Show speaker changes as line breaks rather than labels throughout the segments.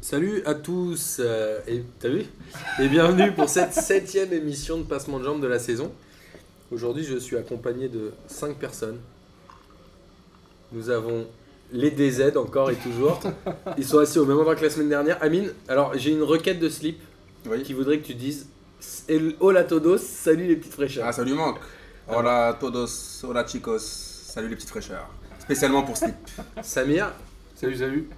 Salut à tous euh, et t'as vu et bienvenue pour cette septième émission de Passement de Jambes de la saison. Aujourd'hui, je suis accompagné de cinq personnes. Nous avons les DZ encore et toujours. Ils sont assis au même endroit que la semaine dernière. Amine, alors j'ai une requête de slip
Oui.
qui voudrait que tu dises "El- Hola todos, salut les petites fraîcheurs.
Ah, ça lui manque. Hola todos, hola chicos. Salut les petites fraîcheurs. Spécialement pour Slip.
Ah. Samir,
Salut, salut.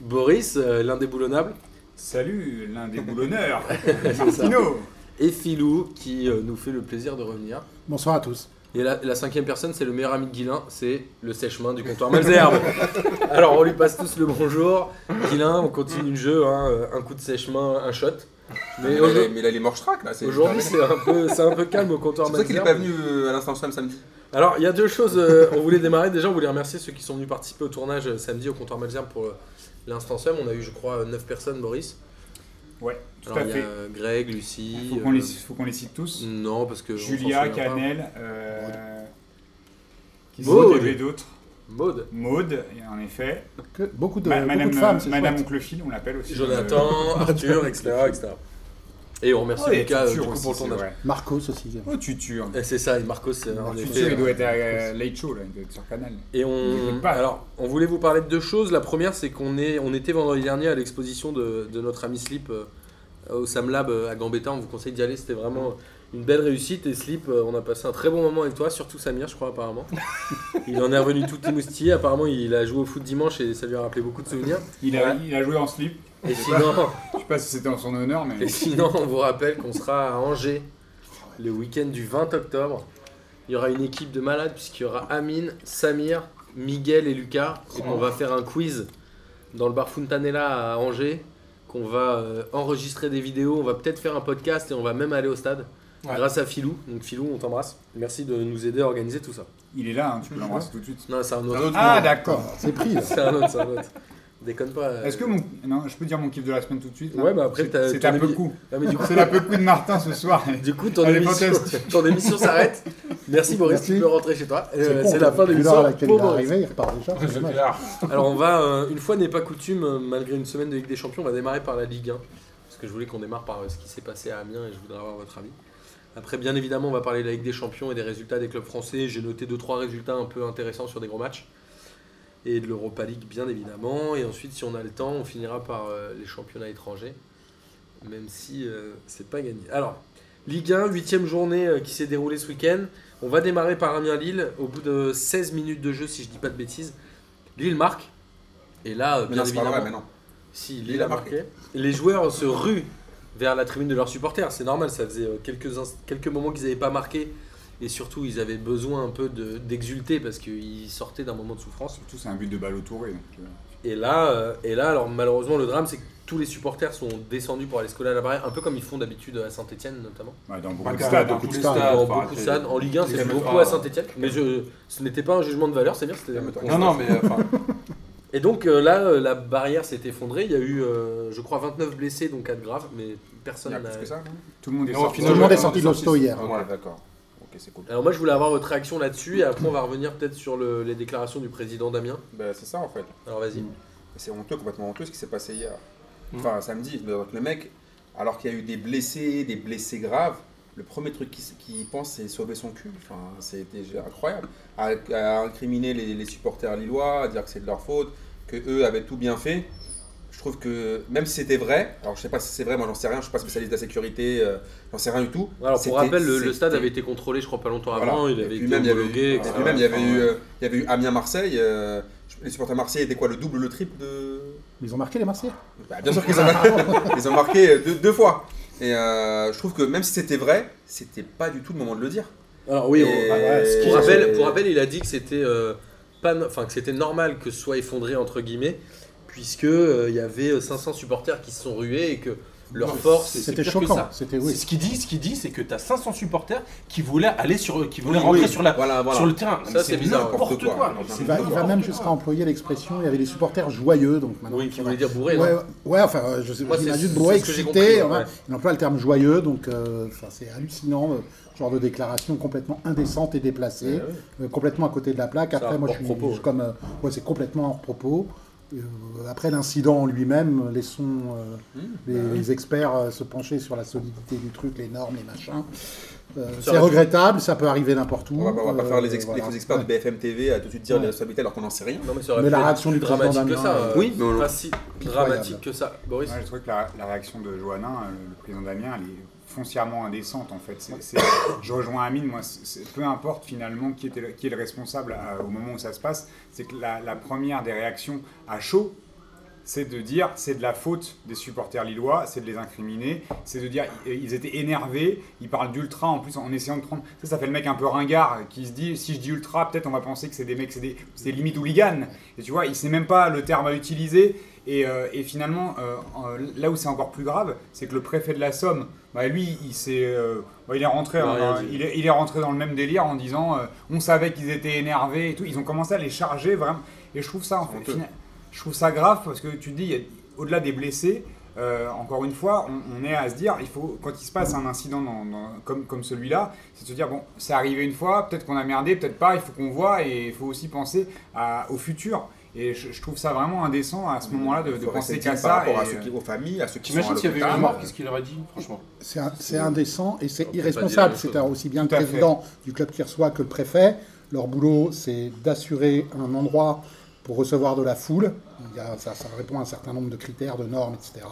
Boris, euh, l'indéboulonnable,
Salut, l'un des boulonneurs,
c'est ça.
Martino.
et Philou qui euh, nous fait le plaisir de revenir.
Bonsoir à tous.
Et la, la cinquième personne, c'est le meilleur ami de Guilin, c'est le sèche-main du comptoir Malzerbe. Alors on lui passe tous le bonjour. Guilin, on continue le jeu, hein, euh, un coup de sèche-main, un shot. Mais
Mais,
aujourd-
il est- mais là, il est morche track là. C'est
aujourd'hui, c'est un, peu- c'est un peu calme au
c'est
comptoir
pour ça qu'il n'est pas
Malzerbe.
venu euh, à l'instant Sam samedi.
Alors il y a deux choses, euh, on voulait démarrer. Déjà, on voulait remercier ceux qui sont venus participer au tournage euh, samedi au comptoir Malzerbe pour euh, l'instant seum. On a eu, je crois, euh, neuf personnes, Boris.
Ouais, tout
Alors
à
il y a
fait.
euh, Greg, Lucie.
Faut qu'on les,
euh,
faut qu'on les cite tous.
Non, parce que. on s'en
Julia,
souvient pas.
Canel, euh, qui
Maud.
sont avait d'autres.
Maud.
Maude, et en effet.
Que- beaucoup de,
Ma-
beaucoup
Madame, euh,
de femmes, c'est
Madame
chouette.
Oncle Phil, on l'appelle aussi. Euh,
Jonathan, Arthur, etc., etc. Et on remercie
Ah Ouais,
Lucas euh, du
Tutur
coup,
aussi,
pour le tournage.
c'est vrai.
Marcos aussi.
Oh, Tutur.
Et C'est ça, et Marcos, euh, en
Tutur,
effet.
il
euh,
doit être à euh, Late Show, là, il doit être sur Canal.
Et
il
on,
veut pas.
alors, on voulait vous parler de deux choses. La première, c'est qu'on est, on était vendredi dernier à l'exposition de, de notre ami Slip euh, au Samlab euh, à Gambetta. On vous conseille d'y aller. C'était vraiment une belle réussite. Et Slip, euh, on a passé un très bon moment avec toi, surtout Samir, je crois apparemment. il en est revenu tout émoustillé. Apparemment, il a joué au foot dimanche et ça lui a rappelé beaucoup de souvenirs.
Il a, il a joué en slip.
Et sinon,
Je sais pas si c'était en son honneur, mais.
Et sinon, on vous rappelle qu'on sera à Angers le week-end du 20 octobre. Il y aura une équipe de malades puisqu'il y aura Amine, Samir, Miguel et Lucas. Et on va faire un quiz dans le bar Fontanella à Angers. Qu'on va euh, enregistrer des vidéos, on va peut-être faire un podcast et on va même aller au stade
Ouais.
grâce à Philou. Donc Philou, on t'embrasse. Merci de nous aider à organiser tout ça.
Il est là, hein, tu peux l'embrasser tout de suite.
Non, c'est un
Un
autre.
autre
Ah,
monde.
d'accord.
C'est pris. là.
C'est un autre, c'est un autre. Déconne pas. euh.
Est-ce que mon. Non, je peux dire mon kiff de la semaine tout de suite là
Ouais, bah après, t'as-
C'est- C'est
ton
un peu
émi-
coup.
Ah, mais du coup,
C'est la peu coup de Martin ce soir.
Du coup, ton
Elle est
émission,
fantastique.
ton émission s'arrête. Merci Boris,
Merci.
tu peux rentrer chez toi. Euh,
con,
C'est la fin de
depuis
l'émission.
l'heure à laquelle
pour
il est
Boris.
arrivé, il repart déjà. c'est dommage.
Alors on va, euh, une fois n'est pas coutume, euh, malgré une semaine de Ligue des Champions, on va démarrer par la Ligue 1. Parce que je voulais qu'on démarre par euh, ce qui s'est passé à Amiens et je voudrais avoir votre avis. Après, bien évidemment, on va parler de la Ligue des Champions et des résultats des clubs français. J'ai noté 2-3 résultats un peu intéressants sur des gros matchs. Et de l'Europa League, bien évidemment. Et ensuite, si on a le temps, on finira par euh, les championnats étrangers. Même si euh, c'est pas gagné. Alors, Ligue 1, 8ème journée euh, qui s'est déroulée ce week-end. On va démarrer par Amiens-Lille. Au bout de 16 minutes de jeu, si je dis pas de bêtises, Lille marque. Et là, euh,
Mais
bien
non, c'est pas
évidemment.
vrai, mais non.
Si,
Il
Lille
a
a marqué. Les joueurs se ruent vers la tribune de leurs supporters. C'est normal, ça faisait euh, quelques, inst- quelques moments qu'ils n'avaient pas marqué. Et surtout, ils avaient besoin un peu de- d'exulter parce qu'ils sortaient d'un moment de souffrance.
Surtout, c'est un but de balle autouré. Donc, euh,
Et là, euh, et là alors malheureusement, le drame, c'est que tous les supporters sont descendus pour aller se coller à la barrière, un peu comme ils font d'habitude à Saint-Etienne notamment.
ouais, bah, dans
Pas
beaucoup de
carré,
stades.
dans
beaucoup
tous
de
les
stades.
Ah,
stades.
Dans
faut
beaucoup de
arrêter.
stades. En Ligue 1, c'est
Calme-toi.
beaucoup à Saint-Etienne. Mais je, ce n'était pas un jugement de valeur, c'est-à-dire c'était
Calme-toi.
un
Non, non, mais enfin,
Et donc euh, là, euh, la barrière s'est effondrée. Il y a eu, euh, je crois, 29 blessés, donc 4 graves, mais
Il
personne
y a
n'a.
plus que ça. non
Tout le monde est
Non,
sorti.
Tout le monde est sorti de l'hosto hier.
Ok,
Ouais.
d'accord. Ok, c'est cool.
Alors moi, je voulais avoir votre réaction là-dessus, et après, on va revenir peut-être sur le- les déclarations du président Damien.
Bah, c'est ça en fait.
Alors vas-y.
C'est honteux, complètement honteux ce qui s'est passé hier.
Mm.
Enfin, samedi. Donc, le mec, alors qu'il y a eu des blessés, des blessés graves, le premier truc qu'il qu'il pense, c'est sauver son cul. Enfin, c'était incroyable. À, à incriminer les, les supporters lillois, à dire que c'est de leur faute, que eux avaient tout bien fait. Je trouve que même si c'était vrai, alors je sais pas si c'est vrai, moi j'en sais rien, je suis pas spécialiste de la sécurité, euh, j'en sais rien du tout.
Alors pour
C'était-
rappel, le, le
c'était-
stade avait été contrôlé, je crois, pas longtemps
Voilà.
avant. Il avait
Et puis
été
même, il y avait eu-
homologué,
Et
etc.
puis même, il y avait
Enfin,
eu,
ouais.
euh, il y avait eu Amiens-Marseille. euh, je- les supporters marseillais étaient quoi, le double, le triple de
Ils ont marqué les Marseillais.
bah, bien sûr qu'ils ont, ils ont marqué deux, deux fois. Et euh, je trouve que même si c'était vrai, c'était pas du tout le moment de le dire.
Alors oui, on-
Et-
ah, ouais,
ce qui-
pour, rappel,
et-
pour rappel, il a dit que c'était euh, pas, no- enfin que c'était normal que ce soit effondré entre guillemets, puisque euh, il y avait euh, 500 supporters qui se sont rués et que leur
Non,
force.
c'est-
C'était
pire que
choquant.
ça.
C'était
c'est
oui.
ce qu'il dit, ce qu'il dit, c'est que t'as 500 supporters qui voulaient aller sur, qui voulaient
Oui,
rentrer
oui,
sur la,
voilà, voilà.
sur le terrain.
Ça,
Mais
c'est bizarre,
n'importe
n'importe
quoi.
quoi.
mais c'est
Il va, il va
n'importe
même
quoi.
jusqu'à employer l'expression. Il y avait des supporters joyeux, donc maintenant.
Oui, qui voulait dire bourré. non
Ouais, ouais, enfin, euh, je sais
Moi,
pas, il
c'est-
a juste
c'est
bourré,
ce que j'ai
excité.
compris, ouais.
enfin, hein. Il emploie le terme joyeux, donc euh, enfin, c'est hallucinant. euh, Genre de déclaration complètement indécente et déplacée,
Ouais,
euh, complètement à côté de la plaque.
Ça,
Après, moi,
hors
je suis
propos,
je suis
ouais.
comme. euh, ouais, c'est complètement hors propos. Euh, après l'incident en lui-même, laissons euh,
Mmh.
les, les experts euh, se pencher sur la solidité du truc, les normes, les machins. Euh,
Ça
c'est
aurait-
regrettable, ça peut arriver n'importe où.
On va pas, on va pas faire les,
euh,
ex- les
voilà.
faux experts de BFM TV à tout de suite dire
Ouais.
les responsabilités alors qu'on n'en sait rien.
Non, mais ça aurait
Mais
pu
la
être
réaction
plus
du président
dramatique que
Damien,
ça.
euh,
euh,
oui, mais on-
pas si dramatique que ça. Boris
Ouais, je trouve que la, la réaction de Johannin, euh, le président Damien, elle est foncièrement indécente en fait. C'est- c'est- je rejoins Amine, moi, c'est- c'est- peu importe finalement qui, était le- qui est le responsable euh, au moment où ça se passe, c'est que la, la première des réactions à chaud, c'est de dire c'est de la faute des supporters lillois, c'est de les incriminer, c'est de dire ils- ils étaient énervés, ils parlent d'ultra en plus en essayant de prendre. Ça, ça fait le mec un peu ringard qui se dit si je dis ultra, peut-être on va penser que c'est des mecs, c'est des, c'est limite hooligans. Et tu vois, il sait même pas le terme à utiliser. Et, euh, et finalement, euh, en- là où c'est encore plus grave, c'est que le préfet de la Somme, bah, lui, il, s'est, euh, bah, il, est rentré,
Il a
dans-
rien dit.
il, est, il est rentré dans le même délire en disant euh, on savait qu'ils étaient énervés et tout. Ils ont commencé à les charger vraiment. Et je trouve ça, en fait,
honteux.
fina- je trouve ça grave parce que tu te dis, il y a- au-delà des blessés, euh, encore une fois, on, on est à se dire, il faut, quand il se passe un incident dans- dans- comme, comme celui-là, c'est de se dire, bon, c'est arrivé une fois, peut-être qu'on a merdé, peut-être pas, il faut qu'on voit et il faut aussi penser à- au futur. Et je, je trouve ça vraiment indécent à ce moment-là de, de
Mmh. Faut
penser
rester
qu'à
digne
ça.
Par rapport à
et, euh,
ceux qui, aux familles, à ceux qui sont à
T'imagines s'il y avait eu
l'hôpital.
une mort, qu'est-ce qu'il aurait dit, franchement
C'est un- c'est indécent et
On
c'est
peut pas dire la
irresponsable.
même
C'est
chose.
aussi bien le
Tout à fait.
président du club qui reçoit que le préfet. Leur boulot, c'est d'assurer un endroit pour recevoir de la foule. Il y a- ça, ça répond à un certain nombre de critères, de normes, etc.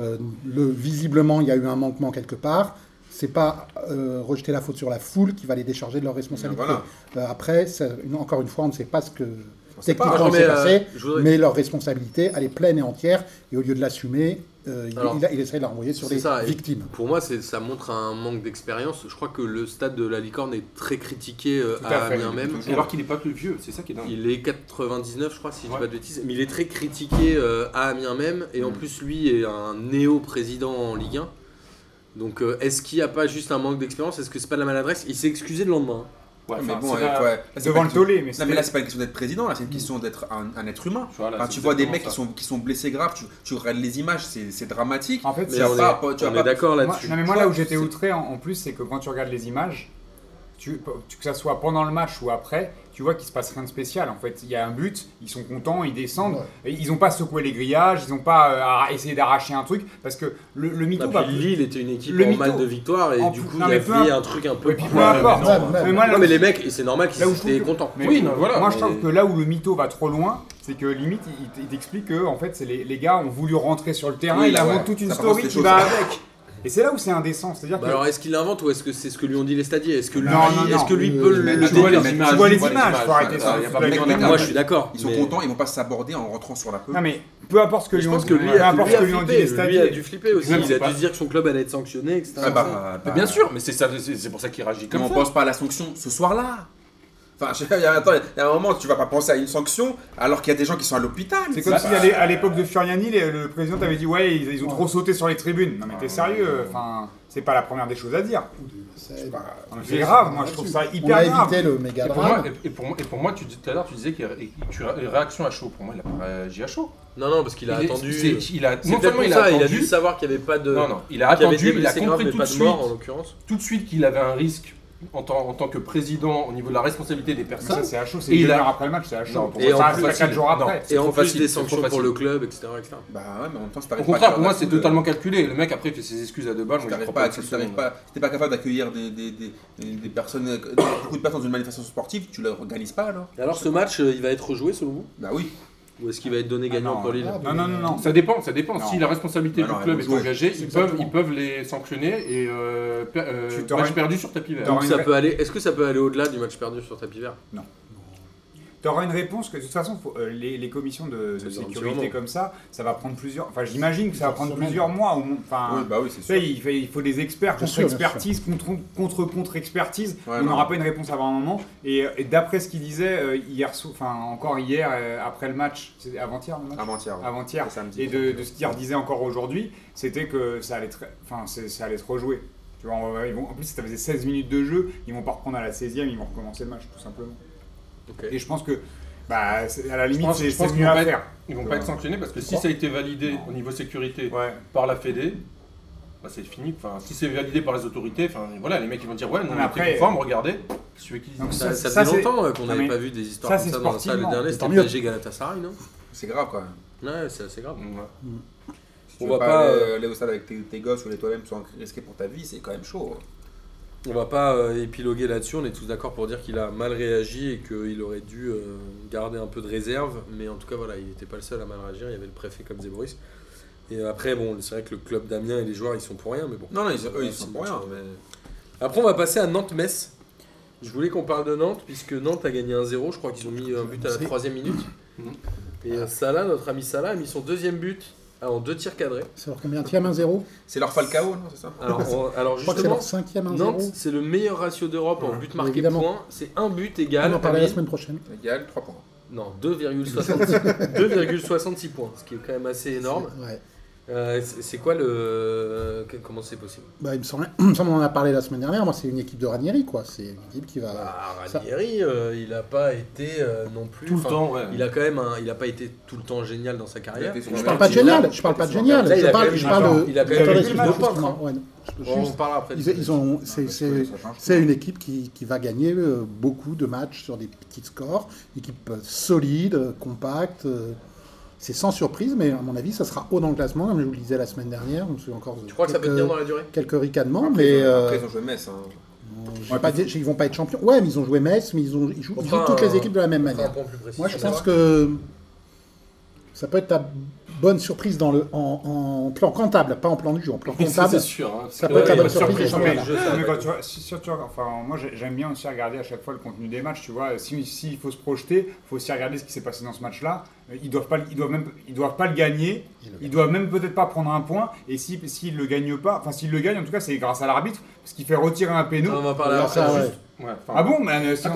Euh, le, visiblement, il y a eu un manquement quelque part. C'est pas euh, rejeter la faute sur la foule qui va les décharger de leurs responsabilités.
Voilà.
Euh, après, ça- une- encore une fois, on ne sait pas ce que
sait pas.
techniquement
Non, mais,
s'est
euh,
passé,
je voudrais-
mais leur responsabilité, elle est pleine et entière. Et au lieu de l'assumer, euh, il,
Alors,
il a- il essaie de la renvoyer sur
c'est
les
ça, et-
victimes.
Pour moi, c'est- ça montre un manque d'expérience. Je crois que le stade de la licorne est très critiqué euh,
Tout à
à
fait,
Amiens même.
toujours.
Et alors qu'il n'est pas plus vieux, c'est ça qui est dingue.
Il est 99, je crois, si je dis
Ouais.
pas de bêtises. Mais il est très critiqué euh, à Amiens même. Et
Mm.
en plus, lui est un néo-président en Ligue 1. Donc, euh, est-ce qu'il n'y a pas juste un manque d'expérience Est-ce que c'est pas de la maladresse Il s'est excusé le lendemain. hein.
Ouais,
Mais
enfin,
bon,
c'est
euh,
pas-
ouais. Là, c'est
devant
pas
le
une-
tollé, mais
Non
c'est-
mais là c'est pas une question d'être président, là c'est une question d'être un, un être humain.
Tu vois, là,
Enfin,
Bah, c'est
tu vois des
exactement
mecs qui
ça.
sont, qui sont blessés graves, tu, tu regardes les images, c'est c'est dramatique.
En fait,
Tu
Mais
c'est-
vas
on
pas-
est,
tu vas
on
pas-
est d'accord
Moi-
là-dessus.
non, mais moi, là où
Toi,
j'étais
c'est-
outré en, en plus, c'est que quand tu regardes les images, tu, que ça soit pendant le match ou après, tu vois qu'il se passe rien de spécial. En fait, il y a un but, ils sont contents, ils descendent. Et ils n'ont pas secoué les grillages, ils n'ont pas euh, arra- essayé d'arracher un truc, parce que le, le mytho
Ah,
va
puis Lille était une équipe
Bah, Le
en
mytho.
mal de victoire. Et
En
du
plus-
coup,
non,
il y
mais
avait
peu
un truc un peu.
Et puis peu
Ouais, mais
importe.
non,
Mais
même.
moi, là
Non,
où-
mais les mecs, et c'est normal qu'ils
Là où je trouve
étaient
que-
contents.
mais-
Oui, non, voilà.
Moi, je
mais-
trouve que là où le mytho va trop loin, c'est que limite, il, t- il t'explique que en fait, c'est les, les gars ont voulu rentrer sur le terrain,
Oui,
il invente
ouais.
toute une
Ça
story
pense les
qui va
choses.
avec. Et c'est là où c'est indécent, c'est-à-dire
Bah
que
alors, est-ce qu'il l'invente ou est-ce que c'est ce que lui ont dit les stadiers Est-ce que lui,
Non, non, non.
est-ce que lui
Oui,
peut
oui,
le,
mais
le
tu vois
dé-
les-
tu vois les images, faut arrêter
ça,
Il y a
faut
pas
pas
besoin
mettre
d'un
Moi,
match.
je suis d'accord.
Ils sont
mais-
contents, ils vont pas s'aborder en rentrant sur la peau.
non mais peu importe ce que
Je
lui ont
pense
dit,
que lui
peu
a,
importe
lui
ce
a
que lui ont dit
flippé,
les
lui a
stadiers.
dû flipper aussi.
Même,
Il
c'est
a
pas-
dû se dire que son club allait être sanctionné, etc.
Ah bah,
Mais
bah,
bien sûr, mais c'est ça, c'est c'est pour ça qu'il réagit
Comme
comme
on
ça.
pense pas à la sanction ce soir-là. Enfin, je- il y a- attends, il y a un moment, tu vas pas penser à une sanction alors qu'il y a des gens qui sont à l'hôpital. Bah,
C'est
Bah,
comme si à l'é- à l'époque de Furiani, les- le président t'avait dit ouais, ils, ils ont trop sauté sur les tribunes. Non mais
Ah,
t'es sérieux, enfin, c'est pas la première des choses à dire.
C'est
C'est grave, moi je trouve ça
On a
hyper grave.
évité le méga
Et pour, moi,
drame.
et, et pour moi, et pour moi, tu dis- tout à l'heure, tu disais qu'il y a et- tu as- réaction à chaud. Pour moi, il a pas réagi à chaud.
Non, non, parce qu'il a
Il est-
attendu.
c'est- il a,
C'est
non
peut-être
seulement
pour
il a euh,
ça, il a
attendu.
dû savoir qu'il n'y avait pas de.
non, non, il a
qu'il y avait
attendu,
des
il a
blessés graves,
compris
mais
tout de
pas de
suite,
mort en l'occurrence.
tout de suite qu'il avait un risque en tant, en tant que président au niveau de la responsabilité des
Mais
personnes.
ça c'est à chaud, c'est
Et il
une
a-
heure après le match, c'est à chaud.
Non,
Pour
et
moi,
en
ça
plus,
arrive à quatre
facile.
jours
Non.
après.
Et en
trop
plus,
facile,
des
c'est trop
sanctions pour
facile.
le club, etc. etc.
Bah ouais, mais en même temps, si t'arrives
Au
pas à
contraire,
faire
pour moi,
la
c'est
foule,
totalement calculé. Le mec, après, il fait ses excuses à deux balles.
Si
Moi, je
euh, t'arrives
crois
pas,
pas.
à-
une
si
seule
t'arrives
seconde.
pas, si t'es pas capable d'accueillir des, des, des, des- des personnes, euh, beaucoup de personnes dans une manifestation sportive, tu la organises pas alors
Alors, ce match, euh, il va être rejoué selon vous
Bah oui.
Ou est-ce qu'il va être donné
Ah,
gagnant
non.
pour Lille
Non, non, non, non.
Ça dépend, ça dépend.
Non.
Si la responsabilité
Non, non,
du club
ils
est
vont jouer.
engagée, ils
Exactement.
peuvent, ils peuvent les sanctionner et euh, per- euh,
Tu t'aurais-
match perdu sur tapis vert.
t'aurais-
Donc, ça peut aller. Est-ce que ça peut aller au-delà du match perdu sur tapis vert
T'auras une réponse que de toute façon, faut- euh, les, les commissions de, de
Ça dure un petit
sécurité
moment.
comme ça, ça va prendre plusieurs. Enfin, j'imagine que ça va prendre
Forcément.
plusieurs mois. Ou, enfin,
Oui, bah oui, c'est
tu
sûr.
sais, il, fait- il faut des experts,
Bien sûr, bien sûr.
contre-expertise, contre-contre-expertise.
Ouais,
on
non.
n'aura pas une réponse avant un moment. Et, et d'après ce qu'il disait euh, hier, sou- enfin encore hier, euh, après le match, c'est avant-hier le match
Avant-hier. ouais.
Avant-hier.
Et hein. samedi.
Et de, de ce qu'il redisait encore aujourd'hui, c'était que ça allait, très- enfin, c'est- ça allait se rejouer. Tu vois, on va- ils vont- en plus, ça faisait 16 minutes de jeu, ils vont pas reprendre à la 16e, ils vont recommencer le match, tout simplement.
Ok.
Et je pense que, bah, c'est- à la limite,
pense-
c'est
je pense
c'est
qu'ils
mieux
vont
à
pas être-
faire.
Ils vont pas être sanctionnés parce que si ça a été validé au niveau sécurité
Ouais.
par la Fédé, bah, c'est fini. Enfin, si c'est validé par les autorités, enfin voilà, les mecs ils vont dire ouais, non,
Mais
on
après-
était conforme, regardez. Celui qui
Donc,
Ça, ça
Ça,
fait
c'est-
longtemps euh, qu'on
Non,
n'avait
mais
pas vu des histoires
ça,
comme
c'est
ça dans ça. Le
sportivement.
dernier,
Mais
c'était
tant mieux.
PSG Galatasaray, non
C'est grave quand même.
Ouais, c'est assez grave.
Ouais.
Si
On
tu
va pas,
veux pas aller,
euh,
aller au stade avec tes, tes gosses ou les toi-même sans risquer pour ta vie, c'est quand même chaud.
On va pas euh, épiloguer là-dessus, on est tous d'accord pour dire qu'il a mal réagi et qu'il aurait dû euh, garder un peu de réserve, mais en tout cas voilà, il n'était pas le seul à mal réagir, il y avait le préfet comme Zéboris. Et après, bon, c'est vrai que le club d'Amiens et les joueurs, ils sont pour rien, mais bon.
Non, non, ils, eux,
Ouais,
ils sont
c'est
pour
match.
rien. Mais...
Après, on va passer à Nantes-Metz. Je voulais qu'on parle de Nantes, puisque Nantes a gagné 1-0. Je crois qu'ils ont mis un but à la troisième minute.
Mhm.
Et euh, Salah, notre ami Salah, a mis son deuxième but ah, en deux tirs cadrés.
C'est leur combien 1-0
C'est leur Falcao, non C'est ça
Alors, on- alors
Je crois que c'est
justement,
leur cinquième 1-0.
Nantes, c'est le meilleur ratio d'europe en but marqué
Évidemment.
point. C'est un but
On
égal.
en parlera la
à
semaine prochaine.
Égal, 3 points.
Non, 2,66 2,66 points, ce qui est quand même assez énorme.
Ouais.
Euh, c'est c'est quoi le. que- Comment c'est possible
Bah, il me semble, il me semble on en a parlé la semaine dernière. Moi, c'est une équipe de Ranieri, quoi. C'est une équipe qui va.
bah,
ça-
Ranieri, euh, il n'a pas été euh, non plus.
Tout le
enfin,
temps, ouais.
Il a quand même un- il a pas été tout le temps génial dans sa carrière.
Il a été
Je
sur
parle
un
pas de
petit
génial,
arbre,
je parle pas de
sur un
génial.
Là, il
Je
a
parle,
quand
je
même-
parle de.
il a quand
je parle
même
de-
une hein. image
excuse-moi,
de peintre,
ouais, non, je- je-
On
juste-
en parlera après.
ils- ils ont- c'est- c'est- C'est une équipe qui, qui va gagner euh, beaucoup de matchs sur des petits scores. Une équipe euh, solide, euh, compacte. euh, C'est sans surprise, mais à mon avis, ça sera haut dans le classement, comme je vous le disais la semaine dernière. Je me souviens encore de
Tu crois que ça peut
quelques-
tenir dans la durée
quelques ricadements,
Après,
mais
ils ont- après,
euh,
ils ont joué Metz. hein.
je vais pas dire- ils vont pas être champions. Ouais, mais ils ont joué Metz, mais ils, ont, ils jouent, ils
On
jouent
fera
toutes
un-
les équipes de la même
on fera un
manière.
point plus précis.
Moi, je
Ça
pense
va.
que ça peut être ta bonne surprise dans le, en, en plan comptable, pas en plan du jeu, en plan
Ça,
comptable.
c'est sûr. hein, parce
Ça
que,
peut être la
ouais,
bonne
il y a
surprise du
surprise,
championnat.
le jeu, ça
Non, mais
va
quand
être-
tu vois- si- surtout, enfin, moi j'ai- j'aime bien aussi regarder à chaque fois le contenu des matchs, tu vois. Si- S'il faut se projeter, il faut aussi regarder ce qui s'est passé dans ce match-là. Euh, Ils doivent pas, le- ils doivent même, ils doivent pas le gagner. Ils doivent même peut-être pas prendre un point. Et si- s'ils le gagnent pas, enfin s'ils le gagnent, en tout cas c'est grâce à l'arbitre, parce qu'il fait retirer un péno.
Ça, On va en parler
Alors,
après.
ça, ouais.
juste.
Ouais, enfin,
Ah bon, mais euh, si on-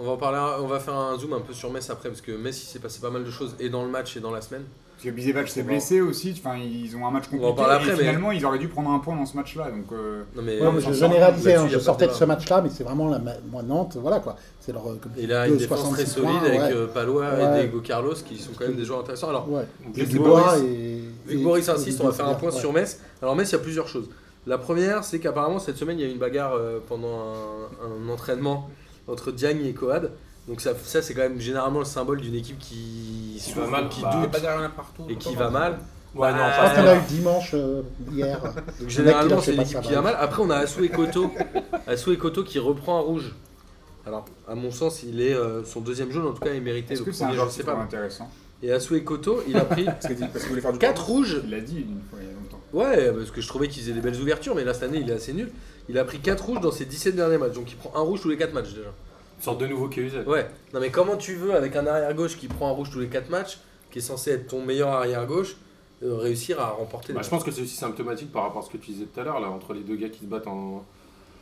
On va en parler. On va faire un zoom un peu sur Metz après parce que Metz il s'est passé pas mal de choses et dans le match et dans la semaine.
Parce que Bizevac s'est blessé aussi, enfin ils ont un match
en
compliqué.
parle après,
et
mais-
finalement ils auraient dû prendre un point dans ce match-là. Donc euh,
Non mais.
Non, mais
on
je
s'en sort.
généralisais, hein,
Là-dessus,
je
y a pas de
sortais de
débat.
ce match-là, mais c'est vraiment la ma- moi Nantes, voilà quoi. C'est leur euh, comme tu
Il
dis,
a une
deux,
défense très
66
solide
points,
avec
ouais,
euh, Palois
Ouais.
et Diego Carlos qui sont quand même des joueurs intéressants. Alors,
ouais.
donc,
Et
Vu que
Dubois
Boris-
et
vu que
et-
Boris insiste, on va faire un
ouais.
point sur Metz. Alors, Metz, il y a plusieurs choses. La première, c'est qu'apparemment, cette semaine, il y a eu une bagarre euh, pendant un, un entraînement entre Diagne et Coad. Donc, ça, ça, c'est quand même généralement le symbole d'une équipe qui,
Qui
souffre,
va mal,
qui
bah,
doute
Pas derrière l'un partout.
et qui va mal.
Ouais, non,
Bah,
Je pense
enfin,
qu'on a eu dimanche euh, hier.
Donc,
Le mec, il
généralement,
a fait
c'est
pas
l'équipe
ça,
qui va
ouais.
mal. Après, on a Assou et Koto. Assou et Koto qui reprend un rouge. Alors, à mon sens, il est euh, son deuxième jaune, en tout cas, est mérité.
est-ce
Le
que c'est un
premier, je
joueur
ne sais
qui est
pas.
intéressant
Et Assou et Koto, il a pris
Parce que- parce qu'il voulait faire du
4 rouges
Il l'a dit une fois il y a longtemps.
Ouais, parce que je trouvais qu'il faisait des belles ouvertures, mais là cette année il est assez nul. Il a pris 4 rouges dans ses 17 derniers matchs, donc il prend un rouge tous les 4 matchs déjà.
une sorte de nouveau Kéuzet.
Ouais, non mais comment tu veux, avec un arrière-gauche qui prend un rouge tous les 4 matchs, qui est censé être ton meilleur arrière-gauche, euh, réussir à remporter
Bah,
des
je pense que c'est aussi symptomatique par rapport à ce que tu disais tout à l'heure, là, entre les deux gars qui se battent en,
matchs.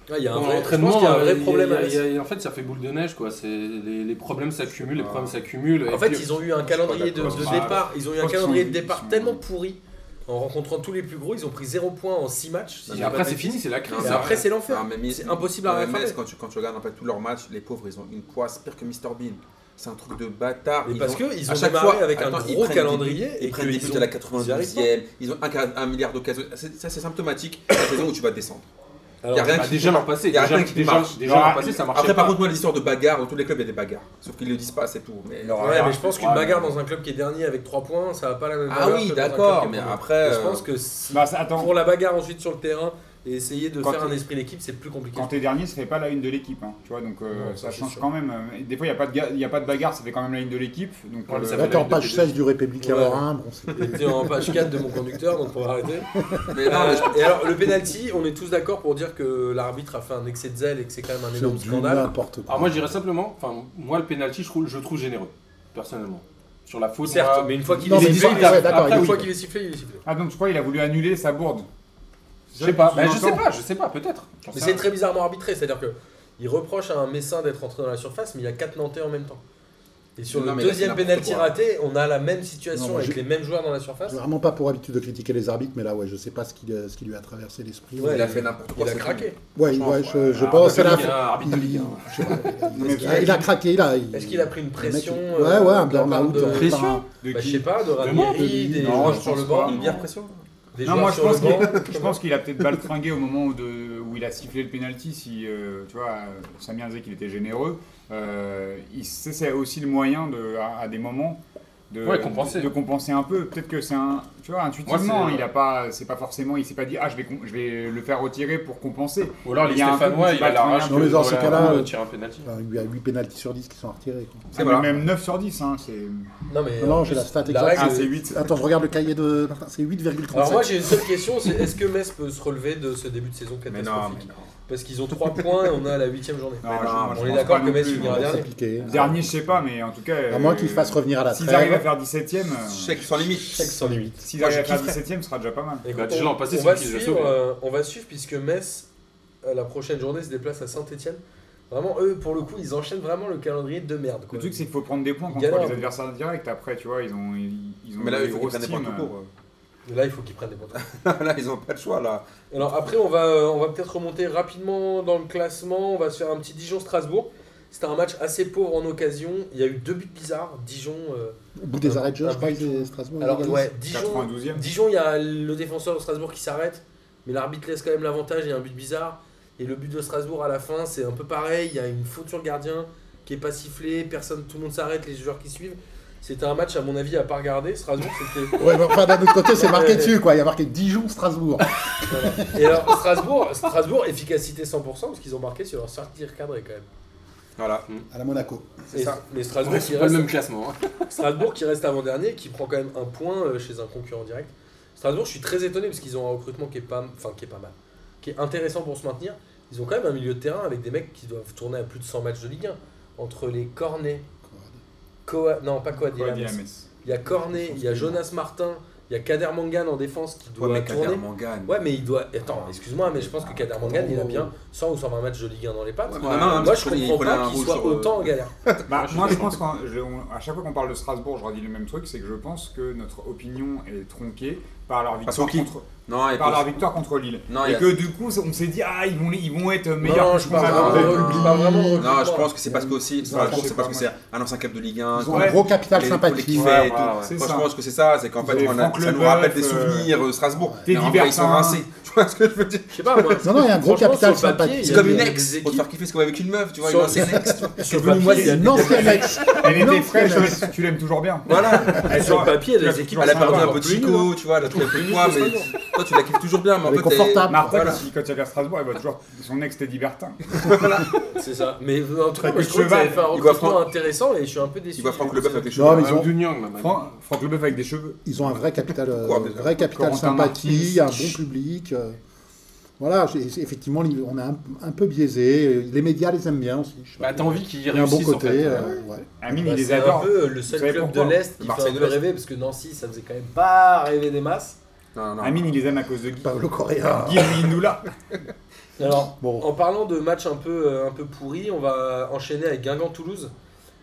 Ouais, il y a un
en
vrai, je
entraînement.
pense qu'il y a un
euh,
vrai
il y a-
problème
il y a-
avec
il y a- En fait, ça fait boule de neige, quoi. C'est- Les, les problèmes s'accumulent, les
Ah.
problèmes s'accumulent.
En fait, ils ont eu un calendrier de, de
Bah,
d'accord.
départ, ils ont eu
Je
un
pense qu'ils
calendrier de
sont- ils
départ
sont-
tellement pourri, en rencontrant tous les plus gros, ils ont pris 0 points en 6 matchs. si j'ai pas
après,
de
c'est
bêtises.
fini, c'est la crise.
Et
C'est
après,
vrai.
c'est l'enfer.
Non, mais Miss-
C'est impossible à
non, mais
rattraper.
Metz, quand tu, quand tu regardes en fait, tous leurs matchs, les pauvres, ils ont une poisse pire que Mr Bean. C'est un truc de bâtard.
Mais
Ils
parce
ont-
que ils
à
ont
chaque
démarré
fois-
avec un
attends, ils
gros
prennent des buts,
calendrier et
Ils prennent
que
des
ils
buts
ont-
à la
ils y arrivent pas.
92e, ils ont un, quart- un milliard d'occasions. Ah, C'est- Ça, c'est symptomatique. La saison où tu vas descendre.
Alors,
Y a rien
Bah,
qui-
déjà, l'an passé,
Il y a
déjà,
rien qui
déjà,
marche.
déjà, l'an
Ah,
passé, ça marchait
Après, par
pas.
contre, moi, l'histoire de bagarre, dans tous les clubs, il y a des bagarres. Sauf qu'ils le disent pas, c'est tout. Mais-
Ouais, mais je pense qu'une bagarre dans un club qui est dernier avec 3 points, ça va pas la même
Ah
valeur
oui,
que dans un
d'accord,
club qui est
mais
premier.
après,
Et Je
euh,
pense que si-
Bah, ça- attends,
pour la bagarre ensuite sur le terrain et essayer de
Quand
faire
t'es-
un esprit d'équipe, c'est plus compliqué.
Quand t'es dernier, ça fait pas la une de l'équipe, hein, tu vois, donc euh,
Non, ça,
ça,
c'est
change
sûr.
quand même. Et Des fois, il n'y a, pas de ga- y a pas de bagarre, ça fait quand même la une de l'équipe. Donc,
Ouais, mais ça
euh,
fait la
D'accord,
une
page
de
16 du République
Ouais.
Lorrain. Bon, c'est-
J'étais en page 4 de mon conducteur, donc on va arrêter.
Mais non, mais je-
et alors, le penalty, on est tous d'accord pour dire que l'arbitre a fait un excès de zèle et que c'est quand même un
c'est
énorme
du
scandale.
n'importe quoi.
Alors, moi, je dirais simplement, enfin, moi, le penalty, je trouve, je trouve généreux, personnellement. Sur la faute,
Certes,
moi-
mais une fois qu'il
Non,
est
mais
sifflé,
dis-
il a-
ouais, d'accord,
après,
il
une
est-
fois qu'il est sifflé, il est sifflé.
Ah, donc tu crois, il a voulu annuler sa bourde
je sais pas,
Tu
bah, je
l'entends
sais pas, je sais pas, peut-être.
Mais
J'en sais
c'est
rien.
très bizarrement arbitré, c'est-à-dire que il reproche à un Messin d'être entré dans la surface, mais il y a 4 Nantais en même temps. Et sur
Non,
le
mais là, c'est
deuxième
n'importe
penalty
quoi.
raté, on a la même situation
Non, moi,
avec
j'ai-
les mêmes joueurs dans la surface.
J'ai vraiment pas pour habitude de critiquer les arbitres, mais là, ouais, je sais pas ce qui, euh, ce qui lui a traversé l'esprit.
Ouais,
il a fait n'importe quoi.
Il a
c'est
craqué.
ouais,
franchement,
ouais, je, je
Ah,
pense
arbitre de
à la
Ligue un, arbitre de Ligue un.
Je sais pas,
mais
il a- Il a craqué, là. il-
Est-ce qu'il a pris une pression
Le mec,
euh,
Ouais, ouais, un
de la part
burn-out.
de-
euh,
Pression
par un-
de
Bah, je
qui
sais pas, de
moi,
Ramieri,
de-
des
non,
gens
je
sur
pense
le
pas,
banc,
tout. Une
non.
bière pression
des
Non,
joueurs
moi je
sur le
pense qu'il
banc.
je pense qu'il a peut-être baltringué au moment où, de- où il a sifflé le penalty. Si euh, tu vois, euh, Samir disait qu'il était généreux, euh, il- c'est c'est aussi le moyen de, à, à des moments de,
Ouais, compenser.
de, de compenser un peu. Peut-être que c'est un, tu vois, intuitivement,
Moi, c'est-
il a pas, c'est pas forcément, il s'est pas dit ah je vais, com- je vais le faire retirer pour compenser.
Ou alors les
Il y a un
Stéphanois,
truc
il
qui
a
va
la rage
très
bien. Non, mais dans ces cas-là, euh,
tire un penalty.
Enfin, il y a 8 pénalties sur 10 qui sont retirés. quoi.
Ah, mais
voilà.
Même 9 sur 10, hein, c'est.
Non, mais.
Non,
en
j'ai
plus,
la stat
la
exacte.
règle,
Ah,
euh,
c'est 8.
Attends, je regarde le cahier de Martin, c'est
Alors moi
8,37.
j'ai une seule question, c'est est-ce que Metz peut se relever de ce début de saison
Mais non,
catastrophique
mais non.
Parce qu'ils ont 3 points, on a la 8ème journée.
Non,
mais
je-
non,
je
on est
pense
d'accord
pas
que
non
Metz
plus.
finira
C'est
dernier.
compliqué. hein.
Dernier, je sais pas, mais en tout cas.
À moins
euh,
qu'il fasse revenir à la
S'ils arrivent à
trêve.
faire 17ème,
Chèque sans limite.
Chèque sans limite.
s'ils
Moi, je
arrivent à faire
kifferais.
17ème, ce sera déjà pas mal.
Écoute,
Bah, déjà, l'an passé,
on,
c'est
va
lui qui les a
suivre,
sauvés.
euh, on va suivre puisque Metz, à la prochaine journée, se déplace à Saint-Etienne. Vraiment, eux, pour le coup, ils enchaînent vraiment le calendrier de merde. Quoi.
Le truc, c'est qu'il faut prendre des points contre
Galère.
les adversaires directs. Après, tu vois, ils ont, ils, ils ont
Mais là,
des
il faut qu'ils
grosses
prennent des points
teams.
tout court.
Et Là, il faut qu'ils prennent des points.
là, ils n'ont pas le choix, là.
Alors après, on va, euh, on va peut-être remonter rapidement dans le classement. On va se faire un petit Dijon-Strasbourg. C'était un match assez pauvre en occasion. Il y a eu deux buts bizarres. Dijon. euh,
Au bout des arrêts de jeu,
Un
je crois
but.
que Strasbourg. ils
Alors
égalisent.
ouais,
euh,
Dijon.
92ème.
Dijon, il y a le défenseur de Strasbourg qui s'arrête, mais l'arbitre laisse quand même l'avantage. Il y a un but bizarre. Et le but de Strasbourg à la fin, c'est un peu pareil. Il y a une faute sur le gardien qui est pas sifflée. Personne, tout le monde s'arrête. Les joueurs qui suivent. C'était un match à mon avis à pas regarder. Strasbourg, c'était
Ouais, mais enfin, d'un autre côté, c'est
Ouais.
marqué dessus, quoi. Il y a marqué Dijon, Strasbourg.
Et alors, Strasbourg, Strasbourg, efficacité 100%, parce qu'ils ont marqué sur leur sortie recadrée quand même.
Voilà,
À la Monaco.
c'est
Et-
ça.
Mais Strasbourg,
Ouais,
qui
c'est pas le
reste,
même classement. hein.
Strasbourg qui reste avant-dernier, qui prend quand même un point euh, chez un concurrent direct. Strasbourg, je suis très étonné parce qu'ils ont un recrutement qui est pas, enfin, qui est pas mal, qui est intéressant pour se maintenir. Ils ont quand même un milieu de terrain avec des mecs qui doivent tourner à plus de 100 matchs de Ligue 1. Entre les Cornet, Coa, non pas Coa,
Quoi,
Diarra, mais-
Diamès.
il y a Cornet, il y a Jonas Martin, il y a Kader Mangan en défense qui doit tourner.
Mangane.
Ouais, mais il doit. Attends, excuse-moi, mais je pense que Kader Mangan, il a bien 100 ou 120 matchs de Ligue 1 dans les pattes.
Ouais, mais non, non,
Moi,
mais
je
il
comprends
prenait un
pas qu'il
rouge
soit
sur,
autant en
euh,
galère.
Bah,
je
moi, je pense
comprends.
qu'à chaque fois qu'on parle de Strasbourg, je redis le même truc, c'est que je pense que notre opinion est tronquée par leur
Parce qu'on
victoire
kiffe.
contre,
Non, et
par leur
puis-
victoire contre Lille.
Non, il y
et
a-
que du coup, on s'est dit ah ils vont ils vont être meilleurs.
Non,
que
je
ce
parle
qu'on
pas
attendait.
vraiment, je parle vraiment de recrutement.
Non, je pense que c'est parce que aussi Strasbourg,
je sais
c'est parce
pas,
que c'est un ancien cap de Ligue 1.
Ils
qu'on-
ont un gros capital
les- qu'on les
sympathie.
kiffait
Ouais,
et tout.
ouais, ouais.
C'est
Moi,
ça.
je pense que c'est ça, c'est qu'en
Vous
fait,
avez
on a-
Franck
ça nous
Leboeuf,
rappelle des
euh,
souvenirs euh, Strasbourg.
Teddy
Mais en vrai, ils sont
Bertin.
rincés. Tu vois ce que je veux dire
Je sais pas, moi.
Non, non, il y a un gros
Franchement,
capital
sur le papier,
sympathique.
il y
C'est
a
comme une
des
ex. Pour te
équipes-
faire kiffer, c'est comme avec une meuf, tu vois, une
Sur-
ancienne ex. tu vois.
Sur le
Pour moi,
papier, il y
c'est
a
une
des-
ancienne ex.
Elle
Non,
était fraîche,
c'est-
mais tu l'aimes toujours bien.
Voilà.
Elle
sur le
sera-
papier, il y a
tu
des
l'as
équipes.
toujours
Elle a
sympa.
perdu un peu
encore
de
plus
Chico, tu vois, elle a très peu de poids, mais toi, tu la kiffes toujours bien. Mais en
Elle
fait,
est
t'es-
confortable.
Martin,
Voilà.
quand, quand elle vient à Strasbourg, elle voit toujours son ex Teddy Bertin.
C'est ça. Mais euh, en tout cas,
Avec
moi, je
le
trouve que ça avait
cheval,
fait un
il voit
recrutement
Franck-
intéressant et je suis un peu déçu.
Tu vois Franck Leboeuf avec les cheveux.
Non, mais ils
Même
ont,
du Nyang, même.
Fran- Franck Leboeuf avec des cheveux.
ils ont un vrai capital, euh,
Quoi, déjà
vrai capital
Corentin
sympathie,
Martins.
un bon public. euh, voilà, j'ai- effectivement, on est un, un peu biaisé. Les médias les aiment bien aussi. je sais pas.
Bah, t'as envie qu'il
Il y a un
réussisse.
bon
en fait.
côté. euh, ouais.
Amine,
Bah,
il les
c'est un
adore.
peu euh, le seul
Vous savez
club de
pourquoi
l'Est qui fait un
Marseille de
peu
l'Est.
rêver parce que Nancy, ça faisait quand même pas rêver des masses.
Non, non.
Amine, il les aime à cause de Guy.
Pablo Correa.
Guy Hinoula.
Alors,
Bon,
En parlant de matchs un peu, euh, un peu pourris, on va enchaîner avec Guingamp-Toulouse,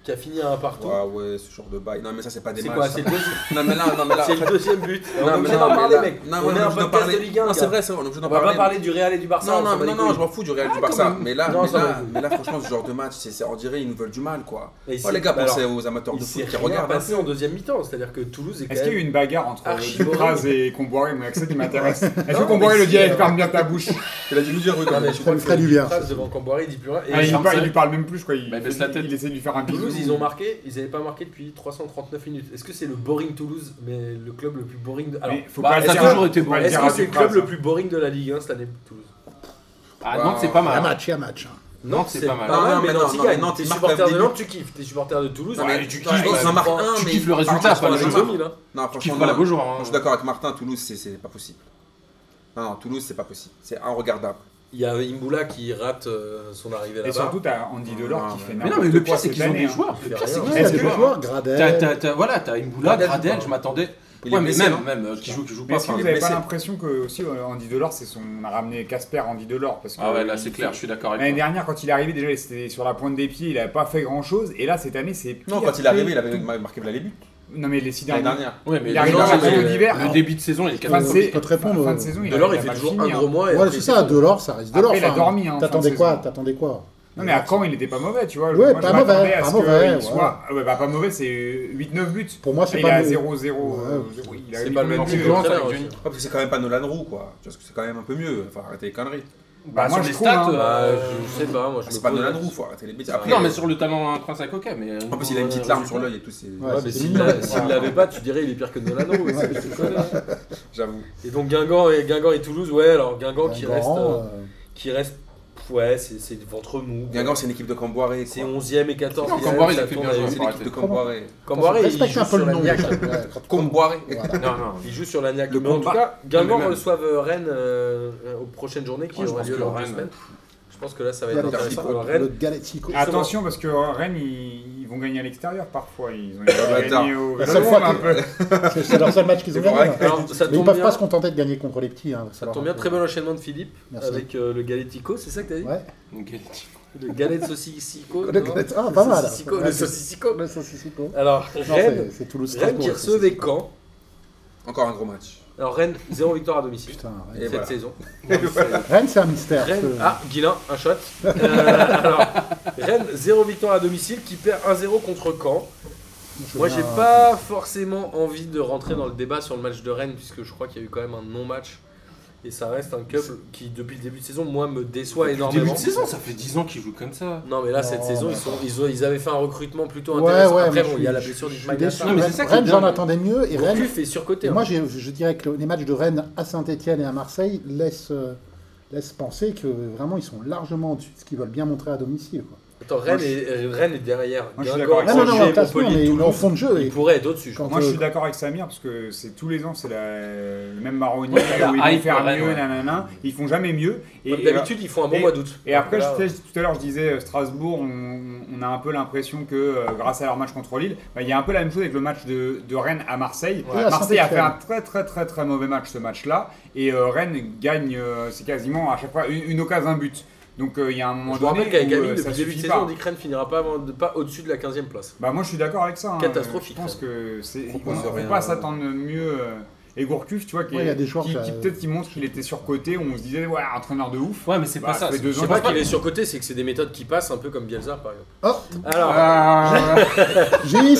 qui a fini à un partout.
Ouais, ouais, ce genre de bail. Non, mais ça, c'est pas des
C'est
matchs.
quoi
ça.
C'est le, deuxi-
Non, mais là, non, mais là.
c'est le deuxième but. on est
Non, mais
obligé
non,
d'en
mais
parler,
là-
mec.
Non,
on
mais
est un
on est obligé d'en
podcast de
parler.
Ligue 1.
Non, c'est
gars.
vrai, c'est vrai, on est obligé
On
d'en
va pas
parler.
parler du Real et du Barça.
Non,
on s'en
non,
bat
mais
les
non, non,
couilles.
je m'en fous du Real
Ah,
du Barça.
quand même.
Mais là,
Non,
mais
ça
là,
va.
mais là, franchement, ce genre de match, c'est, c'est- on dirait ils nous veulent du mal, quoi.
Et
Oh,
c'est-
les gars,
bah,
pensez
alors,
aux amateurs de
Il s'est
foot qui hein.
rien
regardent.
passé en deuxième mi-temps. C'est-à-dire que Toulouse est quand
Est-ce qu'il y a eu
même.
une bagarre entre euh,
Archibald.
Dupraz et Comboiré Moi, c'est ça qui m'intéresse. Est-ce que
Non,
Comboiré
mais
le
si,
dit
euh,
Elle ferme bien ta bouche
Il a dû nous dire, oui,
Non,
quand
mais
même.
je
Ça
crois
lui
que
ferait du bien,
Phrase
ça.
devant Camboiré, il dit plus rien.
Ah,
Et
il, lui
Charles
parle- il
Salle-
lui parle même plus, quoi. Il,
Bah, il baisse
il-
la tête.
il essaie de lui faire un bisou.
Toulouse, ils ont marqué, ils n'avaient pas marqué depuis 339 minutes. Est-ce que c'est le boring Toulouse, mais le club le plus boring de. Alors,
Mais faut
Bah,
pas
ça a
dire à-
toujours été
faut
bon.
pas le
est-ce
dire
que
à
c'est le
Dupraz,
club le
hein.
plus boring de la Ligue 1 cette année, Toulouse
Ah,
Wow.
Nantes, c'est pas
un
mal.
match, un match. hein.
Non,
Nantes, c'est
c'est pas
pas mal.
mal,
Non,
mais
mais non,
Nantes, il
non,
gagne.
Nantes,
T'es
il marque
supporter
la
de
Ligue.
Nantes, tu kiffes. T'es supporter de Toulouse,
Non,
ouais,
mais
tu
putain,
kiffes,
ils en marquent
tu
un,
kiffes
mais.
le résultat,
franchement,
pas le
ils en
ils
jeu.
marquent-
ont mis, là.
Non,
Qui
franchement,
fera la
non.
beau jour. hein.
Je suis d'accord avec Martin, Toulouse, c'est- c'est pas possible. Non, non, Toulouse, c'est pas possible. C'est inregardable.
Il y a Imboula qui rate euh, son arrivée
Et
là-bas.
surtout, t'as Andy
Non,
Delors qui
mais-
fait
Mais
n'importe
non, mais le
quoi
pire, c'est
cette
qu'ils ont
année,
des
hein.
joueurs. Le pire, c'est
Ouais,
que
Ouais,
c'est
il y a
des
des
joueurs.
joueurs
T'as-
Gradel.
t'as- t'as- Voilà, t'as Imboula,
Gradel,
Gradel,
non.
je m'attendais.
Il est
Ouais, mais
blessé,
même,
non
même, euh, qui joue, qui joue
Mais
pas.
est-ce que
enfin,
vous n'avez pas
blessé.
l'impression que aussi euh, Andy Delors, c'est son... on a ramené Casper Andy Delors parce que
Ah ouais, là, c'est
il-
clair, je suis d'accord
L'année
avec toi.
dernière, quand il est arrivé, déjà, c'était sur la pointe des pieds, il n'avait pas fait grand chose. Et là, cette année, c'est.
Non,
pire
quand il est arrivé,
que
il avait
tout.
marqué voilà les buts.
Non, mais les six
L'année
derniers.
dernière.
Ouais, mais
Il
le-
arrive
Delors,
à
euh,
de l'hiver.
le début de saison, il est
Fin de
Je
sais-
peux te répondre.
fin de saison, il
Delors,
a
il fait
mal
toujours
fini,
un
hein.
gros mois. et
Ouais,
après,
c'est
il
ça,
fait-
Delors, ça risque Delors.
Après, il a
enfin,
dormi, hein, en fin
T'attendais
de
quoi
saison.
T'attendais quoi Euh,
Non mais à Caen il n'était pas mauvais tu vois.
Ouais,
Moi,
pas
je m'attendais
mauvais,
à ce
pas
que
mauvais,
il
ouais.
soit- Ah ouais, bah, pas mauvais c'est 8-9 buts.
Pour moi, c'est
Et
pas
il a
le-
0 0
Ouais.
C'est pas le même
Nantes,
type
il est
d'entraîneur
bon,
aussi.
Ouais, parce que c'est quand même pas Nolan Roux, quoi. Tu vois, parce que c'est quand même un peu mieux. Enfin, arrêtez les conneries.
Bah,
moi,
sur
je
les
trouve,
stats,
hein.
Bah, je sais pas, moi je
C'est
me
pas
pose-
Nolan Roux, faut arrêter les bêtises. Après,
Non, mais sur le talent intrinsèque, ok, mais.
En plus, il a une petite larme sur l'œil et tout, c'est.
Ouais, mais
c'est
Bah, s'il
mignon.
l'a- s'il l'avait pas, tu dirais il est pire que Nolan Roux.
Ouais.
c'est- c'est connu, hein.
J'avoue.
Et donc Guingamp et, Guingamp et Toulouse, ouais, alors Guingamp, qui reste.
Grand,
euh,
euh,
qui reste ouais, c'est c'est le ventre mou.
Guingamp, c'est une équipe de Camboiré.
C'est
quoi.
11ème et 14ème.
Non, Camboire, il a fait bien
C'est
jouer.
une équipe de Camboiré.
Camboire, il
respecte
joue
un peu
sur
le nom.
l'Agnac.
ouais, quand-
Camboiré.
voilà.
Non, non.
Il joue sur l'Agnac.
Le
Mais en tout
combat.
cas, Guingamp
Non, mais même.
reçoivent euh, Rennes euh, euh, aux prochaines journées qui
Ouais, je
aura
pense
lieu
que
dans deux
Rennes,
semaines. Je pense que là, ça va
Il y a
être
le
intéressant.
Galactico.
Alors,
Le
Rennes,
Galactico.
Attention parce que euh, Rennes ils, ils vont gagner à l'extérieur parfois ils ont gagné
bâtard.
au
La seule
Vélodrome,
fois
un
que-
peu.
C'est c'est leur seul match qu'ils ont
C'est vrai
gagné.
que-
alors, ah, ça
Mais ils
tombe
peuvent
bien.
pas se contenter de gagner contre les petits. Hein,
Ça tombe bien, très bon enchaînement de Philippe
Merci.
avec euh, le Galetico, c'est ça que t'as dit
Ouais.
Ok.
Le Galette Saucissico.
Le
non
Galette- ah, pas mal.
Saucissico,
Ouais,
le
c'est-
Saucissico.
Le Saucissico.
Alors,
Non, c'est-
Rennes,
c'est Toulouse.
Rennes qui recevait Caen.
Encore un gros match.
Alors, Rennes, 0 victoire à domicile
Putain, Rennes.
Et
cette
voilà.
saison.
Rennes, c'est un mystère. parce
Rennes,
que-
ah, Guilin, un shot. Euh, alors, Rennes, 0 victoire à domicile qui perd 1-0 contre Caen.
je
Moi,
viens-
j'ai pas forcément envie de rentrer dans le débat sur le match de Rennes, puisque je crois qu'il y a eu quand même un non-match. Et ça reste un couple qui, depuis le début de saison, moi, me déçoit
Début
énormément.
de saison, ça fait 10 ans qu'il joue comme ça.
Non, mais là, cette
Non,
saison,
mais
ils, sont, ils, ont- ils avaient fait un recrutement plutôt
Ouais,
intéressant.
ouais,
Après,
moi,
bon,
je
il y a
suis-
la blessure
je suis
d'Ismaïl
déçu.
Assar.
Non, mais c'est ça qui est
Rennes, j'en
bien.
attendais mieux. Et Rennes,
Gourcuff est surcoté.
Et
hein.
moi, j'ai- je, dirais que le- les matchs de Rennes à Saint-Etienne et à Marseille laissent, euh, laissent penser que vraiment ils sont largement au-dessus de ce qu'ils veulent bien montrer à domicile. Quoi.
Attends, Rennes,
Moi,
est, Rennes est derrière.
je suis
Guingamp,
d'accord avec ça.
Non, non, non,
Angers,
en classement,
Montpellier,
mais, mais en
Toulouse.
fond de jeu.
Il
et
pourrait être au-dessus. je
Quand-
Moi, je
euh,
suis d'accord avec Samir parce que c'est tous les ans, c'est la- le même marronnier
Ouais,
là où ils
la
vont
hype,
faire
ouais,
mieux,
ouais.
nanana. Ils font jamais mieux. Et,
pense. D'habitude, ils font un bon
et-
mois d'août.
et après,
Voilà.
je- tout à l'heure, je disais euh, Strasbourg, on, on a un peu l'impression que euh, grâce à leur match contre Lille, bah, il y a un peu la même chose avec le match de, de Rennes à Marseille.
Ouais. Et à
Marseille a fait
Saint-Étienne.
un très très très très mauvais match ce match-là et euh, Rennes gagne, euh, c'est quasiment à chaque fois une, une occasion, un but. Donc euh, il y a un moment
Je vous
donné
rappelle qu'avec
où,
Camille,
euh,
depuis
ça
le début de
suffit
saison,
pas.
on dit que Rennes finira pas, avant- pas au-dessus de la 15e place.
Bah moi je suis d'accord avec ça. hein.
Catastrophique,
Je pense que c'est on
Propose
ne
rien.
peut
euh.
pas s'attendre mieux. euh, Et Gourcuff, tu vois, qui,
Ouais, il y a des joueurs
qui,
qui a-
qui peut-être qui montre qu'il était surcoté, on se disait ouais entraîneur de ouf.
Ouais, mais c'est
Bah,
pas ça.
fait
c'est-
deux
je
Je
ans
sais
pense
pas
qu'il
qu'il est surcoté, c'est que c'est des méthodes qui passent un peu comme Bielsa par exemple.
Oh,
Alors,
Ah,
Gis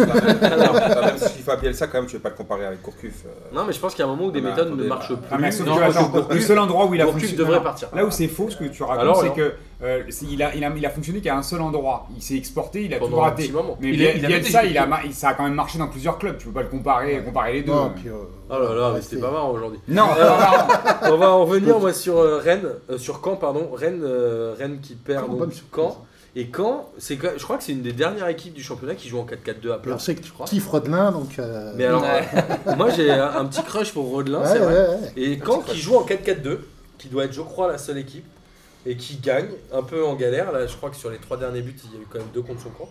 Non, non, même si FIFA Bielsa, quand même, tu veux pas le comparer avec Courcuf. euh,
non, mais je pense qu'il y a un moment où des
Ah, mais
méthodes ne
attendez,
marchent
là.
plus.
Ah, mais sauf
Non,
que,
parce que
attends,
Gourcuff-
le seul endroit où il a
Gourcuff
fonctionné.
devrait
non,
partir.
Là où c'est faux, ce que tu racontes,
Alors,
c'est
alors.
que euh, c'est- il, a, il, a, il a fonctionné qu'à un seul endroit. Il s'est exporté, il a
Pendant
tout
un
raté.
petit moment.
Mais
Il
Biel-
a- il a
Bielsa,
été-
il a, ma- il- ça a quand même marché dans plusieurs clubs. Tu peux pas le comparer, comparer les deux.
Non, puis, euh,
Oh là là, mais
restez.
c'était pas marrant aujourd'hui.
Non,
Euh,
non, non.
On va en revenir moi sur euh, Rennes, euh, sur Caen pardon, Rennes, euh, Rennes qui perd
Caen,
donc
bonne surprise.
Caen et Caen, c'est quand- je crois que c'est une des dernières équipes du championnat qui joue en 4-4-2 à plat.
Alors, c'est que tu
je crois.
kiffes Rodelin, donc. euh,
Mais alors,
Ouais.
euh, moi j'ai un un petit crush pour Rodelin,
ouais,
c'est vrai.
ouais, ouais.
Et Caen qui joue en 4-4-2, qui doit être, je crois, la seule équipe, et qui gagne un peu en galère. Là, je crois que sur les trois derniers buts, il y a eu quand même deux contre son camp.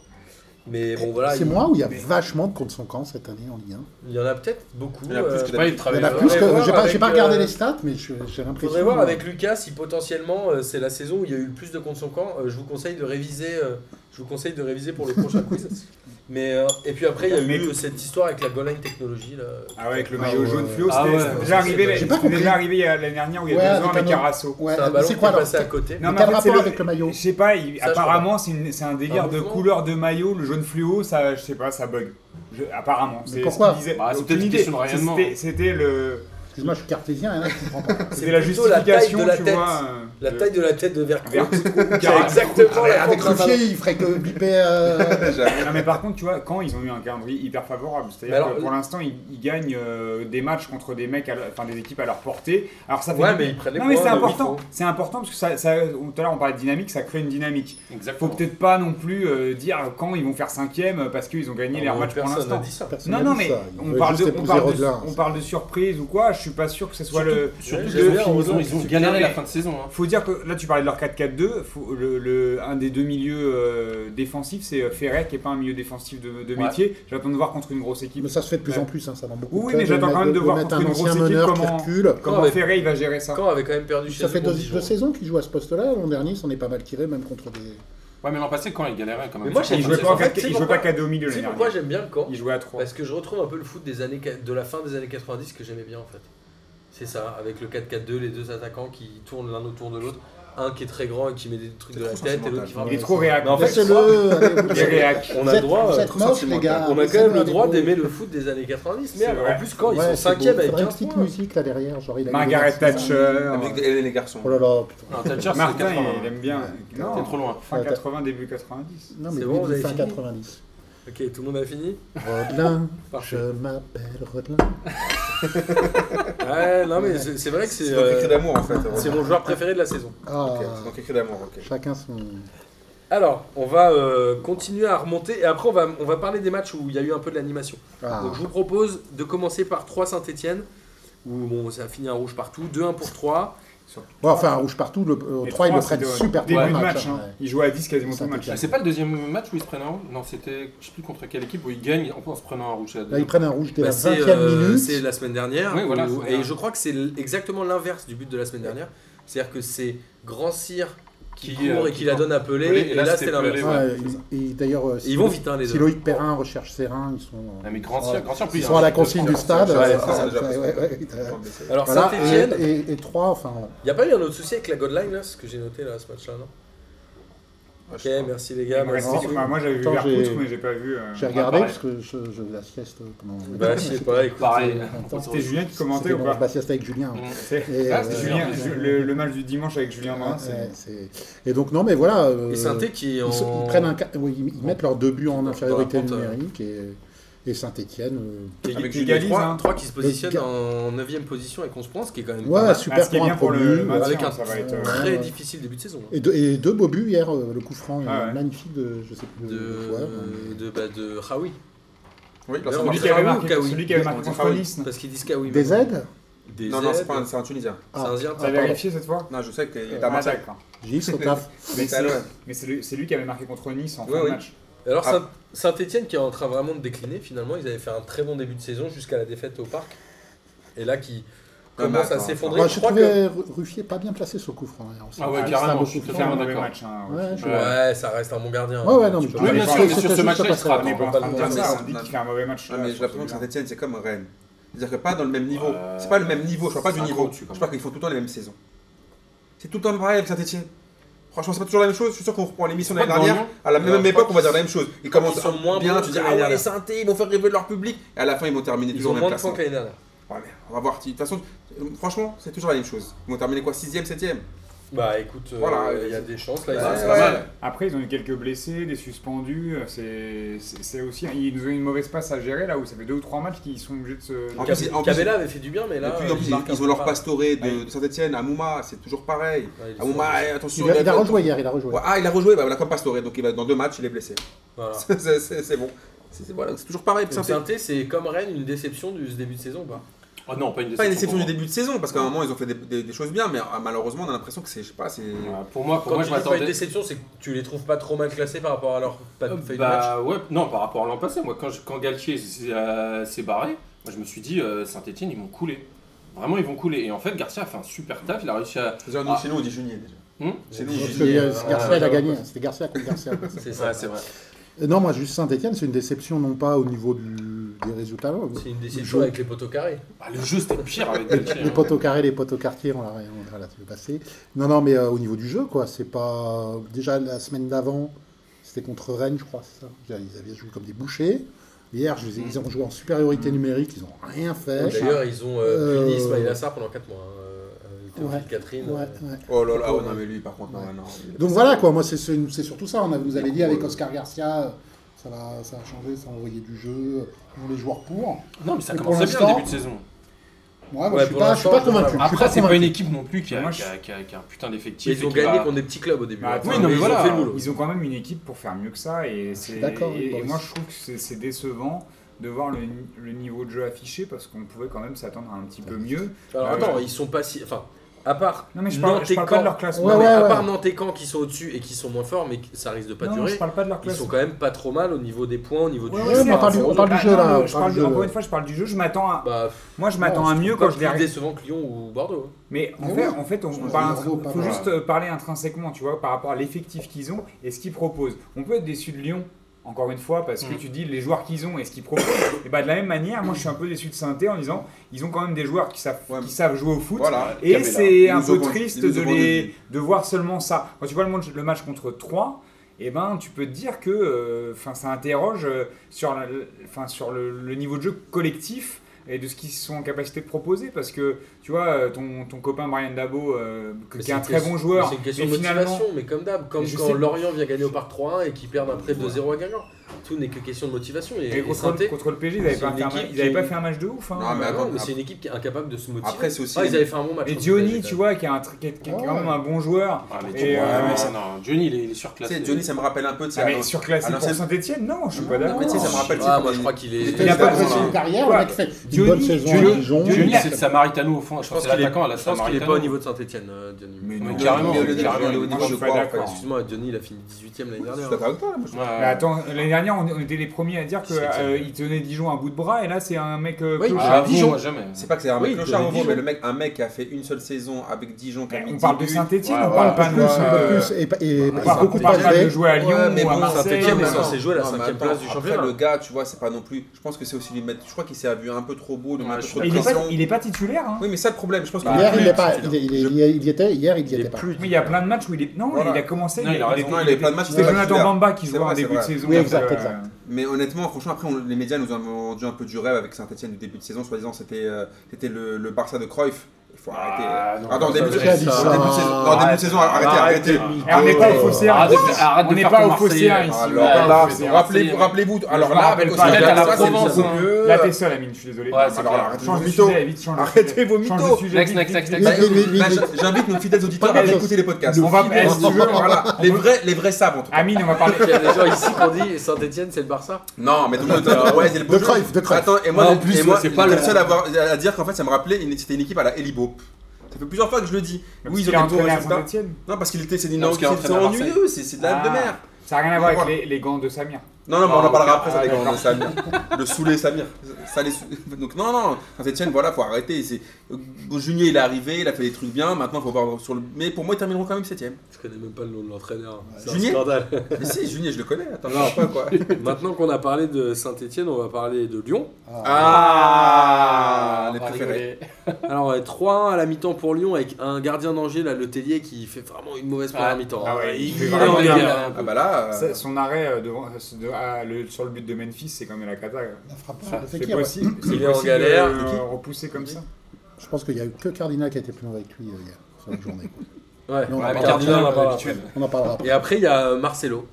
Mais bon, voilà.
c'est
il,
moi où il y a vachement de contre son camp cette année en Ligue 1.
il y en a peut-être beaucoup.
Il y en a plus
euh,
que
pas, il
Il y
travaille.
en a
faudrait
plus que.
voir
J'ai pas, j'ai
avec,
pas regardé
euh,
les stats, mais je- j'ai l'impression.
Faudrait voir
euh,
avec Lucas si potentiellement euh, c'est la saison où il y a eu le plus de contre son camp. Euh, je vous conseille de réviser. euh, je vous conseille de réviser pour le prochain quiz. Mais euh, et puis après, il y a
Mais-
eu euh, cette histoire avec la Goal Line Technology. Là.
Ah ouais, avec le
Ah
maillot
ouais.
jaune fluo,
Ah
c'était
ouais.
c'était déjà arrivé,
J'ai
mais-
pas
c'était
compris.
déjà arrivé euh, l'année dernière où il y
Ouais,
a deux ans
avec
avec
un autre-
Arasso.
Ouais,
C'est un ballon
c'est
qui bah, est
quoi
passé à
alors
côté.
Mais quel
en fait, c'est
rapport avec le maillot
Je sais pas, il-
Ça, je
apparemment c'est une- c'est un délire
Un
de
mouvement.
couleur de maillot, le jaune fluo, ça, je sais pas, ça bug. Je- apparemment,
Mais
c'est
pourquoi
ce qu'il disait.
Bah, c'est
Aucune
peut-être une
idée.
question de rayonnement.
C'était- C'était le,
Excuse-moi, je suis cartésien, hein, je comprends pas.
c'était la
plutôt la taille de
justification,
la
tu
tête.
vois. euh,
La
de-
taille de la tête de Vercrou.
Vercrou.
qui a exactement la
Avec
forme d'un
le
ballon.
pied, il ferait que biper. euh,
j'avoue.
Non mais par contre, tu vois, quand ils ont eu un calendrier hyper favorable,
Mais
c'est-à-dire
alors, euh,
que pour l'instant ils, ils gagnent euh, des matchs contre des mecs, à leur- enfin des équipes à leur portée. Alors ça fait
Ouais,
du-
mais hein, ils prennent les
non mais
points,
c'est
là où ils
important,
font.
c'est important parce que ça, ça- tout à l'heure on parlait de dynamique, ça crée une dynamique. Faut
Exactement.
peut-être pas non plus euh, dire quand ils vont faire cinquième euh, parce qu'ils ont
Ah,
gagné leur match pour
Personne n'a
l'instant.
dit ça.
personne
Non,
n'a
non,
dit
mais
ça. Il
on
veut
parle,
juste
de, on,
épouser
parle de,
Rodelin.
on parle de surprise ou quoi, je suis pas sûr que ce soit le.
Ouais,
Surtout
j'aime
que
bien,
ils ont-
Rodelin,
ils ont
c'est
galéré
clair.
la fin de saison. hein.
Faut dire que là tu parlais de leur 4-4-2, faut- le, le- un des deux milieux euh, défensifs c'est euh, Ferret qui est pas un milieu défensif de, de
Ouais.
métier. J'attends de voir contre une grosse équipe.
Mais ça se fait de plus
Ouais.
en plus, hein, ça dans beaucoup
Oui,
de
mais
clubs,
j'attends
le
quand
mec
même de voir
mettre
contre
un
une
ancien
grosse équipe,
meneur
comment-
qui recule.
Comment
mais-
Ferret il va gérer ça
Caen avait quand même perdu chez
Ça fait
eux
deux,
contre Dijon.
deux saisons qu'il joue à ce poste-là. L'an dernier, s'en est pas mal tiré, même contre des.
Ouais, mais l'an passé, quand il galérait quand même.
Mais moi,
Il
j'ai-
jouait
c'est-
pas, en
en fait,
quatre-
c'est
il jouait
pourquoi-
pas qu'à 2000
Tu
l'année
sais pourquoi
dernière.
j'aime bien Caen
Il jouait à 3.
Parce que je retrouve un peu le foot des années, de la fin des années 90 que j'aimais bien en fait. C'est ça, avec le 4-4-2, les deux attaquants qui tournent l'un autour de l'autre. Un qui est très grand et qui met des trucs
C'est
de la
trop
tête et l'autre qui
sentimental.
frappe.
Il est trop réactif.
Mais en fait,
Laissez-le, allez, vous-
Il est réactif.
On
Vous
a
êtes-
droit. euh,
Vous êtes
trop
moches, les
sentimental.
gars.
On a quand
Laissez-le
même le
aller
droit
pour-
d'aimer le foot des années 90.
C'est
Merde,
vrai.
en plus, quand
Ouais,
ils sont
c'est beau.
5ème avec
Faudrait une
15
petite
points.
musique là derrière, genre il a
Margaret
une danse,
Thatcher.
La musique des- les garçons.
Oh là là, putain.
Non, Thatcher, c'est
Martin,
80.
il aime bien. Non,
T'es trop loin.
Fin 80, début 90.
Non,
C'est
mais
bon, vous
lui, il
avez
dit fin
fini
90.
Ok, tout le monde a fini
Rodelin,
Parfait.
je m'appelle Rodelin.
Ouais, non, mais c'est c'est vrai que
C'est
c'est
donc écrit
euh,
d'amour en fait.
c'est
Roland.
mon joueur préféré de la saison.
Ah,
Ok, C'est donc écrit d'amour, ok.
chacun son.
Alors, on va euh, continuer à remonter et après, on va, on va parler des matchs où il y a eu un peu de l'animation.
Ah,
Donc, je vous propose de commencer par 3 Saint-Etienne, où bon, ça a fini un rouge partout, 2-1 pour 3.
Ouais, enfin, un rouge partout, le, euh,
Les
3, ils
trois,
le prennent
c'est de-
super
début
bien.
de match. hein. Il jouait à 10 quasiment tout
Ça
le match.
fait
Ah, C'est pas le deuxième match où ils se prennent un rouge Non, c'était, je sais plus contre quelle équipe, où ils gagnent en, en se prenant un rouge. à deux.
Là, ils prennent un rouge dès
Bah,
la
c'est
20
euh,
e
c'est
minute.
la semaine dernière,
Oui, voilà,
où-
c'est
et
ça.
je crois que c'est l- exactement l'inverse du but de la semaine dernière. C'est-à-dire que c'est Grand Cyr qui,
Qui,
court
euh,
et
qui
qui la
court.
donne à Pelé,
Pelé,
et, là, c'est l'inverse.
Pelé,
Ouais.
ouais.
Ouais, et et d'ailleurs, euh,
Et ils vont vite, hein, les
Si
deux.
Loïc Perrin recherche Sérin, ils sont. euh,
Ah, mais grand Cyr, grand Cyr,
Ils
plus, hein. il
sont
a
à
un
la
but de
consigne
Cyr.
du stade.
Ouais,
euh,
ça,
ça, déjà,
ouais, ouais, ouais,
Ils sont
euh,
blessés.
Alors,
Voilà,
Saint-Etienne, il
et, et, et 3, enfin.
n'y a pas eu un autre souci avec la Godline, là, ce que j'ai noté là, ce match-là, non
Ouais,
Ok,
je sais pas.
merci les
Il
gars.
me
merci.
restait-
Bah,
Moi, moi, j'avais vu
Attends,
Verpoutre,
j'ai-
mais j'ai pas vu. euh,
J'ai regardé
pareil.
parce que je, je la sieste euh, pendant.
Bah, je sais pas, écoute. euh,
Pareil.
En même temps,
C'était Julien qui
C'était
commentait ou
bon, je
pas
la sieste avec Julien.
Mmh.
C'est-
Et,
Ah,
euh,
c'était
ouais,
Julien,
ouais,
Ju-
ouais.
le, le match du dimanche avec Julien Brun,
Ouais,
c'est-
c'est- Et donc, non, mais voilà. euh,
Et Saint-Etienne qui est en.
ils, se- ils prennent un ca- oui, ils- ils mettent leurs deux buts
Dans
en
la
infériorité
pente, euh.
numérique et, et euh, Saint-Etienne.
Qui-
Avec
qui
Julia
égalise,
Lise, hein.
3, qui se positionne en 9ème position avec 11 points, Mm. Ah, ce qui est quand même
Ouais,
pas mal.
Bah,
super
ce qui est
pour
bien
un
pour le,
promu,
le maintien,
avec un
ça va être.
euh,
euh,
Très
ouais.
difficile début de saison. hein. là.
Et, deux- et deux beaux buts hier, euh, le coup franc
Ah
euh,
ouais.
magnifique de je sais plus le joueur.
De,
mais-
de, bah, de Raoui.
Oui,
Là, on
parce
Celui
dit
qui avait
Raoult
marqué,
ou Kaoui
celui qui avait
On
marqué
dit
contre
Raoult.
Nice.
Parce qu'ils disent Kaoui. mais
Des aides
bon. Des
Non, non, c'est
aides.
pas un- c'est un Tunisien.
C'est un Zirp.
ah,
T'as
pardon.
vérifié cette fois
Non, je sais qu'il est
Ah,
à
Ah,
Marseille.
d'accord.
J'y suis au taf.
Mais
C'est à
c'est
l'OM.
mais c'est lui, c'est lui qui avait marqué contre Nice en
Oui,
fin
oui.
de match.
Alors
Ah.
Saint- Saint-Etienne qui est en train vraiment de décliner finalement, ils avaient fait un très bon début de saison jusqu'à la défaite au parc. Et là qui
Non, mais
commence à
attends,
s'effondrer.
Moi,
je
je
crois que...
trouvais Ru- Ruffier pas bien placé sur coup franc. hier aussi.
Ah ouais,
c'est
carrément,
un beau
je suis
coup
Il
tout
a
à
franc.
fait un
Totalement
mauvais
d'accord.
match. hein,
Ouais,
ouais.
je-
Ouais, ça reste un bon gardien.
Ouais, ouais, non, mais
Tu
je-
peux
Oui,
pas
mais
le faire.
sur-
bien sûr, mais
sur
sur
ce
ce match-là, il
match-là,
sera
c'est
On est
pas
pas en
très
train de
bon.
dire ça,
Non,
on dit
non.
qu'il fait un mauvais match.
Ah,
là,
mais j'ai
sur
l'impression que
celui-là.
Saint-Etienne, c'est comme Rennes. C'est-à-dire que pas dans le même niveau.
Euh,
C'est pas le même niveau, je parle pas du
c'est un
niveau.
gros dessus,
Je
quand même.
parle qu'ils font tout le temps les mêmes saisons. C'est tout le temps pareil avec Saint-Etienne. Franchement, c'est pas toujours la même chose. Je suis sûr qu'on reprend l'émission de
Pas
l'année
dans
dernière. À la
Alors,
même époque,
pas
on va dire la même chose. Ils commencent
Ils sont moins
bien,
bons
tu
que
dis,
l'année
ah ouais,
dernière.
les synthés, ils vont faire rêver leur public. Et à la fin, ils vont terminer
Ils
toujours
ont
au
moins
même
de points
classement.
que l'année dernière.
Ouais, mais on va voir. De toute façon, euh, franchement, c'est toujours la même chose. Ils vont terminer quoi 6ème, 7ème
Bah écoute, euh,
Voilà,
il y a
c'est-
des chances là.
Ouais,
ils restent
ouais.
pas mal.
Après, ils ont eu quelques blessés, des suspendus. euh, c'est- C'est c'est aussi. hein, Ils nous ont une mauvaise passe à gérer là où ça fait deux ou trois matchs qu'ils sont obligés de se.
En plus,
Cab-
en plus,
Cabella avait fait du bien, mais
Et
là.
puis, en plus,
il marque un
ils ont
peu
leur
pas.
pastoré de,
Ouais.
de Saint-Etienne à Mouma, c'est toujours pareil.
Ouais, ils
À
sont-
Mouma, eh, attention.
Il a- il a
faut-
rejoué hier, il a rejoué.
Ouais, Ah, il a rejoué, bah, voilà, comme pastoré, donc il va, dans deux matchs, il est blessé.
Ah.
Voilà.
C'est- c'est c'est bon. C'est c'est- voilà, c'est toujours pareil.
Donc,
C'est
Saint-Etienne, c'est comme Rennes, une déception du ce début de saison, quoi.
Ah non, pas une déception.
pas une déception du
pour moi.
début de saison, parce qu'à un moment, ils ont fait des, des- des choses bien, mais ah, malheureusement, on a l'impression que c'est, je sais pas, c'est.
Euh, Pour moi, pour
Quand
moi,
tu
je
dis pas une
m'attendais.
déception, c'est que tu les trouves pas trop mal classés par rapport à leur pas de
Euh,
feuille de match.
Bah ouais, non, par rapport à l'an passé, moi quand, je- quand Galtier s'est euh, s'est barré, moi je me suis dit euh, Saint-Etienne ils vont couler. Vraiment ils vont couler. Et en fait Garcia a fait un super taf, il a réussi à.
Chez nous, chez nous, on dit Junier déjà.
Hmm
Chez
Ils
nous, on
ont
dit
Parce
Junier,
que
Junier.
euh,
euh,
Garcia, il a
ouais,
gagné.
ouais.
hein. C'était Garcia contre Garcia.
C'est ça,
Ouais, c'est vrai.
Euh, Non, moi, juste Saint-Etienne, c'est une déception, non pas au niveau du- des résultats.
C'est une
jeu.
déception avec les poteaux carrés.
Bah, le jeu c'était pire avec
Les,
Galtier.
les
hein.
potes au carré, les potes au quartier, on l'a on l'a là-dessus passé. Non, non, mais euh, au niveau du jeu, quoi, c'est pas. Déjà la semaine d'avant, c'était contre Rennes, je crois, c'est ça. Ils avaient joué comme des bouchers. Hier, je les ai- ils ont joué en supériorité numérique, ils ont rien fait.
D'ailleurs, ils ont euh, puni
Euh,
Ismail Assar pendant 4 mois. hein, euh, avec Théophile
Ouais.
Catherine.
Ouais,
euh,
ouais.
Oh là là, oh non, mais lui, par contre, non,
Ouais.
non.
Donc voilà, quoi, moi, c'est c'est une- c'est surtout ça. On a- vous avez dit avec Oscar Garcia, euh, ça va, ça va changer, ça va envoyer du jeu, ils ont les joueurs pour.
hein. Non mais ça
Mais pour
commençait bien
l'instant-
le début de saison.
Moi, moi,
Ouais,
je suis
pour
pas, je suis pas
l'instant,
convaincu. je suis
Après c'est
convaincu.
pas une équipe non plus qui a,
Moi,
qui a- qui a- qui a un putain d'effectif.
Ils
et
ont
qui
gagné
va-
contre des petits clubs au début.
Bah,
hein.
attends,
Enfin,
oui, non, mais
ils ont
voilà.
fait le boulot.
Ils ont quand même une équipe pour faire mieux que ça et c'est
d'accord avec
et, et
Boris.
moi je trouve que c'est c'est décevant de voir le, le niveau de jeu affiché parce qu'on pouvait quand même s'attendre à un petit peu mieux.
Alors
Ah,
attends,
ouais.
ils sont pas si. Enfin, à part
Non mais je parle, je parle pas de leur
Nantes-Caen.
classement.
Ouais,
Non, mais
ouais,
à
ouais.
part Nantes et Caen qui sont au-dessus et qui sont moins forts, mais qui- ça risque de pas
non, je
durer,
parle pas de leur
ils sont
classement.
quand même pas trop mal au niveau des points, au niveau du
Ouais,
jeu.
ouais,
mais
par
c'est-
on parle du-
rapport aux
on parle
autres.
du jeu,
Ah, non,
là,
je
on
parle
parle
du-
du jeu.
Encore une fois, je parle du jeu. Je m'attends à.
Bah,
Moi, je m'attends à
c'est
mieux
pas
quand je
plus
verrai.
décevant que Lyon ou Bordeaux.
Mais en
Mais
fait,
Ah oui.
en fait, on,
Je
on
pense
parle
que Bordeaux,
intrin-
pas
faut
mal.
juste euh, parler intrinsèquement, tu vois, par rapport à l'effectif qu'ils ont et ce qu'ils proposent. On peut être déçu de Lyon Encore une fois, parce que
Mm.
tu dis les joueurs qu'ils ont et ce qu'ils proposent. et bah, de la même manière, moi je suis un peu déçu de Sainté en disant ils ont quand même des joueurs qui savent,
Ouais.
qui savent jouer au foot.
Voilà.
Et
Cabella.
c'est
Ils
un
nous ont
peu
vendu-
triste
ils nous
de,
ont vendu
les-
du-
de voir seulement ça. Quand tu vois le match, le match contre 3, eh ben, tu peux te dire que euh, 'fin, ça interroge euh, sur, la- le- 'fin, sur le, le niveau de jeu collectif et de ce qu'ils sont en capacité de proposer. Parce que, tu vois, euh, ton, ton copain Brian Dabo, euh, que-
Mais
qui est un
c'est
très
une
bon
question-
joueur,
C'est une question
mais
de
finalement,
motivation, mais comme d'hab, comme
Mais je
quand
sais-
Lorient vient gagner au parc 3-1 et qui perdent un prêt de 0 à gagnant. Tout n'est que question de motivation. Et,
et
et
contre,
Saint-Étienne-
contre le PG, ils n'avaient
c'est
pas,
une
fait un ma-
équipe
ils avaient
qui-
pas fait un match de ouf. hein.
Non, mais
Ah non,
attends,
mais c'est une équipe qui est incapable de se motiver.
Après, c'est aussi.
Ah, ils avaient fait un bon match.
Et
contre
Diony,
PSG,
tu vois, qui est, un tr- qui est- qui est quand même un bon joueur.
Ah, mais
Et,
tu vois,
euh,
non,
mais ça-
non, Johnny, il est, il est
Tu
surclassé.
sais, Johnny, ça me rappelle un peu de
Ah,
ça.
mais surclassé
alors,
pour
c'est-
Saint-Etienne Non, je suis pas
Non,
d'accord.
mais tu sais, ça me rappelle. tu sais,
Ah,
quand
moi
il-
je crois qu'il
il
est.
Il
Il
a
a
pas
pas
de
fait
talent.
une carrière, le
Voilà.
mec fait une
Diony-
bonne saison
Diony-
à Dijon.
Diony-
Johnny, c'est le Samaritano au fond. Je
Je pense
pense que
qu'il est-
l'attaquant à la
Je pense qu'il est pas
Samaritano.
au niveau de Saint-Etienne, Johnny.
Mais
Mais
non,
carrément,
mais le-
carrément.
le- le-
Moi,
le-
je suis
je
pas
crois, en
d'accord.
fait.
Excuse-moi, Johnny, il a fini 18 e l'année
Je suis
dernière.
d'accord avec toi. moi, je-
Ouais. Ah,
Mais attends, l'année dernière, on on était les premiers à dire qu'il
C'est clair.
tenait Dijon à bout de bras, et là, c'est un mec. euh,
Oui,
clochard.
Ah,
à Dijon.
moi, jamais.
C'est pas que c'est un
Oui,
mec clochard
Dijon.
au fond, mais le mec, un mec qui a fait une seule saison avec Dijon, qui a
Eh,
mis
on
10
parle de
buts.
Saint-Etienne,
Ouais,
on
ouais,
parle
Un
pas
peu
de.
plus, un peu plus. Et, pas- et- et
on
Par
parle
contre, on
beaucoup de
parle pas de
Paris.
jouer à Lyon
Ouais, mais
ou à
bon,
Marseille.
Saint-Etienne,
mais
ils
non.
sont censés jouer à la
Non, mais
cinquième
attends,
place du
après,
championnat.
Le gars, tu vois, c'est pas non plus. Je pense que c'est aussi lui mettre. Je crois qu'il s'est vu un peu trop beau, lui mettre un
Ouais,
peu
je
trop
Et
de
il est pas-
pression.
Il est pas titulaire, hein.
Oui, mais ça, le problème, je pense que.
Bah, Hier, il
est
n'est pas. Il, est- il est-
Je-
il est- il y était. Hier, il n'y
Il
était
est
pas.
plus.
Mais il y a plein de matchs où il est. Non,
Voilà.
il a commencé.
Non, il a raison,
était-
il avait plein de matchs,
C'était
il était
Jonathan
titulaire.
Bamba qui
C'est
jouait
vrai,
en
c'est
début de
vrai.
saison.
Oui,
donc,
exact,
euh,
exact.
Mais honnêtement, franchement, après, on- les médias nous ont vendu un peu du rêve avec Saint-Etienne du début de saison, soi-disant, c'était euh, c'était le, le Barça de Cruyff. Il faut arrêter.
Ah, non,
Attends,
ça,
début, de-
ça, ça,
en début de saison, en début de saison, arrêtez, arrêtez.
Et on n'est pas au faussaire.
Arrête de faire- arrête
On
de
n'est
faire
pas
ton
au faussaire
Marseillais.
ici.
Alors
ouais,
là,
c'est-
rappelez-
c'est-
rappelez-vous, alors
je
là,
me
avec
rappelle pas,
Osaka,
il est à la
ça, c'est
Provence,
beaucoup
hein.
mieux.
Là, t'es seul, Amine, je suis désolé.
Ouais, c'est
Alors,
clair.
arrêtez
Change
vos
de
mythos.
sujet, vite, change de
Arrêtez
sujet.
vos
Change de
mythos.
sujet,
Next,
vite,
next,
vite,
next,
vite.
next.
Bah,
Mais- mais- mais-
là,
mais-
j'a- J'invite nos fidèles auditeurs à
Pas-
écouter les podcasts.
On va-
Fidèles-
si tu veux,
voilà.
on
Les
peut-
vrais, les vrais savent en tout cas.
Amine, on va parler.
Il y a des gens ici qui ont dit Saint-Etienne, c'est le Barça.
Non, mais tout le monde dit, ouais, c'est le beau
De
jeu.
Cruyff, de Cruyff.
Attends, et moi,
Ah, en
et
plus,
moi,
ouais, c'est
j'étais
pas
le
le-
seul à, avoir- à dire qu'en fait, ça me rappelait, une- c'était une équipe à la Elibo. Ça fait plusieurs fois que je le dis.
Parce
Oui, ils
qu'il a
ont des beaux
entraîné à
résultats.
Saint-Etienne.
Non, parce qu'il était, c'est des
Non, parce qu'il a
c'est
entraîné à Marseille.
ennuyeux, c'est c'est de la de
Ah.
mer.
Ça n'a rien à voir avec
Voilà.
les, les gants de Samir.
Non, non, mais on en parlera après, ça, les
d'accord.
grands, de Samir. Le saouler Samir. Ça, les sou- Donc, non, non, Saint-Etienne, voilà, faut arrêter. C'est... Junior, il est arrivé, il a fait des trucs bien, maintenant, faut voir sur le. Mais pour moi, ils termineront quand même 7
Je connais même pas le nom de l'entraîneur. C'est un
Junier
scandale.
Mais si, Junier, je le connais, attends, je sais pas quoi.
Maintenant qu'on a parlé de Saint-Etienne, on va parler de Lyon.
Ah, les préférés.
Alors ouais, 3-1 à la mi-temps pour Lyon avec un gardien d'Angers, là, le Tellier, qui fait vraiment une mauvaise première
Ah,
mi-temps. hein.
ah ouais, il fait
est
vraiment
en
bien.
galère. hein.
Ah, bah là. euh,
Ça, Son arrêt euh, devant, euh, ce- de- ah, le- sur le but de Memphis, c'est quand même la cata.
La frappe, c'est
C'est
qui, ouais.
possible.
Il
c'est
est en
possible
galère.
de,
Et qui
euh, repousser comme ça.
Je pense qu'il n'y a eu que Cardinal qui a été plus mauvais que lui euh, hier, sur la journée. quoi.
Ouais,
Non,
Ouais,
on en
mais
parlera
Cardinal,
après,
on en parlera
d'habitude. On en parlera après.
Et après, il y a euh, Marcelo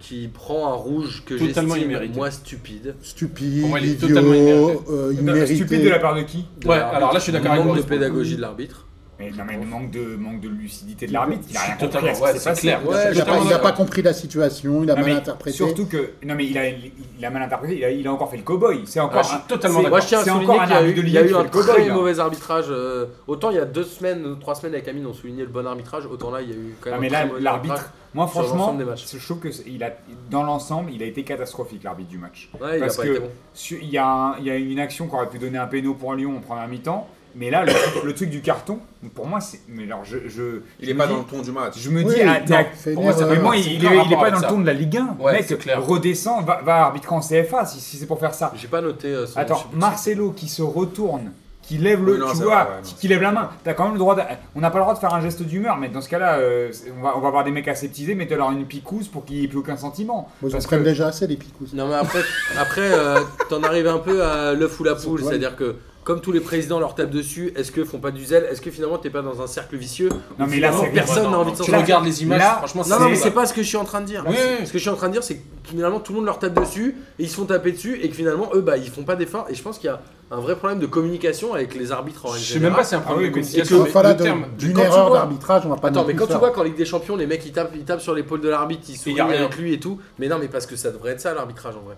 qui prend un rouge que
Totalement
j'estime,
immérité.
moi, stupide.
Stupide,
Pour moi, il est
idiot,
totalement immérité.
euh,
Stupide
immérité.
de la part de qui
De
Ouais,
l'arbitre.
alors là, je suis d'accord avec
Manque de
Boris.
pédagogie de l'arbitre.
mais, non, mais manque de, manque de lucidité de l'arbitre. Il a
Je suis
rien compris
totalement-
à ce
ouais,
qui s'est
c'est
passé.
clair.
Ouais,
Il n'a pas,
Totalement
il a
d'accord.
pas compris la situation, il a
Non,
mal
mais
interprété.
Surtout que. Non, mais il a, il a mal interprété. Il a, il a encore fait le cow-boy. C'est encore.
Ah, je suis
un-
totalement
c'est-
Moi, je tiens à
c'est
souligner
encore un
qu'il y a eu,
arbitre de
il y a
Ligue
eu un
qui fait le cow-boy. hein.
très
là.
mauvais arbitrage. euh, autant il y a deux semaines, trois semaines avec Amine, on soulignait le bon arbitrage. Autant là, il y a eu quand même
Ah,
un
mais
très
là,
mauvais
l'arbitre. Moi,
sur
franchement,
l'ensemble des matchs.
je trouve que c'est- il a, dans l'ensemble, il a été catastrophique l'arbitre du match.
arbitrage. Ouais, il a
Parce
pas
que
été bon.
su- il y, a un- il y a une action qui aurait pu donner un péno pour Lyon en première mi-temps, mais là, le, truc- le truc du carton, pour moi, c'est. Mais alors, je. je
Il
je
est
me
pas
dis-
dans le ton du match.
Je me
Oui,
dis, ah,
non,
t'es à-
Fener,
pour moi, c'est
euh,
vraiment,
c'est
il, il est-
aucun
il est
rapport
pas
avec
dans le
ça.
ton de la Ligue 1.
Ouais,
Mec,
c'est clair.
redescend, va, va arbitrer en CFA si, si c'est pour faire ça.
J'ai pas noté euh, son
Attends,
substitut.
Marcelo qui se retourne, qui lève le,
Oui, non,
tu
c'est vrai,
vois,
ouais, non,
qui lève la main. T'as quand même le droit. d'a- On n'a pas le droit de faire un geste d'humeur, mais dans ce cas-là, euh, c'est- on, va, on va avoir des mecs aseptisés, mettez leur une picouse pour qu'il n'y ait plus aucun sentiment.
Bon, ils en
Parce
prennent
que-
déjà assez, les picous.
Non mais après, après euh, t'en arrives un peu à l'œuf ou la poule,
toi,
c'est-à-dire que comme tous les présidents leur tapent dessus, est-ce que font pas du zèle Est-ce que finalement t'es pas dans un cercle vicieux
Non,
où
mais là,
finalement,
c'est-
personne n'a envie de
Tu
s'en
regardes les images,
Là-
franchement,
Non, non, mais
C'est-
c'est pas ce que je suis en train de dire.
Oui, oui, oui.
Ce que je suis en train de dire, c'est que finalement tout le monde leur tape dessus et ils se font taper dessus et que finalement eux, bah, ils font pas d'efforts. Et je pense qu'il y a un vrai problème de communication avec les arbitres en
Je
règle
sais même pas
générale.
si c'est un problème
Ah
de
oui, mais c'est-
communication, mais
Enfin, là,
le
de-
terme.
d'une
quand tu
erreur
vois-
d'arbitrage, on va pas
Attends,
non
mais
plus
quand tu
faire.
vois qu'en Ligue des Champions, les mecs ils tapent, ils tapent sur l'épaule de l'arbitre, ils
Il
sourient
y a rien.
avec lui et tout. Mais non, mais parce que ça devrait être ça l'arbitrage en vrai.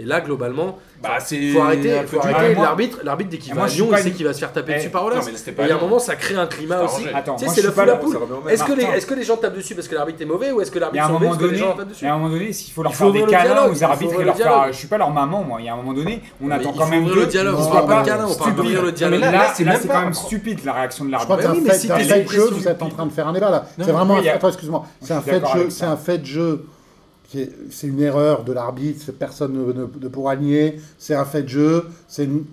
Et là, globalement,
Bah, c'est.
faut arrêter,
un peu
faut
du-
dur.
arrêter
Ah, moi-
l'arbitre. L'arbitre, dès qu'il
Ah,
va
moi,
à
je suis
Lyon,
pas
il sait
une-
qu'il va se faire taper
Eh,
dessus par Olas.
Non, mais c'était
Et
pas
il y a un
Lyon.
moment, ça crée un climat
C'est
aussi.
arrangé.
Attends,
Tu sais,
moi,
c'est
je
le
suis pas
fou la
là-
poule.
Ça revient au même.
Est-ce que, les,
Martin.
est-ce que les gens tapent dessus parce que l'arbitre est mauvais ou est-ce que
Il y a
l'arbitre
un
sont mauvais
moment
parce que les
donné,
gens tapent dessus
il y a un moment donné, s'il faut leur
Il faut
faire des
ouvrir le
câlins
dialogue, il
aux
faut
arbitres et
ouvrir
leur
le dialogue.
faire. Je suis pas leur maman, moi. Il y a un moment donné, on
Mais
attend
il
quand
faut
même
ouvrir
d'eux-
le dialogue,
on
Non,
parle pas
mais
de câlin,
on parle
stupide.
d'ouvrir le dialogue.
Non, mais
Là,
Là,
c'est
là,
même
c'est
pas
quand
un
même
pro-
stupide la réaction de
Je
l'arbitre.
crois que
oui,
c'est un
mais
fait,
si
c'est un
t'es
fait de
dépressif,
jeu que vous êtes en train de faire un débat là. C'est
mais
vraiment,
oui, il y
un-
a-
attends, excuse-moi,
Je
c'est
suis
un fait de
d'accord
jeu,
avec
c'est
ça.
un fait de jeu qui est- c'est une erreur de l'arbitre, c'est- personne ne, ne- ne pourra nier, c'est un fait de jeu, c'est une-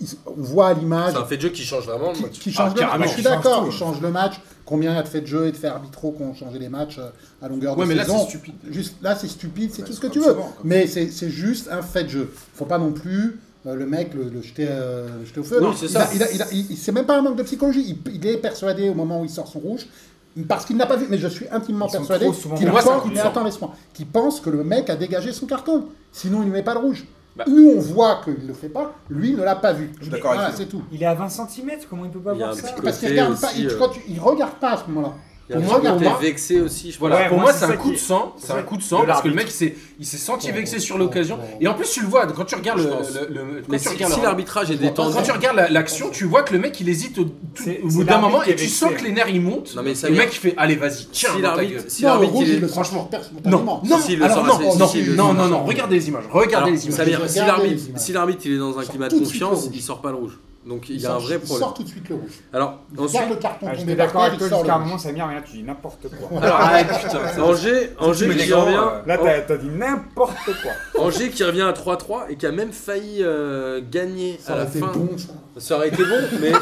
ils- on voit à l'image
C'est un fait de jeu qui change vraiment le
qui,
match.
qui change
Ah,
le match.
carrément,
Je suis
il change
d'accord,
tout.
il change le match. Combien il y a de faits de jeu et de faits arbitraux qui ont changé les matchs euh, à longueur
Ouais,
de
mais là,
saison
c'est stupide.
Juste, là, c'est stupide, c'est
Bah,
tout ce
c'est comme
que tu veux.
souvent, comme
mais c'est c'est juste un fait de jeu. Faut pas non plus euh, le mec le, le jeter, euh, le jeter au feu.
Non, c'est
Il
ça.
a- il a- il a- il- il- c'est même pas un manque de psychologie. Il, il est persuadé au moment où il sort son rouge. Parce qu'il n'a pas vu, mais je suis intimement
Ils sont
persuadé
trop souvent-
qu'il
Pour moi, c'est un
pense,
coup de
mais
sang.
attends, laisse-moi. Qu'il pense que le mec a dégagé son carton. Sinon, il ne met pas le rouge.
Bah.
Nous, on voit qu'il ne le fait pas. Lui, il ne l'a pas vu.
suis d'accord avec
Voilà,
vous.
c'est tout.
Il est à 20 cm, comment il peut pas
Il y a
voir
un
ça
Ah,
petit
Parce qu'il
côté
regarde pas,
aussi,
il,
euh,
quand tu- il regarde pas à ce moment-là.
Il y a
Pour
un
moi,
petit
pour
côté
moi-
vexé aussi, je
Voilà,
Ouais,
pour
moi,
moi,
c'est
c'est
ça
un
qui
coup de
est-
sang, c'est un
vrai.
coup de sang,
De
parce que le mec
l'arbitre.
il s'est, il s'est senti
Oh,
vexé sur
oh,
l'occasion.
oh.
Et en plus, tu le vois, quand tu regardes
Je
le.
pense.
le- le- quand
Mais
tu
si,
regardes
si
le-
l'arbitrage est
Je vois pas
détendu.
Quand tu regardes la- l'action, tu vois que le mec il hésite au, tout-
C'est-
au
c'est
bout d'un
l'arbitre
moment
qui est
et tu
vexé.
sens que les nerfs ils montent.
Non, mais ça
le
y est.
mec il fait Allez, vas-y, tiens,
Si
dans ta
l'arbitre,
gueule.
si
Non, le
l'arbitre,
rouge,
il est-
il le
franchement.
franchement.
Non, non,
Si, le
alors
sort,
non,
c'est-
non,
si, le
non,
sort,
non,
c'est-
non, regardez les images, regardez
Alors,
les images.
ça veut dire, si
Regardez
l'arbitre,
les images.
si l'arbitre, il est dans un
Il sort
climat de
tout de suite
confiance,
le rouge.
il sort pas le rouge. Donc il y a
sort-
un vrai
Il sort
problème.
tout de suite le rouge.
Alors
Il
ensuite,
regarde le carton
Ah,
tombé
J'étais
par
d'accord
terre,
avec
il
toi
sort le
jusqu'à un moment,
rouge.
Samir, mais là tu dis n'importe quoi.
Ah, putain, ça-
Angers, Angers,
mets les
qui
gants,
revient,
euh,
Là
Oh.
t'as t'as dit n'importe quoi.
Angers qui revient à 3-3 et qui a même failli euh, gagner
Ça
à la
aurait été
fin.
bon, ça.
Ça aurait été bon, mais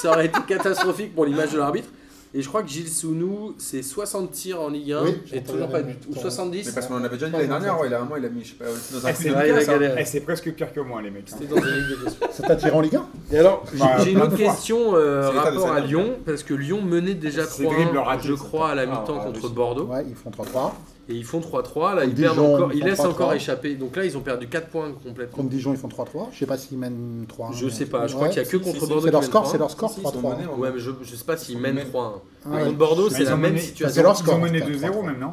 ça aurait été catastrophique pour l'image de l'arbitre. Et je crois que Gilles Sounou, c'est 60 tirs en Ligue 1
Oui,
et
j'ai
toujours
entendu
pas
la
du
même
tout. Ou
chose.
Mais
70
parce qu'on en avait déjà dit l'année dernière, ouais, il a un moment, il a mis, je sais pas, dans un hein.
Eh,
coup
c'est
Ah,
de
vrai,
pied,
il a
ça.
galéré.
Eh, C'est presque pire que moi les mecs. hein.
C'était dans une Ligue des Nations.
Ça t'attire en Ligue 1
Et alors, j'ai-
Bah,
j'ai une
plein
autre
de fois.
question euh,
C'est l'état de
rapport à
Saint-Étienne.
Lyon, parce que Lyon menait déjà
C'est dribble
3-1,
raté,
je
ça.
crois, à la mi-temps
Ah,
contre
oui.
Bordeaux.
Ouais, ils font 3-3.
Et ils font 3-3, là ils
Dijon,
perdent encore,
ils
ils
font
laissent
3-3.
encore échapper. Donc là ils ont perdu 4 points complètement.
Contre Dijon, ils font 3-3. Je sais pas s'ils mènent 3
Je sais pas, je crois qu'il y a que
si,
contre
si,
Bordeaux.
C'est leur
qui mène
score, c'est
3-1.
leur score hein.
Si, si, ils sont
3-3.
menés,
hein. Ouais, mais je, je sais pas s'ils
Ils
mènent
mènent.
3-1.
Ah ouais.
Contre Bordeaux,
Mais
c'est
ils
la
ont
même
mené- Bah,
c'est
situation.
leur
Ils
score,
ont mené
en fait,
2-0
3-3.
même, non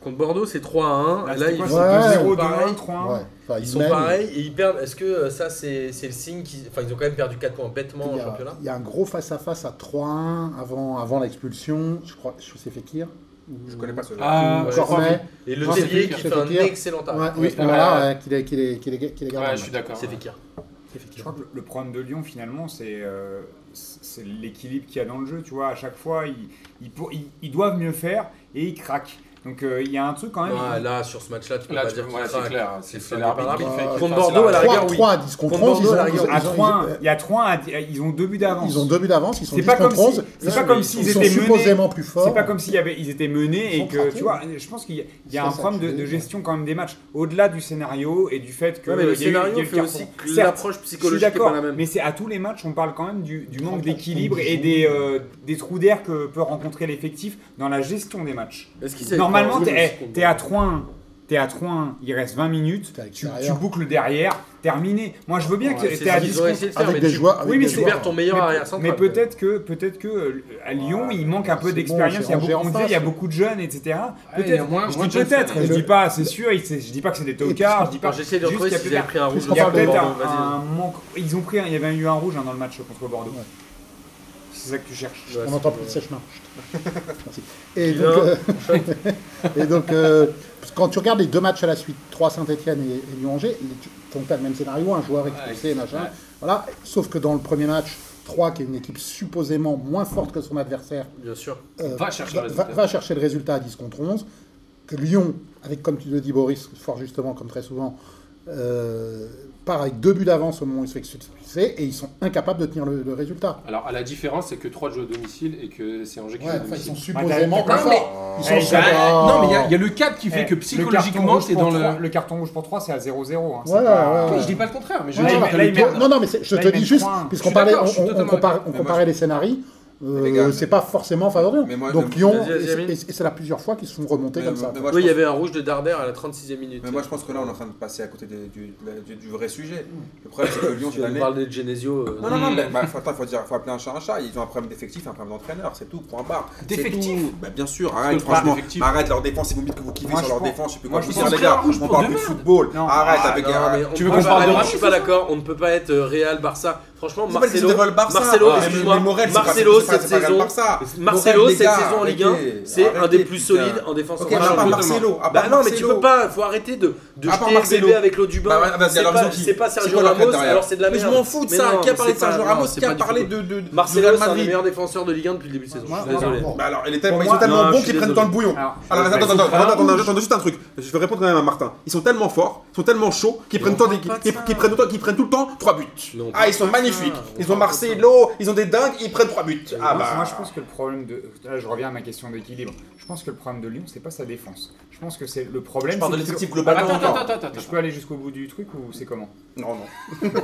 Contre Bordeaux, c'est 3-1. Et
Là,
là,
Bah, c'était
ils,
quoi,
Ouais.
c'est 2-0,
pareil.
2-1, 3-1.
Ouais. Enfin,
ils sont
mènent.
pareils et ils perdent. Est-ce que euh, ça, c'est c'est le signe qu'ils. Enfin, ils ont quand même perdu 4 points bêtement
Il
en
y, a,
championnat.
il y a un gros face-à-face à, 3-1 avant, avant l'expulsion. Je crois, je sais Fekir.
Je connais pas ce jeu.
Ah,
Ouais,
je crois-
Cornet.
Et le
Non, c'est
Terrier
Fekir,
qui
c'est
fait un
Fekir.
excellent
Ouais,
arrêt.
oui,
Ouais.
voilà, ouais, qu'il est- qu'il est- qu'il est- qu'il est gardé.
Ouais, je suis d'accord.
C'est
ouais.
Fekir. C'est
Je
Fekir.
crois que le- le problème de Lyon, finalement, c'est euh, c'est l'équilibre qu'il y a dans le jeu. Tu vois, à chaque fois, ils, ils pour- ils- ils doivent mieux faire et ils craquent. Donc euh, il y a un truc quand même.
Ouais, Là, sur ce match-là, tu peux
Là,
pas
tu-
dire. qu'ils
voilà, c'est
craquent.
clair,
C'est
c'est-
flingué
c'est
par
l'arbitre qui
l'arbitre.
fait. qui
Contre
fait- c'est
Bordeaux, à la
l'arbitre.
rigueur,
3,
oui.
3 à 10 contre
Contre
11.
Bordeaux, à la
ils, ont,
rigueur,
ils,
à
ont-
3, il y a 3 à- ils ont deux buts d'avance.
ils ont deux buts d'avance. Ils sont
C'est
10
pas
contre
comme si-
11.
c'est pas comme s'ils
ils sont
étaient menés.
supposément plus forts.
C'est pas comme s'il y avait- ils étaient menés
Ils sont
et que
craqués.
tu vois, je pense qu'il y a, il y a
Ça,
un
ça,
problème de,
tu
de
dis.
gestion quand même des matchs, au-delà du scénario et du fait que
Ouais, mais le
il y a eu- il y a eu
scénario
le
fait
carton.
aussi que
Certes,
l'approche
je suis
psychologique n'est pas
d'accord,
la même.
mais c'est à tous les matchs, on parle quand même du, du manque
Trente-quatre
d'équilibre
contre
et
dix.
des, euh, des trous d'air que peut rencontrer l'effectif dans la gestion des matchs.
Est-ce qu'ils savent
Normalement,
pas-
t'es
Oui,
eh, t'es à 3-1. T'es à 3-1, il reste 20 minutes,
T'es à
tu,
l'extérieur.
tu boucles derrière, terminé. Moi je veux bien
Ouais,
que
c'est
t'es
ce
à
qu'ils
10
auraient
contre-
essayé de faire,
Avec
mais
des
tu-
joueurs. avec
Oui, mais
des
Tu
c'est-
joueurs.
perds ton meilleur
mais,
arrière central.
mais peut-être que peut-être que euh, à Lyon il manque un peu
C'est bon,
d'expérience.
c'est
il y a
Angers
beaucoup,
en
on disait, il y a
face.
beaucoup de jeunes, etc.
Ouais, il y a
Peut-être.
moins-
je
moins de
dis
jeunes
peut-être.
sur-
Je
le-
dis pas, c'est sûr. il- c'est- Je dis pas que c'est des tocards. Je dis pas.
Enfin, J'essaie de
juste
retrouver
qu'il y a
s'ils avaient
peut-être-
pris un rouge.
il y a
Enfin,
peut-être
Bordeaux,
un,
vas-y.
un manque. Ils ont pris. un- Il y avait eu un rouge hein, dans le match contre Bordeaux.
Ouais.
C'est ça que tu cherches.
Ouais,
On
c'est-
n'entend plus de sèche-main. Merci. Et
Qui
donc,
vient
euh, et donc, euh, quand tu regardes les deux matchs à la suite, 3 Saint-Etienne et, et Lyon-Angers, les- tu- donc t'as le même scénario, un joueur expulsé, machin.
ouais.
Voilà. Sauf que dans le premier match, 3, qui est une équipe supposément moins forte que son adversaire,
Bien sûr.
euh,
Va chercher le
va-
résultat.
va chercher le résultat à 10 contre 11. Que Lyon, avec comme tu le dis Boris, fort justement, comme très souvent, euh, part avec deux buts d'avance au moment où ils se fait expulser et ils sont incapables de tenir le, le résultat.
Alors, à la différence, c'est que 3 jouent à domicile et que c'est Angers qui
Ouais,
joue à
enfin, ils sont
domicile.
supposément
Bah,
plus
t'as-
forts. Ils sont
Eh,
supposément-
Ah, Non, mais il y a- il y, a le cadre qui fait
Eh,
que
le carton
psychologiquement,
rouge
c'est
pour
dans
trois-
le.
Le carton rouge pour 3, c'est à 0-0. hein, c'est
Ouais,
pas-
ouais, ouais.
Je dis pas le contraire, mais je
Ouais,
dis
mais
que
là,
le
il perd-
cadre.
Non, non, mais c'est- je
Là,
te
il
dis
met
juste,
trois, hein.
puisqu'on
Je suis
parlait,
d'accord, je suis
on, on
totalement
compare-
d'accord.
on
Mais moi,
comparait les scénarios, euh,
Les gars,
c'est pas forcément favorable.
Mais moi,
Donc
mais-
Lyon,
Vas-y, vas-y,
et-
Amine.
et et c'est là plusieurs fois qu'ils se font remonter
Mais-
comme
mais-
ça.
mais moi, je
Oui, il y
pense-
avait un rouge de Darder à la 36e minute.
Mais moi, je pense que là, on est en train de passer à côté des- du, de la- du- du vrai sujet. Le problème, c'est que Lyon,
Tu
cette
vas nous
année.
parler de Genesio. euh,
Non, non, non,
Mm.
mais bah, faut, attends, faut, dire, faut appeler un chat un chat. Ils ont un problème d'effectif, un problème d'entraîneur, c'est tout, point barre. C'est
D'effectif
tout. Bah, Bien sûr, arrête,
Parce que le
franchement,
problème d'effectif-
arrête leur défense et vous me dites que vous kiffez
Moi,
sur
je
leur
pense-
défense. Je peux
moi,
pas vous
je
dire,
pense
les
qu'il y a
gars,
un rouge
on
pour
parle
deux
plus de
merdes.
football.
Non.
Arrête
Ah,
avec
non,
un.
mais on
Tu
peut
veux qu'on
pas-
parle de
non,
Ramos
Je suis pas d'accord, on ne peut pas être euh, Real, Barça. Franchement,
C'est pas qu'ils
Marcelo,
étaient le Barça,
Marcelo,
mais- mais
excuse-moi,
Morel, c'est pas-
Marcelo, cette
c'est pas grave
saison-
par ça.
Marcelo,
Morel, les
cette
gars,
saison en Ligue 1,
arrêtez,
c'est un
arrêtez,
des plus
putain.
solides en défense
Ok,
en
à part
Europe.
Marcelo. à
Bah
part
non, mais tu
Marcelo.
peux pas, faut arrêter de, de
À part
jeter le
Marcelo.
bébé avec l'eau du bain.
Bah, vas-y,
c'est
alors,
pas,
Zanqui.
c'est pas
C'est
Sergio
quoi la
Ramos,
patte derrière
alors c'est de la
Mais
merde.
je m'en fous de
Mais
ça.
non,
qui a parlé de
c'est pas-
Sergio
non,
Ramos
c'est
Qui
pas
a
du
parlé
football.
de, de, de-
Marcelo, c'est
du
un
Real
des
Madrid
meilleurs défenseurs de Ligue 1 depuis le début de saison.
Moi,
Je suis
moi,
désolé.
non.
Bah alors, elle est
Pour
tellement, ils
moi,
sont tellement
non, je
bons
suis
qu'ils prennent
désolé.
dans le bouillon.
Alors,
Alors, attends,
ils
attends,
sont
attends,
pas
attends,
bons.
attends, j'attends juste un truc.
Je vais répondre quand même à Martin. Ils sont tellement forts, ils sont tellement chauds, qu'ils prennent, tant des-
parle pas de
qu'ils-
ça.
qu'ils prennent, autant- qu'ils prennent tout le temps 3 buts.
Non,
Ah, ils sont
on
magnifiques. Ils ont
parle pas de ça.
Marcelo, ils ont des dingues, ils prennent 3 buts. Ah
moi,
bah.
moi, je pense que le problème de. Là, je reviens à ma question d'équilibre. Je pense que le problème de Lyon, c'est pas sa défense. Je pense que c'est le problème.
Je parle de
c'est que-
l'effectif
Attends,
globalement.
attends,
encore.
attends, attends, attends.
Je peux aller jusqu'au bout du truc ou c'est comment
Non, non.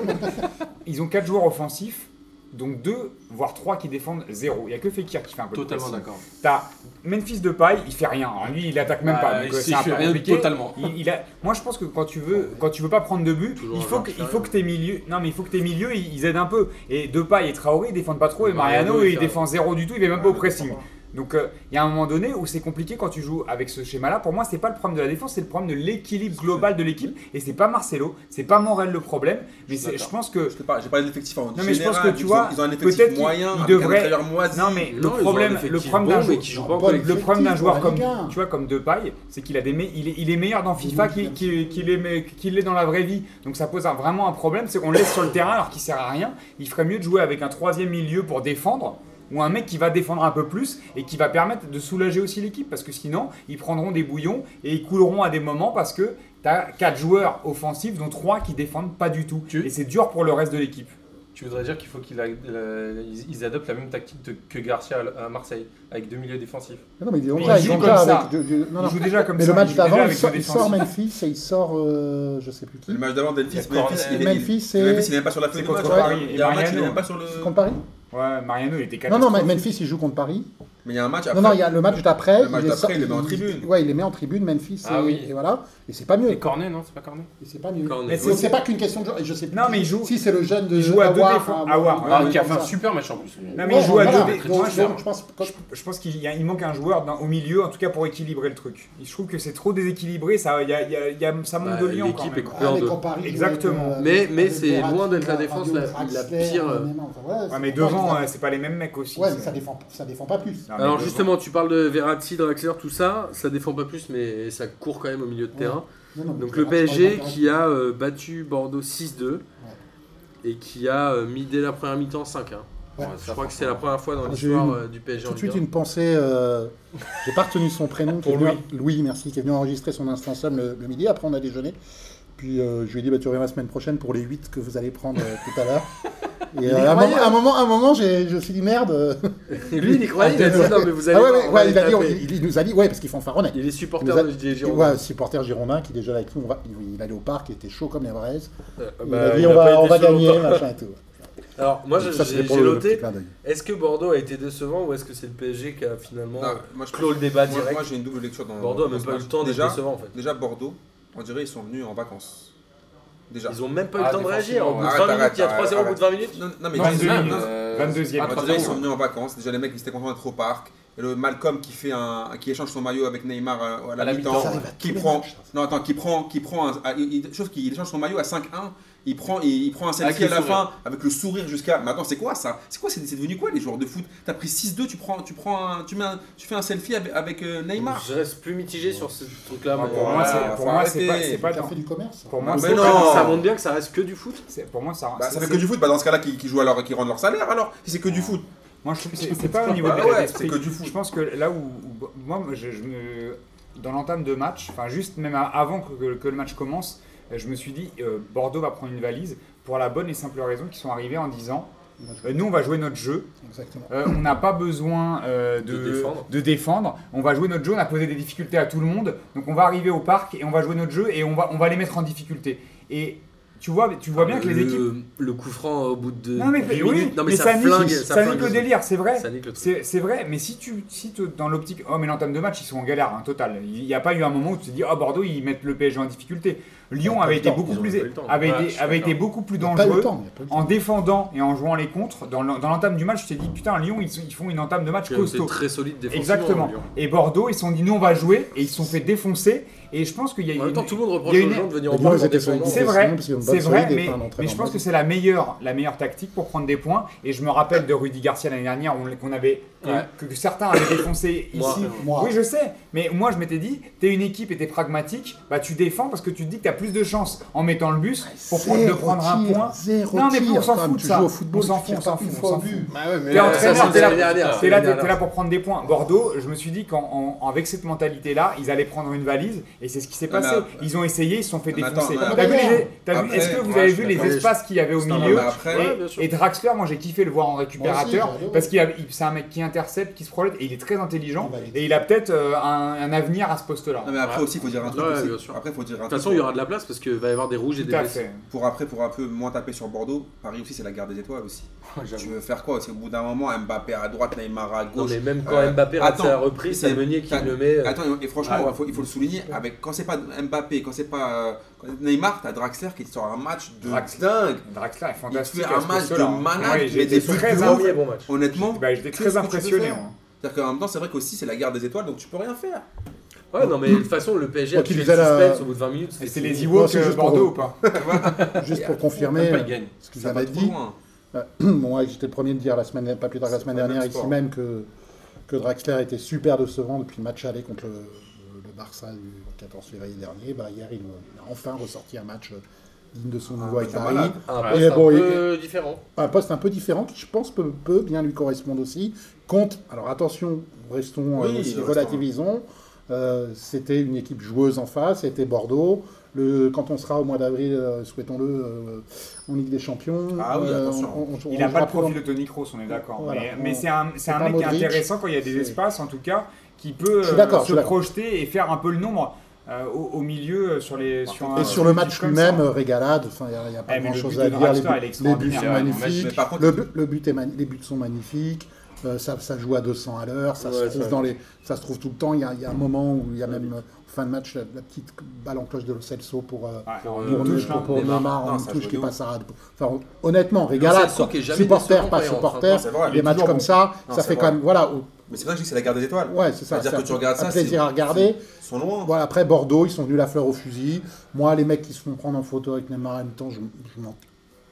Ils ont 4 joueurs offensifs, donc 2, voire 3 qui défendent 0. Il n'y a que Fekir qui fait un peu de
Totalement
pressing.
d'accord.
T'as Memphis de paille, il fait rien. Alors, lui, il attaque même
Ah,
pas. Donc,
il
euh,
s'y
c'est un
fait
peu
rien
compliqué.
totalement.
Il, il a... Moi, je pense que quand tu veux, quand tu veux pas prendre de but,
Toujours
il
un
faut
joueur
que,
qui
il faut
arrive.
que tes milieux, non mais il faut que tes milieux, ils, ils aident un peu. Et de paille et Traoré, ils défendent pas trop. Et Mariano,
Mariano, il
il
fait
défend zéro du tout. Il est même pas au pressing. Donc, euh, il y a un moment donné où c'est compliqué quand tu joues avec ce schéma-là. Pour moi, c'est pas le problème de la défense, c'est le problème de l'équilibre global de l'équipe. Et c'est pas Marcelo, c'est pas Morel le problème. Mais c'est- je
d'accord.
pense que
Je te parle, j'ai parlé de l'effectif en
mais je
général,
pense que tu
ils ont-
vois,
ils ont un
peut-être
effectif
qu'ils-
moyen,
ils
avec
devraient-
un intérieur moisi.
Non mais
Non, ils ont
le problème,
un effectif
le problème
bon,
d'un
mais
joueur-
qui joue pas en
Bon,
collectif.
le problème d'un
Effectif,
joueur
ouais,
comme
les gars.
tu vois comme Depay, c'est qu'il a des me- il est, il est meilleur dans FIFA
Oui,
qu'il
bien
qu'il- qu'il est me- qu'il l'est dans la vraie vie. Donc ça pose un- vraiment un problème, c'est qu'on le laisse sur le terrain alors qu'il sert à rien. Il ferait mieux de jouer avec un troisième milieu pour défendre ou un mec qui va défendre un peu plus et qui va permettre de soulager aussi l'équipe parce que sinon ils prendront des bouillons et ils couleront à des moments parce que t'as quatre joueurs offensifs dont trois qui défendent pas du tout
Tu-
et c'est dur pour le reste de l'équipe.
Tu voudrais dire qu'il faut qu'ils aille- la- ils ils adoptent la même tactique de- que Garcia à à Marseille, avec deux milieux défensifs.
Mais Non, mais ils ont
Mais
déjà,
il
ils
joue
ont
comme
déjà
ça.
avec. du- du- non,
Ils
non.
jouent déjà comme
Mais
ça.
le
ils jouent
match
déjà
d'avant,
avec
il, sort-
deux
il sort
défensifs.
Memphis et il sort. euh, je sais plus qui.
Le match d'avant, Delphis,
Il y a
Memphis, il est-
Memphis
il-
et.
Memphis, il est même pas sur la feuille
C'est
de match.
contre Paris
Il y a
et
un match, il est
Mariano.
même pas sur le.
C'est contre Paris
Ouais, Mariano il était
Non, non,
catastrophique.
Memphis, il joue contre Paris.
Mais il y a un match
Non,
après.
non, il y a le match d'après.
Le match d'après,
sort-
il les met en tribune.
Ouais, il les met en tribune, Memphis.
Ah
et,
oui.
et voilà. Et c'est pas mieux.
Et Cornet, non C'est pas Cornet
Et c'est pas mieux.
Cornet.
Mais c'est c'est pas qu'une question de joueur. Je sais plus.
Non, mais il joue-
Si c'est le jeune de.
il joue à deux
Aouar,
défenses.
enfin,
Aouar,
ouais,
Ah,
Ah,
ouais,
qui a
comme
fait un
ça.
super match en plus. lui.
Non, mais il joue à
Ouais, Oh, voilà.
deux dé-
Donc,
moi, je-
donc, je pense que-
Je pense qu'il y a- il manque un joueur dans- au milieu, en tout cas pour équilibrer le truc. Et Je trouve que c'est trop déséquilibré, ça, il y a- il y a- il y a- ça manque
Bah,
de lien.
l'équipe
quand même.
est coupée en
Avec
deux.
en ah, Paris,
Exactement.
avec, euh,
Mais-
avec
mais c'est
Verratti,
loin d'être la
Radio,
défense la-
Draxler,
la pire, euh,
Neymar, enfin, voilà,
Ouais,
c'est
mais
pas-
devant, euh, c'est pas les mêmes mecs aussi.
Ouais,
c'est-
mais ça défend, ça défend pas plus.
Non, mais
Alors
devant.
justement, tu parles de Verratti, Draxler, tout ça, ça défend pas plus, mais ça court quand même au milieu de
Ouais.
terrain.
Non, non, mais
Donc
tu
le
verras, tu
PSG
verras, tu
qui a euh, battu Bordeaux 6-2 et qui a euh, mis dès la première mi-temps 5-1.
Ouais.
Ah,
Ouais, je crois que c'est la première fois dans
Ah, J'ai
l'histoire
une-
euh, du PSG
Tout
en
de suite
Ligue
une pensée, euh, j'ai pas retenu son prénom, qui est
Pour
venu- Louis, merci, qui est venu enregistrer son instant somme le, le midi, après on a déjeuné, puis euh, je lui ai dit bah, tu reviens la semaine prochaine pour les 8 que vous allez prendre euh, tout à l'heure. Et euh, à un moment, à un moment, à un moment, j'ai- je me suis dit merde. euh,
1. hein. Lui, il y croyait, il a dit non, mais vous allez
Ah ouais,
voir,
ouais,
on va
ouais,
les
il, a dit,
taper.
il- il nous a dit ouais parce qu'il fanfaronnait.
Il est
Il nous a-
supporter de Didier
Il
Giroud.
ouais, supporter girondin qui déjà avec nous, on va- il, il allait au parc, il était chaud comme les braises.
Euh,
Il
bah,
a dit
il
on
a pas
va,
été
on va
chaud
gagner,
longtemps.
machin et tout.
Alors moi,
Donc
je-
ça, c'était
j'ai
pour
j'ai
le- le petit
noté,
clin d'œil.
est-ce que Bordeaux a été décevant ou est-ce que c'est le PSG qui a finalement
Non, moi, je
clos
pense-
le débat
moi-
direct
Moi, j'ai une double lecture dans.
Bordeaux a
dans
même
ce
pas eu
match.
le temps d'être
Déjà,
décevant en fait.
déjà Bordeaux, on dirait ils sont venus en vacances. Déjà.
Ils ont même pas eu le
Ah,
temps de réagir. Au bout de
défensivement,
20
ouais.
minutes, il y a
Arrête,
3-0 au bout de 20 minutes.
Non, non, mais
Non,
déjà,
c'est
ils-
dingue.
non,
22e.
Ah,
Moi,
3-0.
déjà, ils sont venus en vacances. Déjà, les mecs, ils étaient contents d'être au parc. Et le Malcolm qui fait un, qui échange son maillot avec Neymar euh, à, à la,
À la
mi-temps,
mi-temps, ça
arrive à
qui
tous les
prend,
matchs, ça.
non attends, qui prend, qui prend, un, ah, il, il- sauf qu'il échange son maillot à 5-1. Il prend, il, il prend un selfie à
Avec le
la fin avec le sourire jusqu'à. Mais attends, c'est quoi ça C'est quoi C'est c'est devenu quoi les joueurs de foot T'as pris 6-2, tu prends, tu prends, un- tu mets, un- tu fais un selfie avec, avec, euh, Neymar.
Je reste plus mitigé sur ce truc-là.
Ah,
Pour
mais- euh,
moi,
Voilà,
c'est- pour
faut
moi, c'est pas-
arrêter.
c'est pas
T'as
tant-
fait du commerce.
Pour moi,
Mais
c'est
non.
pas-
Ça montre bien que ça reste que du foot.
c'est- Pour moi, ça.
Bah,
c'est-
ça fait que du foot. Bah dans ce cas-là, qui, qui jouent à leur, qui rendent leur salaire alors Si c'est que du foot.
Moi, je trouve que c'est c'est pas au niveau de
Bah
l'état
ouais,
d'esprit.
c'est que du foot.
Je pense que là où, où- bah, moi, je, je me, dans l'entame de match, enfin juste même à- avant que, que- que le match commence, euh, je me suis dit euh, Bordeaux va prendre une valise pour la bonne et simple raison qu'ils sont arrivés en disant euh, nous on va jouer notre jeu,
Exactement.
Euh, on n'a pas besoin euh, de,
De défendre.
de défendre. on va jouer notre jeu, on a posé des difficultés à tout le monde, donc on va arriver au parc et on va jouer notre jeu et on va, on va les mettre en difficulté. Et tu vois, tu
Ah,
vois bien que les
Le-
équipes...
Le coup franc au bout de.
Non mais,
10
oui,
minutes. euh, Non, mais,
mais
ça,
ça, nique-
flingue, ça,
ça
flingue
nique le
truc.
délire, c'est vrai.
Ça nique le truc.
C'est c'est vrai, mais si tu, si te- dans l'optique, oh mais l'entame de match, ils sont en galère, hein, total. Il n'y a pas eu un moment où tu te dis, oh Bordeaux, ils mettent le PSG en difficulté. Lyon
Ils ont pas
avait
eu
été
le temps,
beaucoup
ils ont
plus,
pas eu le temps.
avait
Ouais,
été-
je suis
avait été
d'accord.
beaucoup plus
Il y a Pas eu le
dangereux
temps. il y a pas eu le temps.
en défendant et en jouant les contres. Dans l'en- dans l'entame du match, tu t'es dit, putain, Lyon, ils, ils font une entame de match
Parce que C'est
costaud.
très solide défensivement.
Exactement.
Lyon.
Et Bordeaux, ils se sont dit, nous on va jouer, et ils se sont fait défoncer. Et je pense qu'il y a
En
eu.
même temps,
une-
tout le monde
il
reproche
y a
aux
une-
gens de venir
Mais
en
Lyon,
parc
ils
en
étaient solides
défendant.
C'est vrai,
parce qu'ils ont bonne
C'est vrai,
solide et
mais,
pas un entraîneur
mais je pense
mauvais.
que c'est la meilleure, la meilleure tactique pour prendre des points. Et je me rappelle de Rudy Garcia l'année dernière, on- qu'on avait, que-
Ouais.
que, que certains avaient défoncé
Moi,
ici.
euh,
moi.
Oui, je sais, mais moi je m'étais dit, t'es une équipe et t'es pragmatique, bah tu défends parce que tu te dis que t'as plus de chances en mettant le bus
Ah,
pour prendre, de
Zéro
prendre un
tir,
point.
Zéro
Non, mais
tir,
on s'en
Sam,
fout de
tu
ça.
joues au football,
On s'en
tu
fout, on
tires
s'en
pas une
fout, on
fois
s'en
au but.
fout.
Bah ouais, mais
T'es
là,
Ça,
entraîneur,
c'était
t'es là,
l'année dernière.
Ah,
T'es là,
L'année
t'es- t'es là
dernière.
pour prendre des points. Bordeaux, je me suis dit qu'en en- avec cette mentalité-là, ils allaient prendre une valise et c'est ce qui s'est
Non, Ah, mais
passé.
après-
Ils ont essayé, ils se sont fait
Non, mais
défoncer.
attends,
T'as vu
après-
les- t'as vu-
après,
Est-ce que vous
moi,
avez
je
vu
suis
les
d'accord.
espaces qu'il y avait au
C'est un
milieu
moment après.
Et-
Ouais, bien sûr.
Et Draxler, moi j'ai kiffé le voir en
Moi
récupérateur
aussi, j'adore.
parce qu'il a- il- c'est un mec qui intercepte, qui se projette et il est très intelligent
Ah bah, il est-
et il a peut-être euh, un un avenir à ce poste-là.
Non, Ah, mais après aussi, il faut dire un truc.
Ouais,
aussi.
bien sûr.
Après, faut dire un
De toute façon, il y aura de la place parce qu'il va y avoir des rouges et des
Tout à
blessés.
fait.
Pour après, pour un peu moins taper sur Bordeaux, Paris aussi, c'est la guerre des étoiles aussi. Tu veux faire quoi aussi Au bout d'un moment, Mbappé à droite, Neymar à
Non,
gauche.
mais même quand
Euh,
Mbappé rate
attends,
sa reprise,
c'est-
c'est Meunier qui
t'as-
le met. euh,
Attends, et franchement,
Ah ouais.
il faut, il faut le souligner, avec, quand c'est pas Mbappé, quand c'est pas euh, quand c'est Neymar, t'as Draxler qui te sort un match de
Draxler.
dingue.
Draxler est
Il
fantastique.
fait
à
un
ce
match de
poste-là. hein.
malade,
Oui,
mais
j'ai
des
été
buts
très
de
impressionnant.
premier bon match.
Honnêtement,
Bah, J'étais
Qu'est-ce
très
que tu peux
impressionné.
faire
hein.
c'est-à-dire qu'en même temps, c'est vrai qu'aussi c'est la guerre des étoiles, donc tu peux rien faire.
Ouais, non, mais de toute façon, le PSG a
Quand
tué
il
le
faisait la-
suspense au bout de 20 minutes.
Et
c'était
c'est les
fini.
Non,
Iwoks
c'est juste pour eux.
Bordeaux ou pas
Juste pour
Même
confirmer
pas, il
euh,
gagne.
ce que
Ça va
j'avais
trop
dit,
loin.
euh, bon, ouais, j'étais le premier de dire la semaine, pas plus tard que la
C'est
semaine
pas le
dernière
même
ici
sport.
même que, que Draxler était super décevant depuis le match aller contre le, le Barça du 14 février dernier. Bah, hier, il, il a enfin ressorti un match euh, digne de son niveau avec
putain,
Paris.
malade.
Un
Ouais,
poste un
bon, il-
peu différent.
un poste un peu différent qui, je pense, peut, peut bien lui correspondre aussi. Compte, alors attention, restons euh,
Oui,
aussi
restons.
relativisons. Euh, c'était une équipe joueuse en face, c'était Bordeaux. Le, quand on sera au mois d'avril, euh, souhaitons-le, euh, en Ligue des Champions.
Ah oui,
euh,
attention.
on- on- on-
Il
on
n'a pas
jouera
le profil de Tony Kroos, on est d'accord.
Voilà.
mais
On-
mais c'est un, c'est
c'est
un
pas
mec qui est
Modric.
intéressant quand il y a des
C'est-
espaces, en tout cas, qui peut
Je suis
euh,
d'accord, je
se
suis d'accord.
projeter et faire un peu le nombre euh, au, au milieu euh, sur les. Sur un-
Et sur le
une
match
équipe comme ça.
lui-même, euh, régalade, enfin, il n'y a, pas
Eh, mais le but
grand-chose
de
à dire. Les,
Draxler, il est
buts- les buts
extraordinaire.
sont
Ouais, le match,
magnifiques,
mais par contre-
le, bu- le but est mani- les buts sont magnifiques, euh, ça, ça joue à 200 à l'heure, ça, se
Ouais,
trouve
ça-
dans les, ça se trouve tout le temps. Il y a, il y a un moment où il y a même, euh, fin de match, la, la petite balle en cloche de Lo Celso pour... euh,
Ah,
Ouais,
Pour,
on
euh,
pour,
touche,
pour-
là.
pour
Neymar.
Neymar
hein. Non,
en
ça
touche
joue
qui
de
passe à rade. Enfin, honnêtement, régalade,
Lucenko
quoi.
qui est jamais
supporter
décevant,
par
quand il rentre,
supporter,
hein,
c'est vrai, il
les
est
matchs
toujours
comme
bon.
ça,
Non,
ça
c'est
fait
vrai.
quand même, voilà, au-
Mais c'est pour ça que je dis que c'est la guerre des étoiles.
ouais, c'est ça,
C'est-à-dire
c'est
que
un,
tu regardes
un
ça, c'est-
plaisir à regarder.
Ils sont loin.
Voilà, après Bordeaux, ils sont venus la fleur au fusil. Moi, les mecs qui se font prendre en photo avec Neymar en même temps, je, je m'en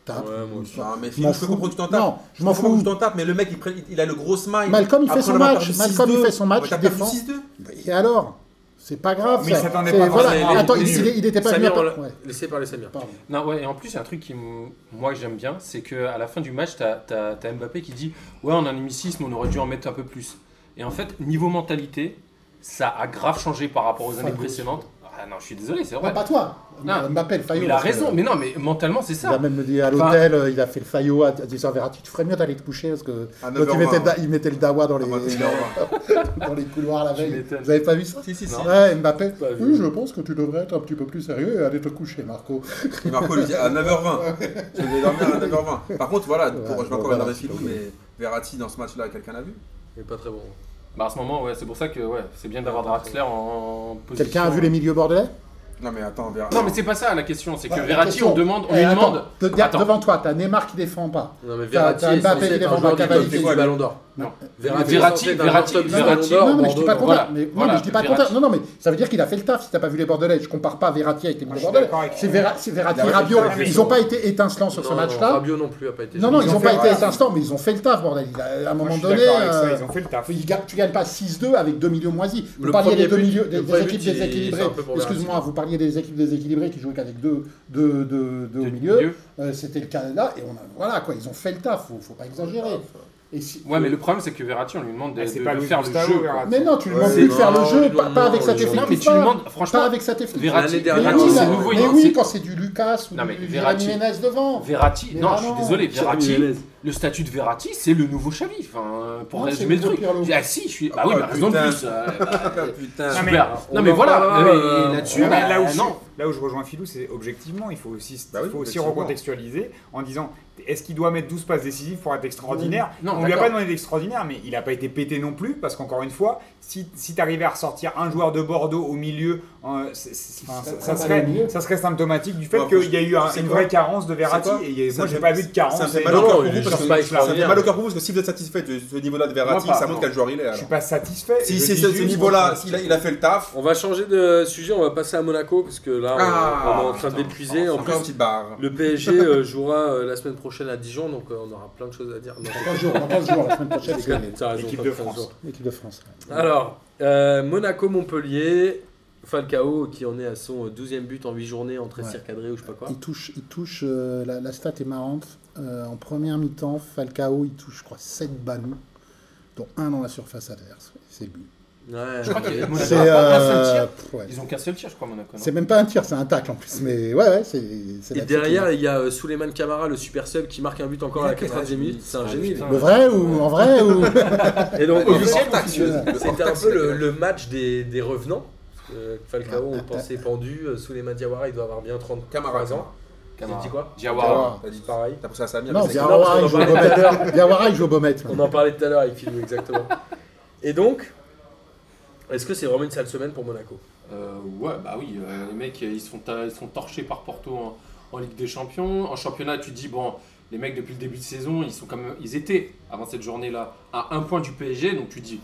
tape.
Ouais, moi aussi.
Enfin, mais
Je
Phil,
m'en
je peux
fous.
comprendre que tu t'en tapes.
Non, je m'en
peux comprendre
fous.
que tu t'en tapes, mais le mec, il, prend- il a le gros smile.
Malcolm, il fait
Après
son
l'avoir
match.
perdu
Malcolm, il
6-2,
fait son match,
t'as perdu
défend.
6-2.
Bah, Et alors C'est pas grave.
Mais il
ça.
s'attendait
C'est-
pas
voilà.
forcément à
Attends,
être
il
nul.
il- il était pas venu.
Samir, on
à-
l'a-
Ouais,
laissez parler Samir.
pardon.
Non, ouais, et en plus, il y a un truc qui, m- moi, que j'aime bien, c'est qu'à la fin du match, t'as, t'as- t'as Mbappé qui dit Ouais, on a un hémicisme, on aurait dû en mettre un peu plus. Et en fait, niveau mentalité, ça a grave changé par rapport aux années
Fabio.
précédentes. Ah non, je suis désolé, c'est
Ah,
vrai.
Pas toi.
Non.
Mbappé, le
Mais
faillot.
il a raison, mais non, mais mentalement, c'est
Il a
ça.
même dit à
Enfin-
l'hôtel, euh, il a fait le faillot à à 10h Verratti, tu ferais mieux d'aller te coucher parce que
À
l'autre, il,
9h20,
mettait le da- il mettait le dawa dans les,
Ah, bah, t'es énorme.
dans les couloirs la veille.
m'étonnes.
Vous avez pas vu ça
Si, si, si.
Non.
Ouais, Mbappé.
Pas vu.
Oui, je pense que tu devrais être un petit peu plus sérieux et aller te coucher, Marco.
Et Marco lui dit à 9h20. Je vais dormir à 9h20. Par contre, voilà, pour,
Ouais,
je vais
bon,
encore
voilà,
énerver
c'est
Philou,
ok.
mais Verratti dans ce match-là, quelqu'un l'a vu
Il est pas très bon.
Bah, à ce moment, ouais, c'est pour ça que ouais, c'est bien d'avoir Draxler en position.
Quelqu'un a vu les milieux bordelais
Non, mais attends, Verratti.
Non, mais c'est pas ça la question, c'est que
Ouais, la
Verratti,
question.
on, demande, on
Eh,
lui
attends,
demande.
de- de-
Attends.
devant toi, t'as Neymar qui défend pas.
Non, mais
T'as-
Verratti
t'as
est
Mbappé,
censé
il est
être un
vraiment
joueur du top
cavalier.
10 du Ballon d'Or.
Non.
Verratti, est
Verratti,
censé être un
Verratti,
joueur top 10 du
Verratti.
Ballon d'Or,
Non, mais je dis pas
Bordeaux.
contraire.
Voilà.
Mais- non,
Voilà,
mais je dis pas
Verratti.
contraire. Non, non, mais ça veut dire qu'il a fait le taf si t'as pas vu les Bordelais. Je compare pas Verratti avec les
Ah, je suis
Bordelais.
d'accord avec
C'est
toi.
Vera- c'est Verratti,
Il a fait le
Rabiot.
taf,
Ils
Rabiot.
ont pas été étincelants sur ce
Non,
match-là.
Rabiot non plus a pas été.
Non, non, ils
Ils
ont
ont
pas
fait-
été
voilà.
étincelants, mais ils ont fait le taf, bordel. Il a- À un
Moi,
moment
je suis
donné.
d'accord avec ça,
euh,
ils ont fait le taf.
Il ga- tu gagnes pas 6-2 avec deux milieux moisis. Vous
Le
parliez
premier
des deux
but-
milieux,
le
des, des
premier
équipes
but, il-
déséquilibrées.
c'est un peu pour
Excuse-moi,
Verratti.
vous parliez des équipes déséquilibrées qui jouaient qu'avec deux, deux, deux, deux au
Deux
milieu.
milieux.
Euh, C'était le Canada et on a, voilà quoi, ils ont fait le taf. Faut, faut pas exagérer. Et si-
Ouais, mais le problème, c'est que Verratti, on lui demande de,
Ah, C'est
de-
pas
de
Luis
faire le
Gustavo,
jeu. quoi.
Verratti.
Mais non, tu lui
Ouais,
demandes plus de
non,
faire le
on
jeu,
lui
pas,
demande
pas
non,
avec
on
sa
lui demande-
technique.
Non, mais tu
pas-
demandes- franchement,
pas avec sa technique.
Verratti-
L'année dernière,
Verratti,
non,
ça-
c'est nouveau,
mais
il-
oui,
c'est-
quand c'est du Lucas ou
Non, mais
du
Verratti-
Jiménez devant.
Verratti,
Mais
non,
vraiment.
je suis désolé, Verratti,
Xavi Hernandez.
le statut de Verratti, c'est le nouveau Xavi. Enfin, pour
Non, c'est
résumer le
le nouveau
truc.
Pirlo.
Ah si, je suis. Bah oui,
Ah,
bah, raison de
putain.
plus. euh, bah,
Ah, putain.
Non, mais-
super.
on
Non mais
en
voilà,
parlera,
euh,
euh,
et là-dessus,
Ouais,
bah,
là, où je,
non.
là où je rejoins Philou, c'est objectivement, il faut aussi,
Bah oui,
faut aussi
effectivement.
recontextualiser en disant est-ce qu'il doit mettre 12 passes décisives pour être extraordinaire
Non,
On lui a
d'accord.
pas demandé d'extraordinaire, mais il n'a pas été pété non plus, parce qu'encore une fois, si, si tu arrivais à ressortir un joueur de Bordeaux au milieu, euh, c'est- c'est- enfin, ça, ça
pas
serait,
mal au milieu.
ça serait symptomatique du fait
Ouais,
qu'il y a eu un-
c'est
une
quoi
vraie carence de
C'est
Verratti.
quoi
Et il y a-
Ça
moi,
me
j'ai
fait-
pas vu de
ça
carence.
me fait
et-
mal
Non,
au
non,
cœur pour
il est
vous
parce
c'est
que
pas
ça
extraordinaire.
fait mal au cœur pour vous, parce que si vous êtes satisfait de ce niveau-là de Verratti,
Moi, pas,
ça montre
non.
quel joueur il est.
Je
alors.
suis pas satisfait.
Si
je
c'est
dis
ce ce
juste-
niveau-là, s'il a, il a fait le taf,
On va changer de sujet, on va passer à Monaco, parce que là, on,
Ah,
on est en train
putain.
Ah,
d'épuiser.
on
En
prend
plus,
une petite barre.
le PSG euh, jouera euh, la semaine prochaine à Dijon, donc euh, on aura plein de choses à dire. Non,
Dans 15 jours, dans 15 jours, la semaine
je
prochaine,
déconne, t'as raison,
Équipe
pas
de
quinze
France.
jours.
c'est l'équipe de France.
Alors, euh, Monaco-Montpellier, Falcao qui en est à son euh, 12e but en 8 journées, en 13
Ouais.
tirs cadrés ou je sais pas quoi.
Il touche, il touche euh, la, la stat est marrante. Euh, en première mi-temps, Falcao, il touche, je crois, 7 ballons, dont un dans la surface adverse. C'est but.
Ouais,
Je crois qu'il y a
mais-
Monaco
C'est
a pas un seul
euh,
tir.
pff, ouais.
Ils ont qu'un seul tir, je crois, Monaco. non
C'est même pas un tir, c'est un tacle en plus. Mais ouais, ouais, c'est. c'est
Et
la-
derrière, il y a euh, Souleymane Camara, le super sub, qui marque un but encore à la 90 minute. C'est un génie.
putain.
Le vrai ou en vrai ou
Et donc,
Le
officiel,
hors taxe, le hors
c'était un
taxe,
peu
il a
le,
fait
le match des, des revenants. Parce que Falcao, on pensait pendu. euh, Souleymane Diawara, il doit avoir bien 30
Camara.
ans.
Camara.
J'ai hein. dit quoi
Diawara.
Ah.
T'as dit
Pareil.
T'as pensé à Samir
Non,
mais c'est-
bien. parce
Diawara,
qu'on
il
en
joue au
parlait tout à
Baumet. Diawara, il joue au Baumet.
On en parlait tout à l'heure avec Philou, exactement. Et donc, est-ce que c'est vraiment une sale semaine pour Monaco
Euh, ouais, bah oui, euh, les mecs, ils sont, ils sont torchés par Porto en, en Ligue des Champions. En championnat, tu te dis, bon, les mecs, depuis le début de saison, ils, sont quand même- ils étaient, avant cette journée-là, à un point du PSG. Donc tu dis,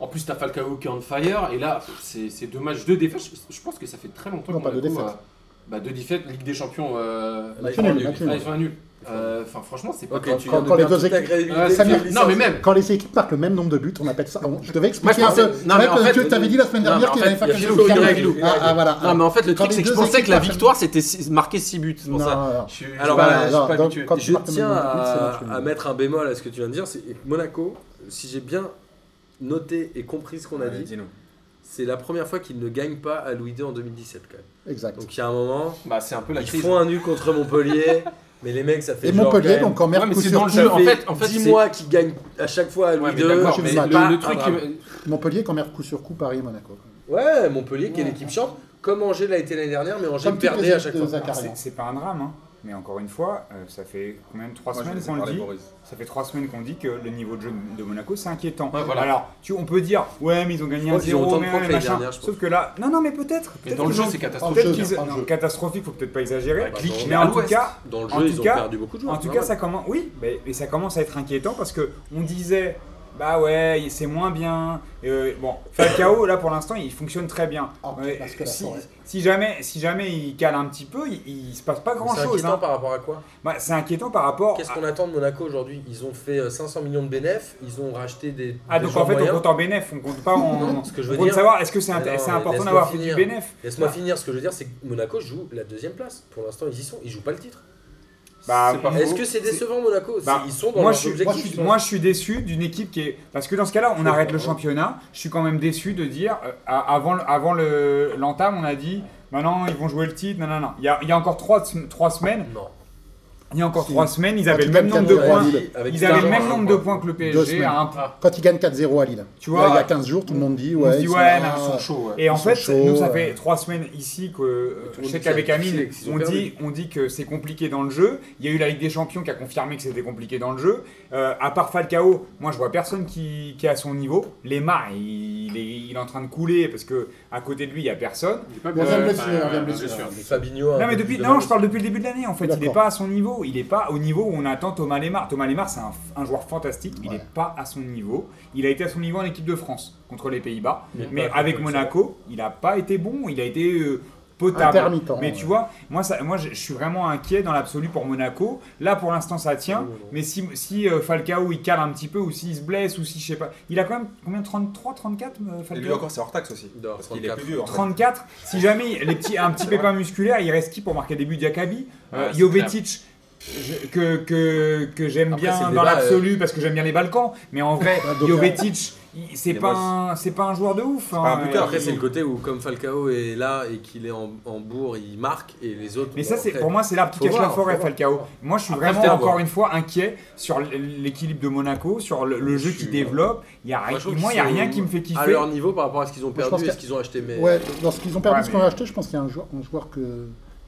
en plus, t'as Falcao qui est on fire. Et là, pff, c'est c'est deux matchs, deux défaites. Je, je pense que ça fait très longtemps
Non,
que
pas deux
Monaco,
défaites.
euh, bah, deux défaites, Ligue des Champions. euh,
Là, ils
Match nul,
font nul.
match
là, ils sont à nul. Euh, Enfin, franchement, c'est pas
Ok,
top.
tu
quand-
viens de
quand les
perdre
deux
toute ta
équipes-
crédibilité,
Euh,
tu
Samir-
es licencié.
non, mais même.
Quand les équipes marquent le même nombre de buts, on appelle ça. on- Je devais expliquer
Moi,
un
je pensais-
peu.
non,
C'est
mais
vrai
en
que
fait-
tu avais dit la semaine
Non,
dernière
mais en
qu'il
fait,
avait
il
fait
y a
quelque
Philou, il y a
chose.
Philou.
Ah, ah, voilà.
Non, mais en fait, le
Quand
truc,
les
c'est que je
deux
pensais que la
équipes
victoire, c'était six- marquer 6 buts. C'est pour
Non, Bah,
ça.
non, non.
Je, suis- je,
Alors,
suis pas-
voilà,
je suis pas
donc,
habitué.
quand-
Je tiens à,
C'est bon, tu
à mettre un bémol à ce que tu viens de dire. C'est que Monaco, si j'ai bien noté et compris ce qu'on a
Allez,
dit,
dis-nous.
c'est la première fois qu'ils ne gagnent pas à Louis II en 2017 quand même.
Exact.
Donc il y a un moment,
Bah, c'est un peu la
ils
crise.
font un nul contre Montpellier, mais les mecs ça fait
Et
genre quand
Montpellier,
même,
donc en
Ouais, mais
mercredi
c'est dans le
ça
jeu. hein. En
fait
fait, en fait,
10
c'est-
mois qu'ils gagnent à chaque fois à Louis
Ouais, mais
II.
d'accord,
je
mais
sais
le,
pas, Ah,
le truc
un
qui
drame.
me-
Montpellier quand même coup sur coup Paris-Monaco.
Ouais, Montpellier qui est l'équipe champ, comme Angers l'a été l'année dernière, mais Angers
Comme toutes
perdait
les
à chaque
autres
fois.
accords. carrément.
C'est c'est pas un drame, hein. mais encore une fois, euh, ça fait combien de trois
Moi, je
semaines
laisse
qu'on le
parler
dit
Boris.
Ça fait trois semaines qu'on dit que le niveau de jeu de Monaco, c'est inquiétant.
Ouais, voilà.
Alors, tu, on peut dire, ouais, mais ils ont
Je
gagné
crois
un
qu'ils ont autant
zéro,
de
mais
points que
ouais,
l'année
machin.
dernière, je pense.
Sauf que là, non, non, mais peut-être.
Mais
peut-être
dans le
qu'ils
jeu,
ont-
c'est
Peut-être
catastrophique.
jeu,
qu'ils
dans le
non,
jeu.
catastrophique, faut peut-être pas exagérer.
Ah Ouais, bah, clique,
mais
à
en tout
l'ouest.
cas,
Dans le
en
jeu,
tout
ils ont
cas-
perdu beaucoup de joueurs.
en tout
bah
non,
cas,
ouais.
ça commence. Oui, mais, mais ça commence à être inquiétant parce que on disait, bah ouais, c'est moins bien. Euh, bon, Falcao, là pour l'instant, il fonctionne très bien.
Ah,
Ouais,
parce que la
si,
forêt.
si jamais, si jamais il cale un petit peu, il, il se passe pas grand
C'est
chose.
inquiétant
hein.
par rapport à quoi
c'est inquiétant par rapport.
Qu'est-ce
à-
qu'on attend de Monaco aujourd'hui Ils ont fait euh, 500 millions de bénéfices, ils ont racheté des.
Ah
des
donc
joueurs
en fait on
moyens.
compte en bénéf, on compte pas en.
Non, ce que je veux
on compte
dire-
savoir est-ce que c'est
Mais
inté-
non,
c'est
mais
important
laisse-moi
d'avoir fait du
finir.
bénéf.
Laisse-moi finir, ce que je veux dire, c'est que Monaco joue la deuxième place. Pour l'instant, ils y sont, ils jouent pas le titre.
Bah,
C'est pas
Est-ce que c'est décevant, Monaco
Bah,
C'est- Ils sont dans
moi,
leurs
je suis, moi, je
objectifs.
suis-
euh.
moi, je suis déçu d'une équipe qui est. Parce que dans ce cas-là, on
Faut
arrête
pas,
le
hein.
championnat. Je suis quand même déçu de dire. euh, à- avant le- avant le- l'entame, on a dit. Maintenant, ils vont jouer le titre. Non, non, non. Il y a, il y a encore trois, sem- trois semaines.
Non.
Il y a encore
Si.
trois semaines. Ils avaient
Quand
le
ils
même
gagnent
nombre de
4-0 à
points.
Lille.
Avec
Ils
cet
avaient le
argent,
même nombre de points que le PSG
semaines.
à un point.
Quand ils gagnent 4-0 à Lille.
Tu
Là,
vois,
il y a 15 jours, tout le monde dit
on
ouais.
se dit,
ils
ouais,
sont
là,
là,
ils
sont chauds, ouais.
Et en
Ils
fait,
sont
nous,
chauds,
ça
euh.
fait trois semaines ici que euh,
tout le monde
je sais
dit
qu'avec
qu'ils ont-
Amine,
qu'ils ont
on
perdu.
dit, on dit que c'est compliqué dans le jeu. Il y a eu la Ligue des Champions qui a confirmé que c'était compliqué dans le jeu. Euh, à part Falcao, moi je vois personne qui, qui est à son niveau. Lemar, il, il est, il est en train de couler parce que à côté de lui il y a personne.
Bon,
bien,
bien
ouais,
blessure, bien blessure.
Fabinho. a
Non
un
mais
peu
depuis,
plus de
non,
mal.
je parle depuis le début de l'année en fait. Il n'est
D'accord.
pas à son niveau. Il n'est pas au niveau où on attend Thomas Lemar. Thomas Lemar, c'est un, un joueur fantastique. Il
Ouais.
n'est pas à son niveau. Il a été à son niveau en équipe de France contre les Pays-Bas,
Mais
mais,
pas
avec
contre
Monaco, il n'a pas été bon. Il a été euh, potable.
Intermittent,
mais
ouais.
tu vois, moi, ça, moi, je je suis vraiment inquiet dans l'absolu pour Monaco. Là, pour l'instant, ça tient.
Oui, oui.
Mais si, si euh, Falcao il cale un petit peu ou s'il se blesse ou si je sais pas, il a quand même combien 33, 34 euh,
Et
Falcao
lui encore, c'est hors taxe aussi.
Non,
Parce qu'il est
34.
plus vieux. en fait.
34, si jamais les petits, un petit
C'est vrai.
pépin musculaire, il reste qui pour marquer des buts Diakabi euh,
Ah,
Ouais, c'est
Jovetic, je- que, que, que j'aime
Après,
bien
c'est le
dans
débat, euh,
l'absolu parce que j'aime bien les Balkans, mais en vrai,
donc,
Jovetic, il- c'est
Mais
pas,
moi,
un- c'est pas un joueur de ouf. hein.
pas un buteur,
Après, c'est
Il-
le côté où, comme Falcao est là et qu'il est en, en bourre, il marque et les autres.
Mais
bon,
ça, c'est
après,
pour moi, c'est l'arbre qui
Faut
cache la
voir,
forêt,
faut voir.
Falcao. Moi, je suis
Après,
vraiment
faut
encore
voir.
une fois inquiet sur l'équilibre de Monaco, sur le, le jeu
Je suis-
qu'ils développent. Il y a,
Moi, je trouve
moi, il n'y a
qu'ils sont
rien qui me fait
À
kiffer.
leur niveau par rapport à ce qu'ils ont
je pense
perdu et
qu'il
ce qu'ils ont acheté. Mais
Ouais, lorsqu'ils ont perdu
Ouais,
ce qu'on
mais-
a acheté, je pense qu'il y a un joueur, un joueur que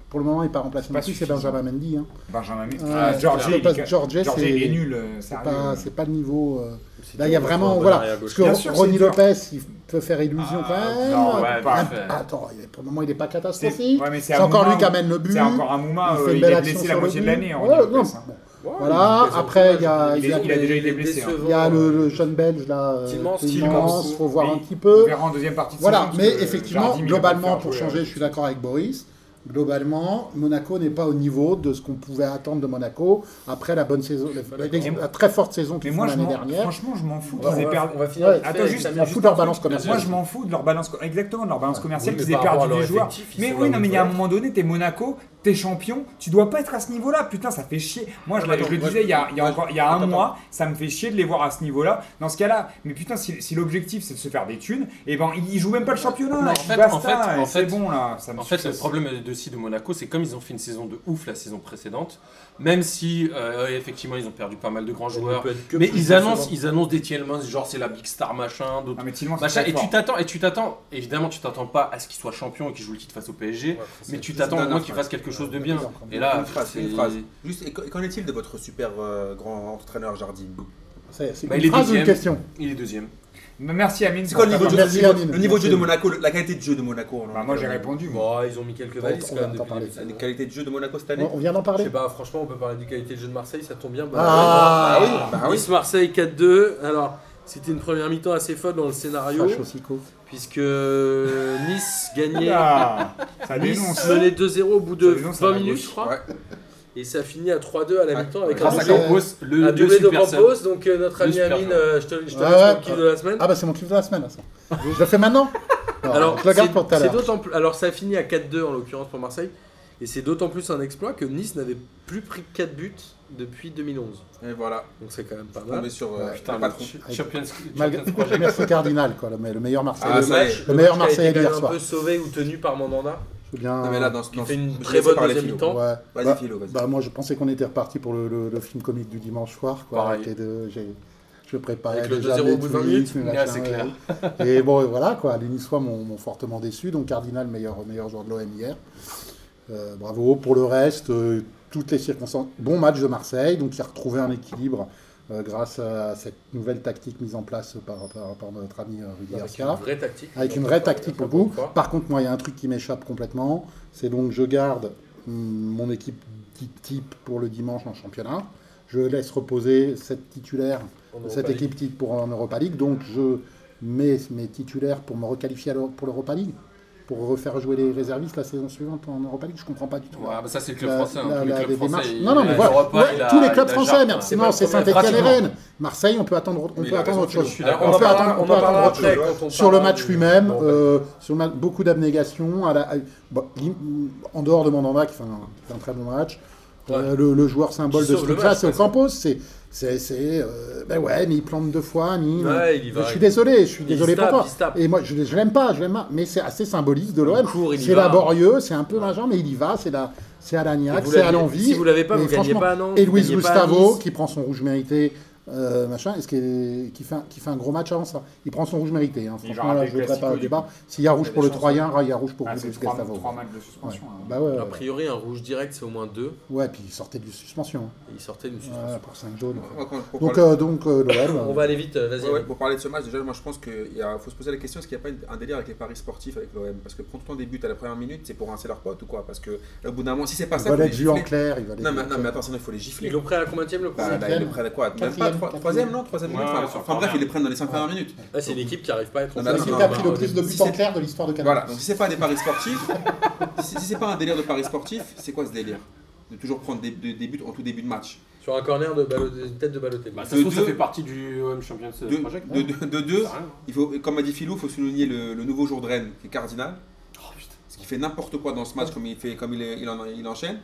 pour le moment n'est pas remplacé
Pas
non plus, c'est
suffisant.
Benjamin Mendy. Hein.
Benjamin,
Ouais,
ah, Georgie,
je
il
passe
est-
Georgie,
Georgie,
c'est-
il est nul. euh,
C'est
sérieux.
pas, c'est pas le niveau. euh,
si
Là, il y a
on
vraiment.
prend un
Voilà.
arrière gauche.
Parce que
Bien sûr,
Ronny
c'est dur. Ah,
Lopez, il peut faire illusion quand même.
non,
ouais,
Un-
pas
un-
fait.
Attends, il est- pour le moment, il n'est pas
C'est
catastrophique.
ouais, mais
C'est
à
encore
Mouma
lui qui
où-
amène le but.
C'est encore un
Il
Mouma,
fait
euh,
une
il
belle
est
action
blessé
sur
la
le
moitié de
but.
l'année. on
Ouais,
dit
non,
presque, hein.
bon. Voilà, après, il y a-
il, est- il a déjà été blessé. hein.
Il y a le, le jeune belge là, euh,
Tillmans,
Tillmans,
Tillmans.
faut voir
Oui.
un petit
On
peu.
verra en deuxième partie de saison,
Voilà,
parce
mais
que
effectivement,
Jardim, il va pas le
globalement,
faire
pour
jouer,
changer,
euh,
je suis d'accord avec Boris, globalement, Monaco n'est pas au niveau de ce qu'on pouvait attendre de Monaco après la bonne saison, la, la- la- la très forte saison
Mais
qu'ils font
moi, je
l'année
m'en-
dernière.
franchement, je m'en fous.
On va,
qu'ils aient
on va-
perdu-
on va finir. vite
Ouais,
fait
attends,
avec
juste,
Samir
La foot leur balance
Moi,
commerciale.
je m'en fous de leur balance, exactement, de leur balance commerciale,
Oui, mais
qu'ils aient
par rapport à
perdu
leur
des joueurs.
effectif, ils
Mais
sont
oui,
là
non,
où
mais il y
ils
a un
doivent
moment donné, t'es Monaco, t'es champion, tu dois pas être à ce niveau-là. Putain, ça fait chier. Moi, je,
Ah,
l'ai- je le
moi,
disais il y a, il y a
moi,
encore,
je-
il y a un
attends,
mois, ça me fait chier de les voir à ce niveau-là. Dans ce cas-là, mais putain, si, si l'objectif c'est de se faire des thunes, et ben ils jouent même pas le championnat.
Non, en
ils
fait,
basta,
en fait,
et
en
c'est
fait-
bon là. ça me
En fait, le
suffit.
problème de si de Monaco, c'est comme ils ont fait une saison de ouf la saison précédente, même si euh, effectivement ils ont perdu pas mal de grands joueurs, mais ils annoncent, ils annoncent des Tillmans, genre c'est la big star machin, d'autres
Non, mais Tillmans, Ah, c'est
machin,
très
et
fort.
tu t'attends, et tu t'attends, évidemment tu t'attends pas à ce qu'il soit champion et qu'il joue le titre face au PSG, mais tu t'attends au moins qu'il fasse quelque chose de bien. Et là,
Une phrase,
c'est-
une phrase. Juste, et qu'en- qu'en est-il de votre super euh, grand entraîneur Jardim
C'est c'est
Bah, il
une
est
phrase ou une
dixième.
question
il est deuxième.
Merci Amine.
C'est quoi le niveau, de,
Merci,
jeu- le niveau-
Amine.
le niveau de jeu de
Merci.
Monaco, le- la qualité de jeu de Monaco on en
Bah,
a
moi,
parlé.
j'ai répondu. moi.
Bon, ils ont mis quelques valises quand
On
même
va en
depuis le
parler.
début de
La
l'année.
qualité de jeu de Monaco cette année
On, on vient d'en
Je
parler.
sais pas, franchement, on peut parler du qualité de jeu de Marseille, ça tombe bien. Bah,
Ah,
ouais,
oui,
bon.
bah oui.
Nice Marseille 4-2. Alors, c'était une première mi-temps assez folle dans le scénario,
Fâche aussi, quoi.
puisque euh, Nice gagnait.
Ah, ça
Nice
dénonce.
menait 2-0 au bout de
Ça dénonce à
20
la
minutes,
gauche.
je crois.
Ouais.
Et ça finit à 3-2 à la
Ouais.
mi-temps avec
Grâce
un
Grâce à
Marseille,
doublé,
Campos, le
un
deux
doublé de
super
Campos. Donc, euh, notre
Le
ami
super
Amine,
joueur.
euh, je te, je te
Ouais,
laisse
ouais.
mon kiff de la semaine.
Ah bah c'est mon clip de la semaine. ça. Je le fais maintenant Non, Je le garde
c'est-
pour tout à
c'est
l'heure.
d'autant plus- Alors, ça a fini à 4-2 en l'occurrence pour Marseille. Et c'est d'autant plus un exploit que Nice n'avait plus pris 4 buts depuis 2011.
Bah,
Et voilà,
Donc, c'est quand même
Ah,
pas
on
mal.
est sur euh,
Putain,
le
le
patron.
Ch- Champions,
Malgré-
Champions Project.
Merci Cardinal, quoi, le, me- le meilleur Marseillais.
Ah,
le
ça,
match,
le meilleur
match a été
Marseillais
quand
d'hier
même un
soir.
peu sauvé ou tenu par Mandanda,
Je veux bien-
Non, mais là, dans ce
qui
dans
fait
ce-
une
je
très
laisse
bonne
parler
deuxième
Philo.
mi-temps.
Ouais.
Vas-y,
Bah,
Philo, vas-y.
Bah moi je pensais qu'on était reparti pour le, le- le film comique du dimanche soir quoi.
Pareil.
qui est de- j'ai- je préparais
Avec le
déjà
2-0
mes
au bout de 20
tweets,
minutes. Ah,
mes
Ouais,
machins,
c'est clair.
ouais. Et bon et voilà quoi, les Niçois m'ont m'ont fortement déçu, donc Cardinal meilleur meilleur joueur de l'OM hier. Euh, bravo pour le reste, euh, toutes les circonstances. Bon match de Marseille, donc il a retrouvé un équilibre euh, grâce à cette nouvelle tactique mise en place par, par- par notre ami euh, Rudi
avec
Garcia.
une vraie tactique.
Avec une vraie tactique pour le coup. Par contre, moi, il y a un truc qui m'échappe complètement. C'est donc je garde mm, mon équipe di- type pour le dimanche en championnat. Je laisse reposer cette titulaire, cette équipe type pour en Europa League. Donc je mets mes titulaires pour me requalifier à l'Euro- pour l'Europa League, pour refaire jouer les réservistes la saison suivante en Europa League. Je comprends pas du tout.
Ouais, bah ça c'est le club
La-
français. hein.
la-
Tous les
la-
clubs
les
français,
démarches.
ils-
Non, non, mais
ils
voilà.
Europe,
Ouais,
il a-
tous les
il a
clubs
la
français,
charte,
merde.
hein.
C'est
Sinon,
pas
c'est
le premier,
Saint-Etienne et
pratiquement.
Rennes. Marseille, on peut attendre, on
Mais il
peut
a
attendre
raison,
autre chose.
Je suis
Alors,
d'accord.
on,
On
en
peut
parlera-
attendre-
on
on
en
peut
parlera
attendre autre
après
chose.
quand on
Sur le
parlera
match
du-
lui-même,
Bon, bah.
euh, sur ma- beaucoup d'abnégation, à la- à- bon, lim- en dehors de Mandanda qui fait un, qui fait un très bon match,
Ouais.
euh, le, le joueur symbole
Qui
de
sauve
ce
le
truc-là,
match,
c'est
parce que-
Ocampos. C'est, c'est, c'est, euh, ben ouais, mais il plante deux fois, mais-
Ouais, il y va.
je suis désolé, je suis
Il
désolé
se tape,
pour toi.
il se tape.
Et moi, je, je l'aime pas, je l'aime pas, mais c'est assez symbolique de l'OM.
court, il y
C'est
va.
laborieux, c'est un peu machin, mais il y va, c'est la, c'est à l'agnac,
Et vous
c'est à
l'aviez-
l'envie.
si vous l'avez pas,
Mais
vous gagnez
franchement,
pas à Nantes,
Et
vous
Luis
gagnez pas à
Gustavo
Nice.
qui prend son rouge mérité, euh, machin, est-ce qu'il est- qui fait, un- qui fait un gros match avant ça Il prend son rouge mérité. hein.
Il
Franchement,
va
là,
rater
je ne voudrais
le
pas le
Classico,
débat. S'il y a
Il y
rouge
a
pour
des
le
chances.
Troyen, il y a rouge pour
Ah,
Luis
c'est trois
Gustavo.
trois matchs de
Ouais.
suspension. hein.
Bah ouais,
A
ouais.
priori, un rouge direct, c'est au moins 2.
Ouais, puis il sortait d'une suspension. hein.
Il sortait d'une
Ouais,
suspension.
pour 5 jaunes.
Moi, quand- pour
Donc,
parler-
euh, donc euh, l'OM.
On
euh,
va aller vite, euh, vas-y.
Ouais, ouais, pour parler de ce match, déjà, moi je pense qu'il faut se poser la question est-ce qu'il n'y a pas une- un délire avec les paris sportifs avec l'OM Parce que prendre ton début à la première minute, c'est pour rincer leurs potes ou quoi Parce que là, au bout d'un moment, si c'est pas
Il
ça,
va
faut les
l'être vu en
gifler.
clair, il va l'être
Non,
vu
mais,
en
non, mais
clair.
attention, il faut les gifler.
Ils l'ont pris à la combième le
Bah,
premier
là, ils
Cinquième.
le prennent à quoi Même pas
Quatrième,
trois-
quatrième.
troisième, non Troisième minute
Ouais,
enfin,
ouais,
enfin, bref,
quatrième.
ils les prennent dans les cinq premières minutes.
Là, c'est une équipe qui n'arrive pas à être en
Non,
C'est
mais
phase.
l'équipe
non,
qui a
non,
pris
non,
le plus de buts
si
en
c'est-
clair de l'histoire de Canal.
Voilà, donc si c'est pas des paris sportifs, si, si c'est pas un délire de paris sportifs, c'est quoi ce délire De toujours prendre des, des- des buts en tout début de match
Sur un corner de Balo- de- tête de baloté.
Bah, ça se trouve, ça
deux-
fait partie du OM Champions
De,
Project.
de,
non
de- de deux,
Ça sert à rien.
il faut, comme a dit Philou, il faut souligner le, le nouveau jour de Rennes, qui est cardinal. Parce qu'il fait n'importe quoi dans ce match, comme il, fait, comme il, est- il, en, il enchaîne.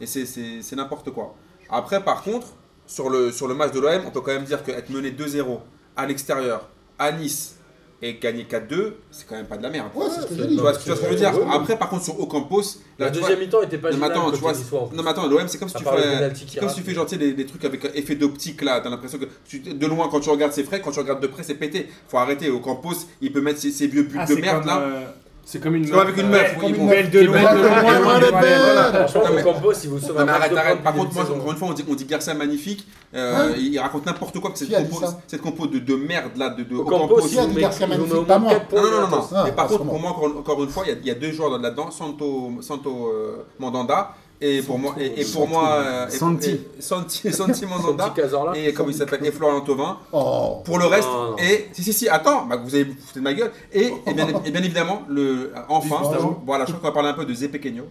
Et c'est- c'est c'est n'importe quoi. Après, par contre, sur le, sur le match de l'OM, on peut quand même dire qu'être mené 2-0 à l'extérieur, à Nice, et gagner 4-2, c'est quand même pas de la merde.
Ouais, c'est ce que
Ouais,
j'ai
c'est-
dit.
Tu vois, ce que- tu vois ce que je veux
Ouais,
dire
ouais.
Après, par contre, sur Ocampos,
La
là, tu vois-
deuxième mi-temps était pas
non mais
géniale
attends, tu vois,
côté niçois, en
non
plus.
mais attends, l'OM c'est comme si
À
tu
part le
fais,
penalty qui
c'est comme si tu
rate.
fais genre tu sais, des, des trucs avec effet d'optique là, t'as l'impression que tu- de loin quand tu regardes c'est frais, quand tu regardes de près c'est pété. Faut arrêter. Au Campos, il peut mettre ses, ses vieux buts
Ah,
de
c'est
merde
comme
là.
euh,
C'est comme une
C'est comme avec une
euh,
meuf.
comme
Oui,
une
bon.
meuf.
belle de
Belle de
loin,
loin,
belle de
loin,
loin,
belle.
belle de loin.
Franchement,
Non, mais-
le Campos, il vous
Non,
sauve
mais
un match
arrête,
de
arrête.
pointe depuis
Par contre, moi,
le début de
encore une fois, on dit, on dit Garcia magnifique. Euh,
Hein
il raconte n'importe quoi. parce que
Qui
Cette
a dit
compo,
ça
cette compo de, de merde là, de, de
saison. Au Campos,
aussi,
il vous
Andy
met
Garcia
il vous met au
magnifique,
moins
pas moi.
4 points.
Non, non, non, non.
Ah,
mais par
parce
contre,
que
pour moi,
moi-
encore, encore une fois, il y a- il y, a deux joueurs là-dedans, Santo, Santo euh, Mandanda. Et pour moi, et, et pour moi, euh, et-
Santi.
et- Santi, Santi
Son petit
Mandanda.
Cazorla.
Et comment il s'appelle Et Florian Thauvin.
Oh,
Pour le reste,
Non, non.
et si si si, attends, bah, vous avez vous foutez de ma gueule. Et, et bien, et bien évidemment, le enfin,
Gustavo.
voilà, je crois qu'on va parler un peu de Zé Pequeño.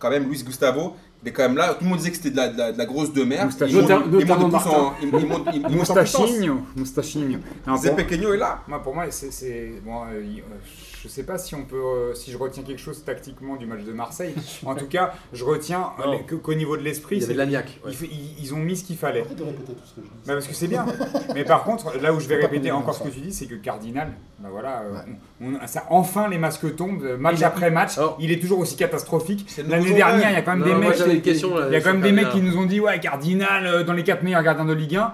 Quand même, Luis Gustavo, il est quand même là. Tout le monde disait que c'était de la, de la- de la grosse de mer.
Moustache.
monte-
Notam-
monte
notamment
de plus en-
Martin.
il- il monte- il monte en puissance.
Moustachigno. Moustachigno. Non,
Zé
pour-
Pequeño est là.
Moi, pour moi, c'est- c'est bon. euh, il- euh, je sais pas si on peut, euh, si je retiens quelque chose tactiquement du match de Marseille. En tout cas, je retiens euh,
Non.
les- que- qu'au niveau de
Il
l'esprit,
y avait
c'est-
de l'agnac. ouais.
il fait- ils, ils ont mis ce qu'il fallait.
arrête de répéter tout ce que je dis.
Bah, parce que c'est bien. Mais par contre, là où je vais
Faut pas
répéter
qu'on
encore ce
dénonce
que tu dis, c'est que Cardinal, bah voilà, euh, on- on- ça, enfin les masques tombent, euh, match
Il a-
après match,
Alors-
il est toujours aussi catastrophique.
C'est le
L'année
nouveau
dernière,
Noël.
il y a quand même
Non,
des
moi,
mecs,
j'avais une
qui-
question, là,
il y a
sur
quand même des mecs
Cardinal.
qui nous ont dit ouais Cardinal euh, dans les quatre meilleurs gardiens de Ligue 1.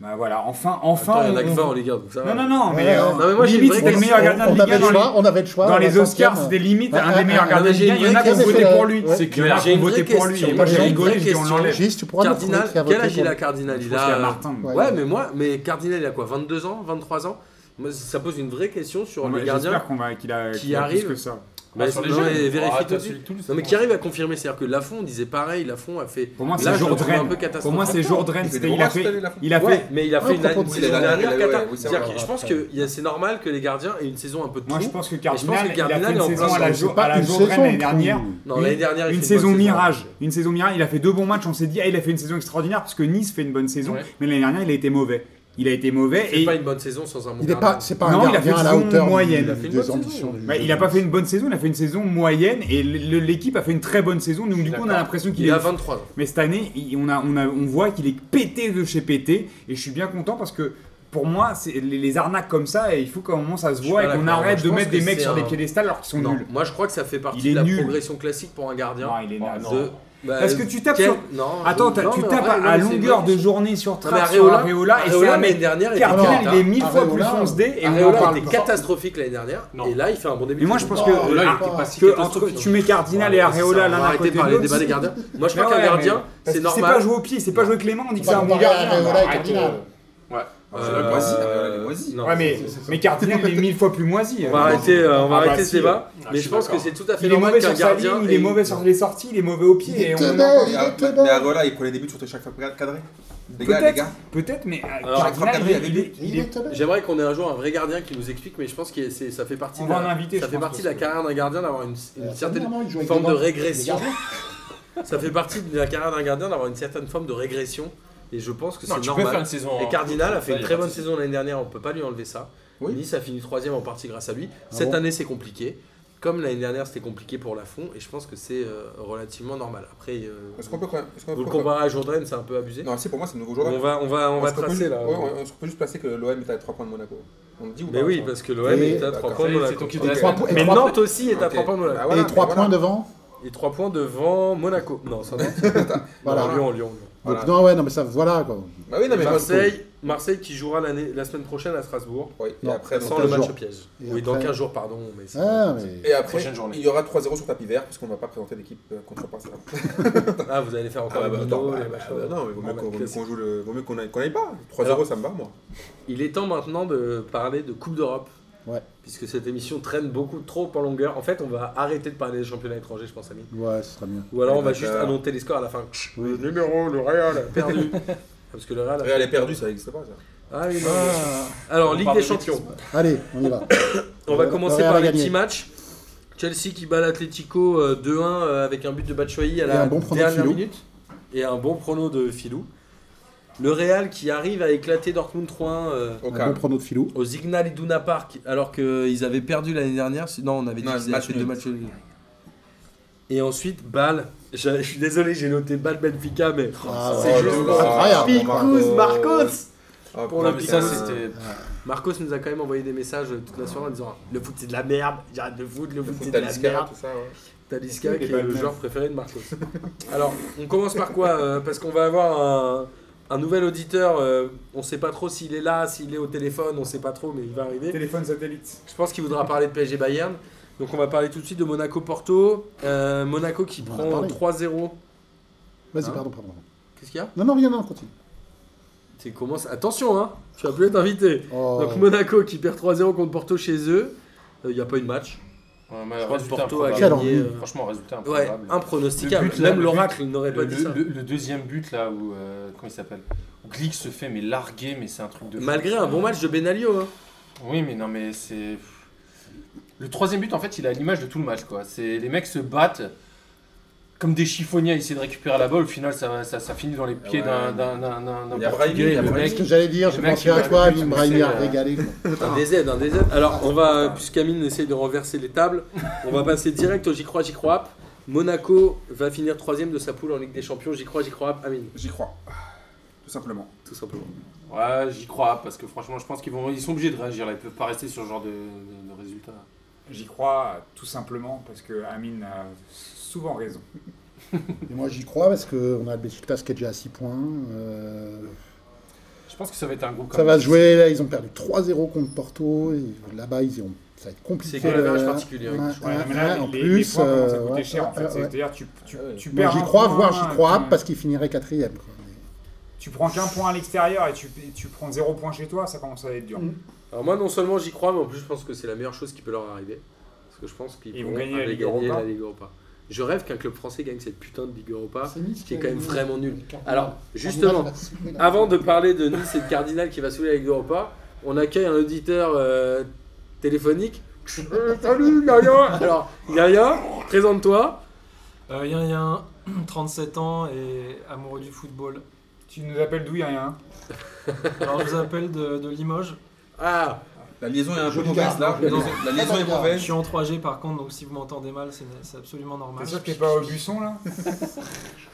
Bah voilà, enfin, enfin.
Attends, il y en a
on-
que
on-
20 en Ligue 1, donc ça va.
Non, non, non, mais,
Ouais,
euh,
ouais.
Non, mais moi, j'ai une
limite,
vraie
c'était le
question.
meilleur gardien
on,
de
on
Ligue 1
avait le
dans
choix, on avait le choix.
dans
dans la
les Oscars,
cinquième.
c'était limite
Ouais,
un
ouais,
des meilleurs
ouais,
gardiens
ouais,
de Ligue 1. Il y en a qui ont
j'ai une
voté
vraie
pour lui.
question.
C'est
Mais
clair.
j'ai une
voté
vraie
pour lui,
question.
et
Moi,
moi,
j'ai
j'ai
une vraie
rigolé, je dis, on
question.
l'enlève.
Gilles, tu pourras nous retrouver
Cardinal,
qui a voté
quel âge
pour
il a
lui.
Cardinal
Je
Il
pense qu'il y a
a.
Martin.
Ouais.
Ouais, mais moi, mais Cardinal, il a quoi 22 ans 23 ans Moi, ça pose une vraie question sur
Ouais,
les gardiens.
J'espère qu'on va qu'il a
qui
qu'il a plus
arrive.
que ça.
Bah,
Ah, sur les
non,
jeunes.
mais vérifie
Ah,
tout de
t'as
suite.
celui- tout le-
Non, mais qui arrive à confirmer, c'est-à-dire que Lafont disait pareil, Lafont a fait.
Pour moi,
Là,
c'est
je le trouve un
Jourdraine.
peu
Pour moi,
catastrophique.
c'est Jourdraine.
Il fait
C'était-
des
Il a
bons matchs,
fait.
là,
Il a
Ouais,
fait.
mais il a
Ah,
fait une
à propos
année.
de
c'est la
Il
ça.
a- il a-
dernière
ouais,
cata-
oui, c'est
C'est-à-dire
vrai.
que je pense que il y a- c'est normal que les gardiens aient une saison un peu de
Moi, je
trou.
pense que
pense que
Cardinal, il a fait
Cardinal,
une
en
saison
plus,
à la,
c'est
jour,
pas
à la
une
Jourdraine
saison,
l'année dernière.
trou.
Non,
Une-
l'année dernière, il
Une
fait une bonne
saison
saison.
mirage. Une saison mirage. Il a fait deux bons matchs. On s'est dit, ah, il a fait une saison extraordinaire parce que Nice fait une bonne saison.
Ouais.
Mais l'année dernière, il a été mauvais. Il a été mauvais
C'est
et
pas une bonne saison sans un bon
Il n'est pas,
gardien.
c'est pas un
Non, il a
gardien
fait
à
une
la
saison
hauteur du-
moyenne. Il a
fait une
des
bonne
ambitions.
saison.
du-
Bah,
de
il n'a pas
Nice.
fait une bonne saison, il a fait une saison moyenne et le- le- l'équipe a fait une très bonne saison. Donc, du coup, on a
d'accord.
l'impression qu'il
Il
est.
a 23 ans.
Mais cette année, il- on, a, on, a, on voit qu'il est pété de chez pété et je suis bien content parce que. Pour moi, c'est les, les arnaques comme ça, et il faut qu'à un moment ça se
suis
voit
pas
et qu'on
d'accord.
arrête
Je
de
pense
mettre
que
des mecs
c'est
sur des
un-
piédestals alors qu'ils sont
Non,
nuls.
moi je crois que ça fait partie
Il est
de la
nul.
progression classique pour un gardien.
Non, il est naze.
De- Bah,
Parce que tu tapes
quel-
sur-
Non,
Attends,
je-
t'as-
non,
tu
mais en
tapes
vrai,
à,
non,
à
mais c'est une
longueur
vraie
de
question.
journée sur
Non, mais
trappe sur
Areola-
Areola, et c'est
Areola,
un mec.
l'année dernière, était
Cardinal,
cata.
il est mille fois plus
Areola-
fonce dé et on en
Areola
parle
était
pas.
catastrophique l'année dernière.
Non.
Et là, il fait un bon début.
Mais
de
moi je
saison.
pense
Oh,
que,
là, il
ah,
était pas
parce
si
que
catastrophique.
entre tu mets Cardinal et
Ouais, c'est ça,
Areola
on va
l'un à
arrêter
côté
par
de
les
l'autre.
débats des gardiens. Moi je crois
Mais
qu'un
ouais,
gardien,
mais- parce
c'est
que C'est pas
normal.
jouer au pied, c'est pas jouer Clément, on dit que c'est
Bah,
un bon
comparé à
gardien.
Areola et
Arrête,
Cardinal.
euh,
Euh,
Moisi, Areola, il est moisi.
non,
Ouais, mais, mais Cardinal, il est mille fois plus moisi.
On va arrêter, euh, on va
Ah bah
arrêter
si.
ce débat,
Ah, je
mais
suis
je pense que
d'accord.
c'est tout à fait
Il est
normal
mauvais
qu'un
sur sa ligne,
gardien.
il est
ait-
mauvais sur les sorties, il est mauvais au
Il
pied.
est
et on
tenace,
l'entend.
il
Mais,
est
mais,
tenace.
Areola, il prenait des buts sur chaque fois cadré. Les gars, les
Peut-être,
gars.
peut-être, mais euh,
Alors,
Cardinal, il est- il est-
Il
il est
est tenace.
J'aimerais qu'on ait un jour un vrai gardien qui nous explique, mais je pense que c'est- ça fait partie,
On
de
va
la,
en inviter,
ça
je
fait
pense,
partie de la
parce que-
carrière d'un gardien d'avoir une, une
Euh,
certaine
non, il joue avec
forme
des
de
grands- des
régression.
gardiens.
Ça fait partie de la carrière d'un gardien d'avoir une certaine forme de régression, et je pense que
Non,
c'est
tu peux faire
normal.
une saison.
Et
en-
Cardinal a
Ça,
fait
y
une
a
très
pas de
bonne
souci.
saison l'année dernière, on peut pas lui enlever ça.
Oui.
Nice a fini troisième en partie grâce à lui.
Ah
Cette
bon
année c'est compliqué. Comme l'année dernière c'était compliqué pour Lafont, et je pense que c'est euh, relativement normal. Après, euh,
Est-ce qu'on peut. Est-ce qu'on
vous le
peut.
comparer à Jourdain, c'est un peu abusé.
Non, si, pour moi, c'est le nouveau
on
joueur.
va, on va, on va tracer là.
Ouais, on on peut juste placer que l'OM est à 3 points de Monaco. On le dit ou pas
Mais oui,
ça
parce que l'OM est à
D'accord.
3 points de
Ça y est, c'est
Monaco.
ton kit
Ok.
de la
Et trois
semaine.
points- et
Mais
trois-
Nantes aussi est à
Ok.
3 points de Monaco.
Bah voilà,
Et 3
mais
points
voilà.
devant.
Et 3 points devant Monaco. Non, ça va.
Voilà.
Non, Lyon, Lyon, Lyon.
Donc,
Voilà.
non, ouais, non, mais ça, voilà quoi.
Bah oui, non, mais
Marseille, Marseille qui jouera l'année- la semaine prochaine à Strasbourg.
Oui, et
Non.
après,
sans
donc,
quinze
le match
jours.
au piège.
Et
oui, dans
après-
15 jours, pardon. Mais c'est-
Ah, mais.
et après
Prochaine journée.
il y aura 3-0 sur tapis vert, puisqu'on ne va pas présenter l'équipe euh, contre Barcelone.
Ah, vous allez faire encore
Ah
les
bah,
binos,
attends,
les
bah,
machins.
bah, non, mais vaut
Ah
mieux
bah,
qu'on vaut mieux
classique.
qu'on joue le. Vaut mieux qu'on aille- qu'on aille pas. 3-0,
Alors-
ça me va, moi.
Il est temps maintenant de parler de Coupe d'Europe.
Ouais.
Puisque cette émission traîne beaucoup trop en longueur. En fait, on va arrêter de parler des championnats étrangers, je pense, ami.
Ouais, ce serait mieux.
Ou alors on va
D'accord.
juste annoncer les scores à la fin. Le numéro, le Real a perdu. Parce que le Real a
Real Bah, est perdu, ça n'existe pas, ça.
Ah oui, non, bien sûr. Alors,
Ah. On
Ligue
parle
des
de
Champions.
Allez, on y va.
On va
Le-
commencer
le Real
par
a
les
gagné.
petits matchs. Chelsea qui bat l'Atlético euh, 2-1 euh, avec un but de Batshuayi à
Et
la
un bon prono de
dernière
Filou.
minute. Et un bon prono de Filou. Le Real qui arrive à éclater Dortmund 3-1 euh,
Au
Un bon
calme.
prono de filou.
au Signal Iduna Park alors qu'ils avaient perdu l'année dernière. Si- Non, on avait dit
Non,
qu'ils avaient
match
fait
nul.
deux matchs nuls. Et ensuite, Bâle. Je, je suis désolé, j'ai noté Bâle Benfica, mais
Ah,
c'est
ouais,
juste
ouais,
pour-
ouais. Incroyable.
Picouz, Marcos
hein, Ah,
Pour
putain,
le
Mais
mais
ça,
putain.
c'était.
Marcos nous a quand même envoyé des messages toute la soirée en disant Le foot c'est de la merde, j'arrête de foot, le foot c'est de la
Talisca,
merde.
tout ça, hein. ouais.
Talisca
Est-ce qu'il
qui
est
est
pas le
le
même
joueur préféré de Marcos. Alors, on commence par quoi euh, Parce qu'on va avoir un, un nouvel auditeur. euh, on sait pas trop s'il est là, s'il est au téléphone, on sait pas trop, mais il va arriver.
Téléphone satellite.
Je pense qu'il voudra parler de PSG Bayern. Donc, on va parler tout de suite de Monaco-Porto. Euh, Monaco qui
On en a
prend
parlé.
3-0.
Vas-y,
Hein
pardon, pardon.
Qu'est-ce qu'il y a
Non, non, rien, non, continue.
C'est commence. Attention, hein Tu vas plus être invité.
Oh.
Euh, Donc, Monaco qui perd 3-0 contre Porto chez eux. Il n'y a pas eu de match.
Ouais, mais
Je crois que
résultat
Porto a
improbable.
gagné.
Quel
euh,
Franchement, résultat
Ouais,
improbable.
impronosticable.
Le but, là,
Même
le
l'oracle n'aurait
le,
pas dit ça.
le- le deuxième but là où euh, comment il s'appelle où Glick se fait mais larguer mais c'est un truc de fou.
Malgré un bon match de Benalio. hein.
Oui mais non mais c'est le troisième but en fait il est à l'image de tout le match quoi. C'est les mecs se battent comme des chiffonniers à essayer de récupérer la balle. Au final ça, ça, ça finit dans les pieds
Ouais.
d'un d'un d'un d'un- d'un
Il y a
Portugais,
Brahimi, il y a
le
C'est
mec.
ce que j'allais dire, j'ai
le mec,
pensé
il
à
va
toi,
aller
Amine
plus,
Brahimi a
c'est, euh,
régalé. quoi.
Un DZ, un DZ. Alors, on va, puisqu'Amine essaye de renverser les tables, on va passer direct au J'y crois, J'y crois. app. Monaco va finir troisième de sa poule en Ligue des Champions. J'y crois, J'y crois. app, Amine,
J'y crois. Tout simplement.
tout simplement.
Ouais j'y crois parce que franchement je pense qu'ils vont ils sont obligés de réagir. Là. Ils peuvent pas rester sur ce genre de, de- de résultat.
J'y crois euh, tout simplement parce que Amine a souvent raison.
Et moi j'y crois parce qu'on a le Besiktas qui est déjà à 6 points. euh,
Je pense que ça va être un groupe.
ça va se jouer, là ils ont perdu 3-0 contre Porto. et Là-bas ils ont... ça va être compliqué.
C'est que
de-
l'average particulier.
Ouais,
Ouais,
ouais,
mais là,
ouais,
les,
en
les- les
plus,
points commencent à
euh,
coûter
ouais,
cher en fait.
ouais, ouais.
C'est-à-dire, tu, tu,
Ouais.
tu
Moi,
perds.
j'y
un
crois,
point,
voire j'y crois,
tu-
parce qu'il finirait quatrième. quoi.
Tu prends qu'un point à l'extérieur et tu, et tu prends zéro point chez toi, ça commence à être dur.
Mm.
Alors, moi, non seulement j'y crois, mais en plus, je pense que c'est la meilleure chose qui peut leur arriver. Parce que je pense qu'ils
Ils vont
pourront
gagner la
aller
Ligue Europa.
la Ligue Europa. Je rêve qu'un club français gagne cette putain de Ligue Europa.
C'est Nice
Ah, qui est quand même
a-
vraiment nul.
Cardinal.
Alors, justement,
Cardinal, il va soulever la-
Avant de parler de Nice et de Cardinal qui va saouler avec Europa, on accueille un auditeur euh, téléphonique. Euh, salut Yaya Alors Yaya, présente-toi.
Euh, Yin Yin, 37 ans et amoureux du football.
Tu nous appelles d'où, rien. hein.
Alors je vous appelle de, de Limoges.
Ah
La liaison est un peu
Joli
mauvaise
gars.
là. La
Non.
liaison- La liaison est
Je
mauvaise.
suis en 3G par contre, donc si vous m'entendez mal, c'est c'est absolument normal.
T'es sûr que t'es pas au buisson là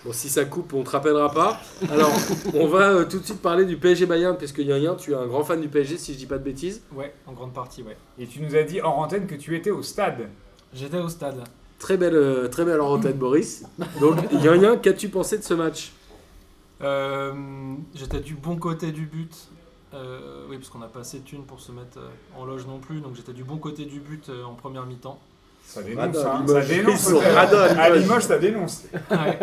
Bon si ça coupe, on te rappellera pas. Alors on va euh, tout de suite parler du PSG Bayern parce que Yaya, tu es un grand fan du PSG si je dis pas de bêtises.
Ouais, en grande partie, ouais.
Et tu nous as dit hors antenne que tu étais au stade.
J'étais au stade.
Très belle, euh, très belle en tête Boris. Donc Yaya, qu'as-tu pensé de ce match
Euh, J'étais du bon côté du but. Euh, oui, parce qu'on n'a pas assez de thunes pour se mettre euh, en loge non plus, donc j'étais du bon côté du but euh, en première mi-temps.
Ça
Radon,
dénonce, hein, ça
Limoges. Ils
dénonce.
sont radon,
À
Limoges.
Limoges, ça dénonce.
Ouais.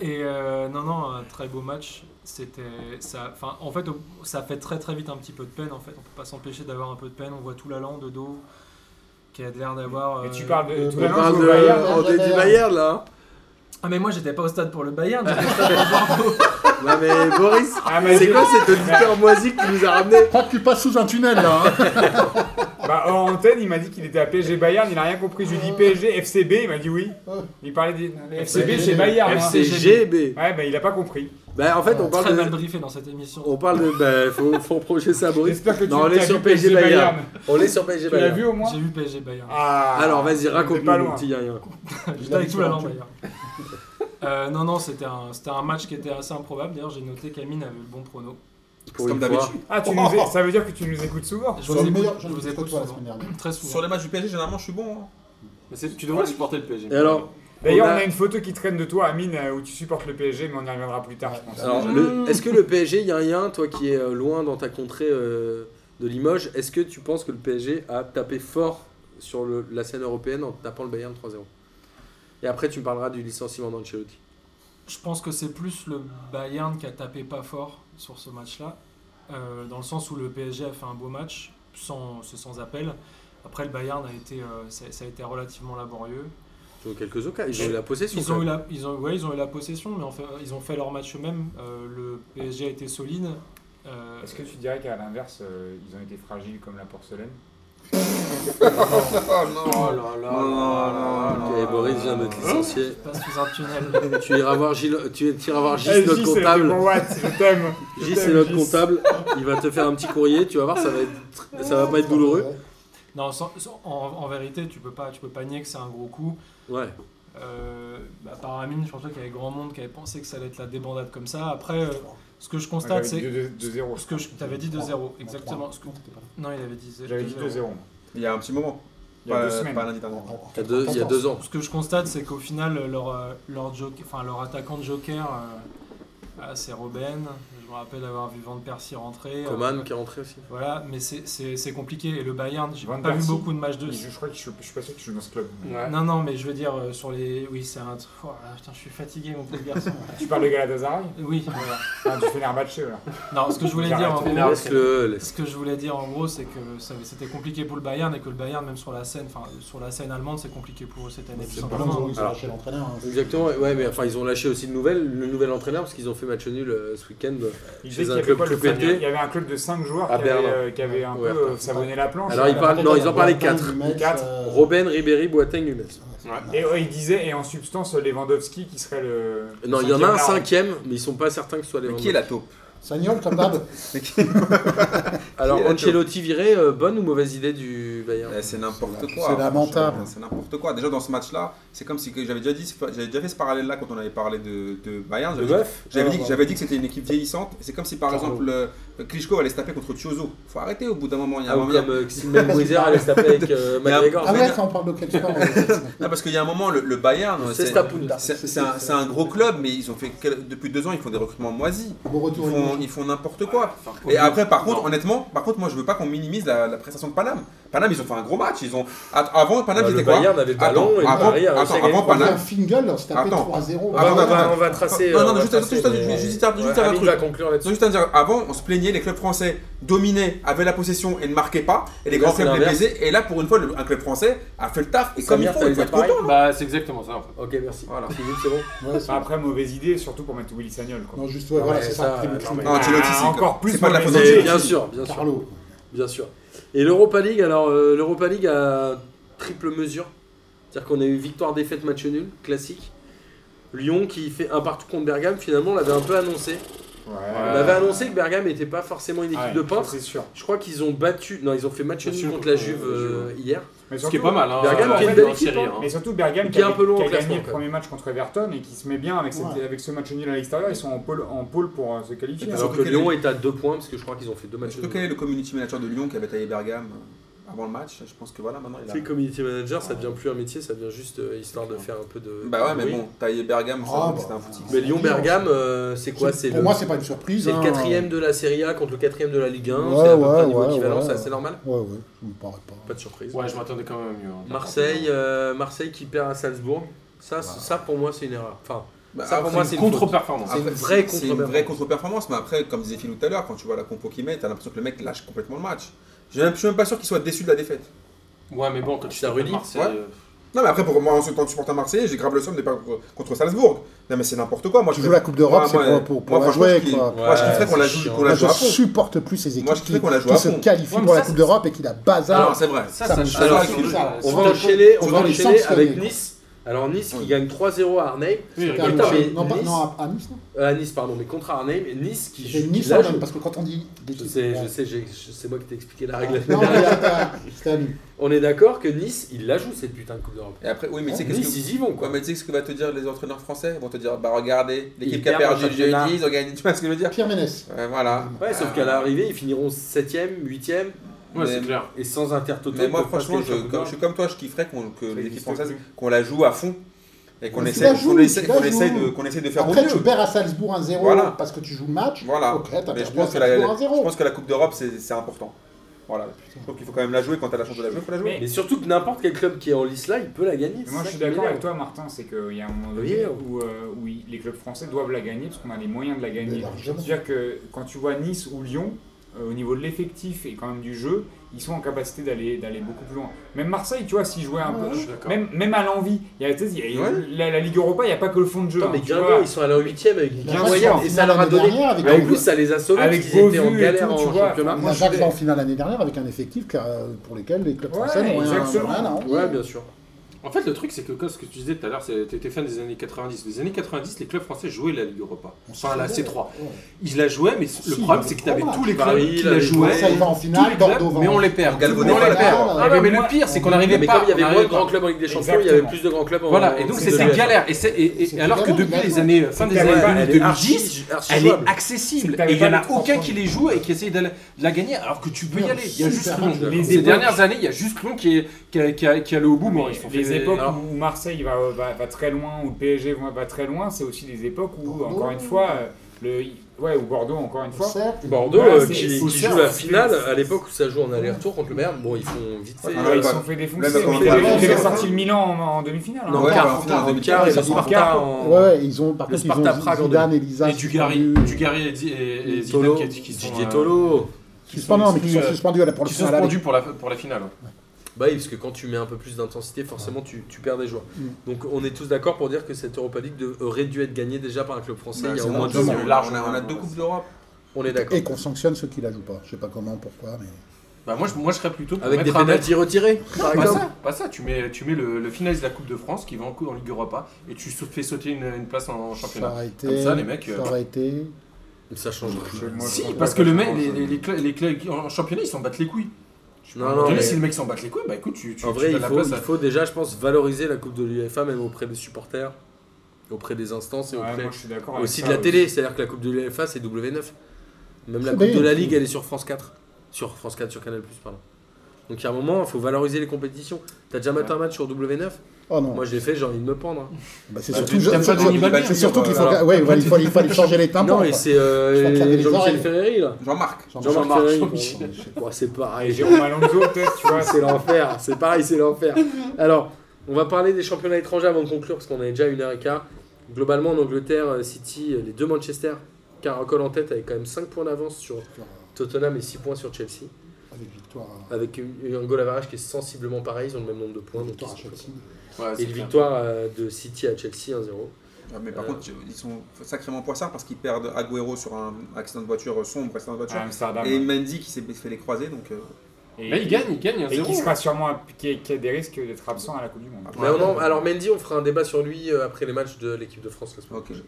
Et euh, non, non, un très beau match. C'était, ça, enfin, en fait, au- ça fait très très vite un petit peu de peine. En fait, on peut pas s'empêcher d'avoir un peu de peine. On voit tout l'allant de dos qui a l'air d'avoir.
Et
euh,
tu parles de.
euh,
tout
On
à l'heure,
parle
tu
de,
joues au Bayern.
on est du Bayern là. hein.
Ah mais moi j'étais pas au stade pour le Bayern. j'étais au stade pour Bordeaux.
hein. Ouais mais Boris,
Ah, mais
c'est
je-
quoi cet auditeur moisi qui nous a ramené
Je crois que tu passes sous un tunnel là. hein.
Bah, hors antenne, il m'a dit qu'il était à PSG Bayern, il a rien compris. Je lui ai
Ah.
dit PSG, FCB, il m'a dit oui. Il parlait des. FCB, c'est Bayern. hein.
FCGB.
Ouais, bah, il a pas compris.
Bah en fait on
Très
parle de,
mal briefé dans cette émission.
On parle de. Bah, faut, faut reprocher ça à Boris.
J'espère que tu
Non, on
as
est
vu
sur PSG Bayern. On est sur PSG
Tu l'as
Bayern.
vu au moins
J'ai vu PSG Bayern.
Ah,
Alors, vas-y,
on est pas
raconte-nous, mon
loin.
petit Yann.
J'étais avec tout l'allant Bayern. Euh, non non c'était un, c'était un match qui était assez improbable. D'ailleurs j'ai noté qu'Amine avait le bon prono.
Pour
Comme
une fois.
d'habitude.
Ah, tu nous é- ça veut dire que tu nous écoutes souvent
Je
Sur le
vous écoute,
meilleur-
je vous
ai
écoute
toi la
souvent.
semaine dernière.
Très
Sur
souvent.
les matchs du PSG, généralement, je suis bon. hein.
Mais c'est- tu devrais supporter le PSG.
Et alors,
D'ailleurs,
On
on
a-
a... une photo qui traîne de toi, Amine, euh, où tu supportes le PSG, mais on y reviendra plus tard, je pense.
alors le- est-ce que le PSG, Yann Yann, toi qui es euh, loin dans ta contrée euh, de Limoges, est-ce que tu penses que le PSG a tapé fort sur le- la scène européenne en tapant le Bayern 3-0 Et après, tu me parleras du licenciement d'Ancelotti.
Je pense que c'est plus le Bayern qui a tapé pas fort sur ce match-là, euh, dans le sens où le PSG a fait un beau match, sans, c'est sans appel. Après, le Bayern a été, euh, ça, ça a été relativement laborieux.
Ils ont eu quelques occasions. Ils ont eu la possession.
Ils
quand
ont, eu
même.
la, ils, ont, ouais, ils ont eu la possession, mais en fait, ils ont fait leur match eux-mêmes. Euh, le PSG a été solide. Euh,
Est-ce que tu dirais qu'à l'inverse, euh, ils ont été fragiles comme la porcelaine
Oh non.
Ok, Boris vient d'être licencié.
pas sous un tunnel.
tu iras voir Gilles, tu, tu iras voir Gilles,
Eh,
notre
J, c'est
comptable.
mon Watt, je t'aime. Je
J,
t'aime,
c'est notre
J.
comptable. Il va te faire un petit courrier. Tu vas voir, ça va, être, tr- ça va pas être douloureux.
non, sans- sans- en, en vérité, tu peux pas, tu peux pas nier que c'est un gros coup.
Ouais.
Euh, bah, par Amine, je pense pas qu'il y avait grand monde qui avait pensé que ça allait être la débandade comme ça. Après, euh, ce que je constate, c'est
2-0.
Ce que je t'avais dit 2-0, exactement. Ce que- Non, il avait dit 2-0.
J'avais dit 2-0.
Il y a Ah, un petit moment.
Il y a
Pas-
deux semaines.
Pas lundi dernier.
Il y a deux, il y a deux ans.
Ce que je constate, c'est qu'au final, leur, euh, leur, joker- enfin, leur attaquant de joker, euh, ah, c'est Robben, je
me rappelle avoir vu Van Persie rentrer. euh,
Coman qui est rentré aussi.
voilà, mais c'est- c'est c'est compliqué. Et le Bayern, j'ai
Van
pas vu
Persie
beaucoup de matchs de.
Je, je crois que je, je suis pas sûr que je suis dans ce club.
Non, non, mais je veux dire, euh, sur les. Oui, c'est un. Oh, là, putain, je suis fatigué, mon pauvre garçon.
Tu parles de Galatasaray
oui, voilà.
ah, Du Fenerbahce, là.
Non, ce que je voulais
J'arrête.
dire en gros,
Laisse-le, laisse
Ce que je voulais dire en gros, c'est que ça- c'était compliqué pour le Bayern et que le Bayern, même sur la scène, enfin sur la scène allemande, c'est compliqué pour eux cette année. tout
C'est pas
simplement.
long, ils ont
Alors,
lâché l'entraîneur. hein.
Exactement, ouais, mais enfin ils ont lâché aussi de nouvelles, le nouvel entraîneur parce qu'ils ont fait match nul euh, ce week-end.
Il
Chez
disait qu'il
un
y, avait
club
quoi, le
tout pété.
fameux- il y avait un club de 5 joueurs
À
qui avait,
Berlin.
euh, qui avait un
Ouais.
peu euh, savonné la planche.
Alors, il parle- non, ils en parlaient quatre.
Metz,
Ah, Quatre.
euh,
Robben, Ribéry, Boateng, Nunes.
Et ouais, il disait, et en substance, Lewandowski qui serait le.
Non, il y en a un
cinquième larron.
cinquième, mais ils sont pas certains que ce soit les
Mais qui est la taupe
Sagnol, comme d'hab.
Alors
Qui est la
Ancelotti viré, euh, bonne ou mauvaise idée du Bayern
Eh, C'est n'importe
C'est
quoi.
lamentable.
C'est n'importe quoi. Déjà dans ce match-là, c'est comme si que j'avais déjà dit, j'avais déjà fait ce parallèle-là quand on avait parlé de, de Bayern. J'avais dit- J'avais dit, que- j'avais dit que c'était une équipe vieillissante. C'est comme si par
Carlo.
exemple euh, Klitschko allait se taper contre Chiozo. Faut arrêter au bout d'un moment. Il y a
Ah,
un
ou
moment,
comme euh, Simon Brizer allait se taper avec euh, McGregor.
Ah ouais, ça, on parle de quel sport euh,
Non, parce qu'il y a un moment, le, le Bayern,
C'est
c'est-
Stapunda.
c'est c'est un, c'est un gros club, mais ils ont fait quel- depuis deux ans, ils font des recrutements moisis.
Bon
Ils
retour.
font, ils font n'importe quoi. Et après, par contre, honnêtement, par contre, moi, je veux pas qu'on minimise la, la prestation de Paname. Paname, ils ont fait un gros match. Ils ont Att- avant Paname,
Bah,
ils
le
étaient quoi
Bayern avait le ballon et le
avant,
Paris a réussi
Ah, attends,
à gagner
avant
trois
Un
Paname.
Fingal, se taper
Attends.
3-0.
On va-
Attends,
on, va,
attends.
on va tracer.
Non,
euh,
non,
on va
juste, juste,
tracer,
juste,
mais-
juste, juste dire- juste
Ouais,
dire un
Amine
truc.
va conclure
Non,
là-dessus.
juste à dire, avant, on se plaignait, les clubs français dominaient, avaient la possession et ne marquaient pas, et les
Là,
grands
c'est
clubs les
l'inverse.
baisaient. Et là, pour une fois, le- un club français a fait le taf, et comme il
Samir,
faut,
t'as
il
les
faut être
appareils
content.
Bah, c'est exactement ça en fait.
Ok, merci.
Voilà.
Philippe, c'est bon.
Ouais, c'est-
Enfin, Bah, Après, mauvaise idée, surtout pour mettre Willy Sagnol. Quoi.
Non, juste, ouais,
Non,
voilà,
mais
c'est
ça,
ça.
non, mais-
Non, Ancelotti,
Ah,
c'est-
encore plus
c'est pas de la
mauvaise
faute
idée.
bien sûr, bien sûr.
Carlo.
Bien sûr. Et l'Europa League, alors euh, l'Europa League à triple mesure. C'est-à-dire qu'on a eu victoire, défaite, match nul, classique. Lyon qui fait un partout contre Bergame, finalement on l'avait un peu annoncé.
Ouais.
On avait annoncé que Bergame n'était pas forcément une équipe
Ouais,
de
ça,
peintres.
C'est sûr.
Je crois qu'ils ont battu, non ils ont fait match
Match
nul
nul
contre
contre
la Juve
la Juve,
euh, hier.
Ce qui est pas mal. Hein,
Bergame,
euh,
qui est une
en
belle
série,
équipe, hein.
Mais surtout Bergame
Qui est un
avait-
peu long au
a
classement,
gagné le
quoi.
premier match contre Everton et qui se met bien avec, cette-
Ouais.
avec ce match nul à l'extérieur. Ils sont en pôle, en pôle pour euh, se qualifier.
Et
Alors
surtout
que
qu'elle est-
Lyon est à deux points parce que je crois qu'ils ont fait deux matchs
Surtout
nuls.
quel est le community manager de Lyon qui avait taillé Bergame euh, avant le match Je pense que voilà, maintenant il
Tu
a.
sais, community manager, ça devient plus un métier, ça devient juste euh, histoire de faire un peu de.
Bah ouais, mais
Oui.
bon, tailler Bergame, ça,
Ah,
c'était
bah.
un footing.
Mais Lyon-Bergame, euh, c'est quoi C'est
Pour
le-
moi, c'est pas une surprise.
C'est le
hein.
quatrième de la Serie A contre le quatrième de la Ligue 1.
Ouais,
c'est à peu près
ouais,
un niveau
ouais,
équivalent,
ouais.
c'est assez normal.
Ouais, ouais, je me paraît pas.
Pas de surprise.
Ouais, je m'attendais quand même à mieux. hein.
Marseille, euh, Marseille qui perd à Salzbourg. Ça, c'est- ça pour moi, c'est une erreur. Enfin,
Bah,
ça pour
après,
moi, c'est
C'est
une
une
faute.
contre-performance.
c'est une
après,
vraie
c'est une vraie
contre-performance.
contre-performance, mais après, comme disait Philou tout à l'heure, quand tu vois la compo qu'il met, t'as l'impression que le mec lâche complètement le match. Je je suis même pas sûr qu'il soit déçu de la défaite.
Ouais, mais bon, quand tu
Ça
t'appelles
relie,
Marseille,
ouais.
euh,
Non, mais après, pour moi, en ce temps de supporter marseillais, j'ai grave le somme de perdre contre- contre Salzbourg. Non, mais c'est n'importe quoi. Moi,
Tu
je
joues la Coupe d'Europe,
Moi,
c'est
moi,
pour, pour, pour
moi,
la
franchement,
jouer,
je kiffe.
quoi.
Ouais,
Moi, je kifferais qu'on la
c'est
joue
chiant.
qu'on
Moi,
la
je
joue à fond.
supporte plus ces équipes
Moi, je
qui,
kifferais qu'on la joue
qui
à
se
fond.
qualifient
Ouais, mais
pour la
ça,
Coupe
c'est-
d'Europe et qui la
Ah non,
bazar.
c'est vrai.
ça,
ça
ça,
me
ça,
choque.
Alors,
c'est ça.
On
Faut
va
dans-
enchaîner, on
faut
va
dans les
enchaîner
chances,
avec
les-
Nice. Alors Nice qui
Oui.
gagne 3-0 à Arnhem,
Oui,
C'était à
Putain,
Nice.
mais
Non, pas-
Nice-
non, à- à Nice, non
Euh, à Nice pardon, mais contre Arnhem, et Nice qui
C'était
qui
Nice
la
à
joue.
Nice, parce que quand on dit
Je
l'équipe-
sais, je
Ouais.
sais, j'ai- je- c'est moi qui t'ai expliqué la règle.
Ah, Non, mais c'était à- c'était à Nice.
On est d'accord que Nice, ils la jouent cette putain de Coupe d'Europe.
Et après, oui, mais tu sais qu'est-ce
Nice,
que.
ils y vont
Quoi,
quoi.
mais tu sais ce que va te dire les entraîneurs français Ils vont te dire bah regardez,
Ils
l'équipe qui a
perdent
perdu
en
le
championnat.
jeudi, ils ont gagné. Tu vois ce que je veux dire
Pierre Ménès.
Ouais, Voilà.
Ouais, sauf
Euh,
qu'à l'arrivée, ils finiront 7ème, 8ème
Ouais, c'est
mais-
clair.
et sans intertotal.
Mais moi,
peuvent pas se
franchement, je,
qualifier en Coupe
comme- je
d'Europe.
suis comme toi, je kifferais qu'on- que les équipes
existe
françaises,
plus.
qu'on la joue à fond et qu'on
Mais tu
essaie,
la joues,
qu'on essaie,
tu la
qu'on
joues.
essaie de, qu'on essaie de faire au
Après, tu
mieux.
perds à Salzbourg 1-0
Voilà.
parce que tu joues le match.
Voilà.
Ok,
Mais
t'as
je
perdu à
pense, que la,
Salzbourg
je
1-0.
pense que la Coupe d'Europe, c'est c'est important. Voilà. Je trouve qu'il faut quand même la jouer quand t'as la chance de la jouer, faut la jouer.
Mais surtout que n'importe quel club qui est en lice là, il peut la gagner.
Mais
c'est
moi,
ça
je suis
qui
d'accord
m'énerve.
avec toi, Martin, c'est qu'il y a un moment
Oui,
donné
oh.
où, euh, où il- les clubs français doivent la gagner parce qu'on a les moyens de la
Mais
gagner.
largement.
C'est-à-dire que quand tu vois Nice ou Lyon, euh, au niveau de l'effectif et quand même du jeu, ils sont en capacité d'aller d'aller beaucoup plus loin. Même Marseille, tu vois, s'ils jouaient un
Ouais,
peu,
Je suis d'accord.
même, même à l'envie, il y a, tu sais, il y a-
Ouais.
la, la Ligue Europa, il n'y a pas que le fond de jeu.
Putain,
hein,
mais
tu
Guingamp,
vois.
ils sont allés en 8ème avec une
Bien
classe
sûr.
moyenne et ça leur a donné.
Avec
En
un-
plus, ça les a sauvés
Avec
parce qu'ils étaient
Beauvue
en
et
galère
tout, tu
en
vois.
championnat.
Moi,
L'Ajax
je
va en
vais-
finale l'année dernière avec un effectif car- euh, pour lequel les clubs
Ouais,
français n'ont rien
exactement.
rien hein. à envier.
Ouais, bien sûr.
En fait, le truc, c'est que comme ce que tu disais tout à l'heure, c'est- t'étais fan des années 90. Les années 90, les clubs français jouaient la Ligue Europa.
On
Enfin,
s'en
la
fout.
C3.
Ouais.
Ils la jouaient, mais
Si,
le
il y
problème,
avait
c'est que
trois
t'avais
matchs.
tous les clubs
Paris,
qui
la
la
Juve,
jouaient.
Marseille va en
Tous les
finale,
clubs,
Bordeaux va
mais
en-
on les perd.
On
Mais on
galvaudait
les perd.
pas.
Ah, mais,
Mais
le
moi-
pire, c'est qu'on
Mais,
n'arrivait pas.
comme il y
on
avait moins
arrivait
de grands
pas.
clubs en Ligue des Champions, il y avait
Exactement.
plus de grands clubs en
Voilà, et
en
donc
Coupe de
c'était
Ligue.
galère. Et, c'est- et- et-
C'est
alors que
galère,
depuis
galère.
les années, fin des
Ouais,
années
Ouais, elle est
2010,
archi- archi
elle est
jouable.
C'est
accessible.
que t'avais
Et il n'y en
pas
a
les
aucun
trois
qui les joue et qui essaye d'aller- de la gagner, alors que tu peux y
Ouais,
aller. Il y a juste
super
Lyon.
match, d'accord.
Les
Ces
époques-
dernières années, il y a juste Lyon qui est, qui a- qui a- qui est allé au bout. Bon,
Mais
ils se sont
les
fait-
époques
alors,
où Marseille va, va, va très loin, où le PSG va, va très loin, c'est aussi des époques où,
Bordeaux.
encore une fois, euh, le, Ouais, ou Bordeaux, encore une fois.
Certes,
Bordeaux,
Voilà,
euh,
c'est-
qui,
c'est-
qui
c'est-
joue la
c'est-
finale
c'est-
à l'époque où ça joue en aller-retour contre le maire, bon, ils font vite fait.
Ah, ils
bah,
se sont fait défoncer.
bah,
mais
on
Ils
va-
avaient- ils avaient
on va-
sorti le Milan en, en demi-finale. hein.
Non,
Ouais,
quart,
bah, en
quart,
finale, en
quart, ils
demi-finale,
ont sorti
ils ont sorti
quart
quart.
en-
ouais, ouais, ils ont par
Le
contre ils
Sparta
ont
Prague en
Zidane et Lisa
Et Dugarry, Dugarry et, Di- et, et Zidane
Tolo,
qui, qui sont,
Didier
euh,
Tolo.
qui sont
suspendus, mais qui
exclus,
sont
euh,
suspendus à la- pour le
qui sont
final.
suspendus pour la, pour la finale.
Bah oui, parce que quand tu mets un peu plus d'intensité, forcément, tu, tu perds des joueurs.
Mm.
Donc on est tous d'accord pour dire que cette Europa League de- aurait dû être gagnée déjà par un club
Bah,
français il y a
c'est
au moins
bon,
deux
on
ans.
a-
large,
on a- on a
ouais,
deux
ouais.
coupes d'Europe.
On est d'accord.
Et qu'on sanctionne ceux qui la jouent pas. Je sais pas comment, pourquoi, mais.
Bah moi, je, moi, je serais plutôt pour
Avec des
mettre un
pénaltys retirés, par
Bah,
Pas
exemple.
ça, pas ça. Tu mets, tu mets le, le finaliste de la Coupe de France qui va en, cou- en Ligue Europa et tu sa- fais sauter une, une place en
Ça
championnat.
aurait été.
Comme ça, les mecs, euh,
Ça aurait été.
Ça change rien.
Je- moi, je
Si,
pense
parce
pas
que le
ça
mec,
change,
les,
euh,
les, les cla- les cla- qui- en en championnat, ils s'en battent les couilles.
Non,
Tu
non,
vois,
mais
Si le mec s'en bat les couilles, bah écoute, tu, tu,
en
tu
vrai,
donnes
il
la
faut,
place
il
à-
faut déjà, je pense, valoriser la Coupe de l'UEFA, même auprès des supporters, auprès des instances et
ouais,
auprès
moi, je suis d'accord avec
aussi
ça,
de la
aussi.
télé. C'est-à-dire que la Coupe de l'UEFA, c'est W9. Même la
C'est
Coupe de
bien.
la Ligue, elle est sur France 4. Sur France 4, sur Canal+, pardon. Donc il y a un moment, il faut valoriser les compétitions. T'as déjà maté un match sur W9
Oh non.
Moi, je l'ai fait, j'ai envie de me pendre. hein.
Bah, c'est
Bah,
surtout.
tu-
je-
t'aimes pas
surtout-
Denis Balbert
C'est surtout qu'il faut.
Voilà.
Ouais, voilà, il faut il faut aller changer les tympans.
Non, et
quoi.
c'est euh,
Je crois qu'il avait les
Jean-Michel
oreilles.
Ferreri, là.
Jean-Marc.
Jean-Marc.
Jean-Marc
Jean-Marc,
Ferreri.
Jean-Michel.
bon, bon, c'est pareil.
Jérôme Alonso, peut-être, tu vois.
C'est l'enfer, c'est pareil, c'est l'enfer. Alors, on va parler des championnats étrangers avant de conclure, parce qu'on a déjà une heure et quart. Globalement, en Angleterre, euh, City, euh, les deux Manchester, Caracol en tête, avec quand même 5 points d'avance sur Tottenham et 6 points sur Chelsea.
Avec victoire. euh,
Avec une- un goal average qui est sensiblement pareil, ils ont le même nombre de points. donc
victoire à
ils sont
Chelsea.
Ouais,
Et
c'est
une
clair.
victoire euh, de City à Chelsea 1-0.
Ah, Mais par
Euh.
contre, ils sont sacrément poissards parce qu'ils perdent Agüero sur un accident de voiture euh, sombre, accident de voiture.
À Amsterdam.
Et Mendy qui s'est fait les croisés, donc euh,
Et-
Mais il gagne, il gagne
Et
1-0.
qui sera sûrement qui qui a des risques d'être absent à la Coupe du Monde.
Mais on en- alors Mendy, on fera un débat sur lui euh, après les matchs de l'équipe de France la semaine
ok.
prochaine.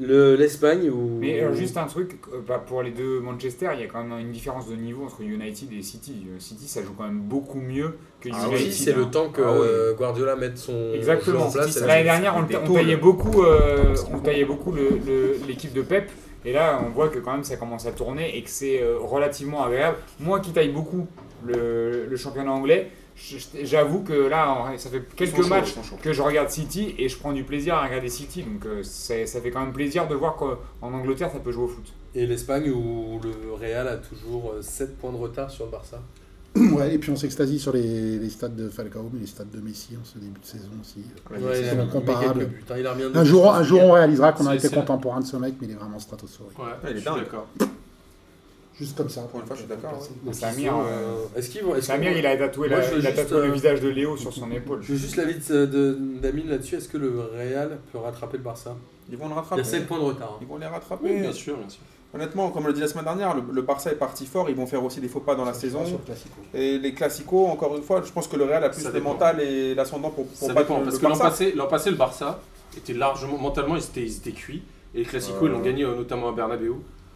Le- L'Espagne ou...
Mais euh, juste un truc, euh, bah, pour les deux Manchester, il y a quand même une différence de niveau entre United et City. Euh, City, ça joue quand même beaucoup mieux que
Ah
City,
United.
oui,
c'est le temps que
Ah oui.
euh, Guardiola mette son jeu
Exactement.
en place.
City,
et
L'année
là,
dernière, on,
des
on
taux,
taillait
là.
beaucoup, euh, on taillait beaucoup le- le- l'équipe de Pep. Et là, on voit que quand même ça commence à tourner et que c'est euh, relativement agréable. Moi qui taille beaucoup le, le championnat anglais, je- je- j'avoue que là, en- ça fait
Ils sont
quelques
chauds,
matchs
ils sont chauds.
que je regarde City et je prends du plaisir à regarder City. Donc euh, c'est- ça fait quand même plaisir de voir qu'en Angleterre, ça peut jouer au foot.
Et l'Espagne où le Real a toujours 7 points de retard sur le Barça.
Ouais, et puis on s'extasie sur les, les stades de Falcao, mais les stades de Messi en ce début de saison aussi.
il a
c'est
mis
incomparable.
quelques buts, hein, il a remis
Un jour, un jour on réalisera qu'on a
C'est-
été
c'est-
contemporain de ce mec, mais il est vraiment stratosphérique.
Ouais,
il est
je suis
dingue.
d'accord.
Juste comme ça.
Pour une fois, je suis d'accord, hein. ouais.
Donc, ils
Samir,
sont,
euh,
euh, Est-ce qu'ils vont... Est
Samir, il a tatoué,
Moi,
la-
je veux
il a
juste,
tatoué
euh,
le visage de Léo sur son épaule.
Je veux juste l'avis de- de- d'Amine là-dessus. Est-ce que le Real peut rattraper le Barça
Ils vont le
Il y
rattraper.
a 7 points de retard. hein.
Ils vont les rattraper.
Oui, bien sûr, bien sûr.
Honnêtement, comme on l'a dit la semaine dernière, le, le Barça est parti fort. Ils vont faire aussi des faux pas dans la saison.
Sur le classico.
Et les classicos, encore une fois, je pense que le Real a plus
Ça
de
dépend.
mental et l'ascendant pour, pour
Ça
battre
dépend,
le,
parce
le
que l'an
Barça.
passé, l'an passé, le Barça était largement, mentalement, ils étaient, ils étaient cuits. Et les Classico,
Euh.
ils l'ont gagné euh, notamment à Bernabeu.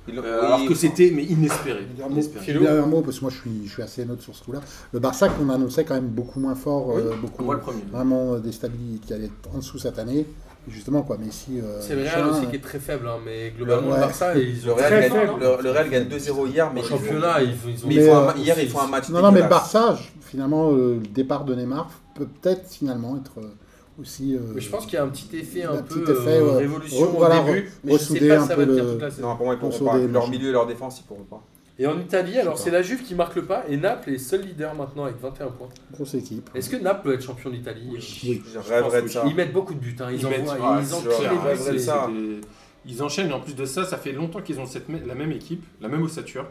Ils l'ont-
Euh,
oui,
alors que
enfin,
c'était mais inespéré.
Je vais dire un
hein.
mot.
inespéré.
Je vais dire un mot, parce que moi je suis, je suis assez neutre sur ce coup-là. Le Barça qu'on annonçait quand même beaucoup moins fort, euh, beaucoup
Moi le premier.
vraiment euh, déstabilisé, qui allait être en dessous cette année. Et Justement, quoi, Messi. euh,
C'est le Real
machin,
aussi
euh,
qui est très faible, hein, mais globalement
Ouais.
le Barça, ils
Le
ont
Real,
Très
gagne,
faible.
le, le Real gagne 2-0 hier, mais
Au
ils
championnat,
vont-
ils, ils ont.
mais ils font un ma-
ils-
hier, ils font un match.
euh, Non, non, mais le
dégueulasse.
Barça, je- finalement, euh, le départ de Neymar peut peut-être finalement être euh, aussi. euh,
Mais je pense qu'il y a un petit effet un,
Un
peu
petit effet,
euh,
ouais.
révolution
Re-
au
voilà,
début,
re-
mais je sais
ressouder
pas
un
si ça
peu
va tenir
le-
toute la saison.
Non, pour moi, ils pourront
Sur
pas.
des
Leur
matchs.
milieu et leur défense, ils pourront pas.
Et en Italie, alors
pas.
c'est la Juve qui marque le pas et Naples est seul leader maintenant avec 21 points.
Grosse équipe.
Est-ce que Naples peut être champion d'Italie
Oui.
Je rêverais de
oui.
ça.
Ils mettent beaucoup de buts, hein. ils,
Ils
envoient,
mettent-
ah,
ils
c'est
enchaînent
genre,
les
ah,
vrais
c'est
les-
ça.
C'est des- Ils enchaînent, et en plus de ça, ça fait longtemps qu'ils ont cette mê- la même équipe, la même ossature.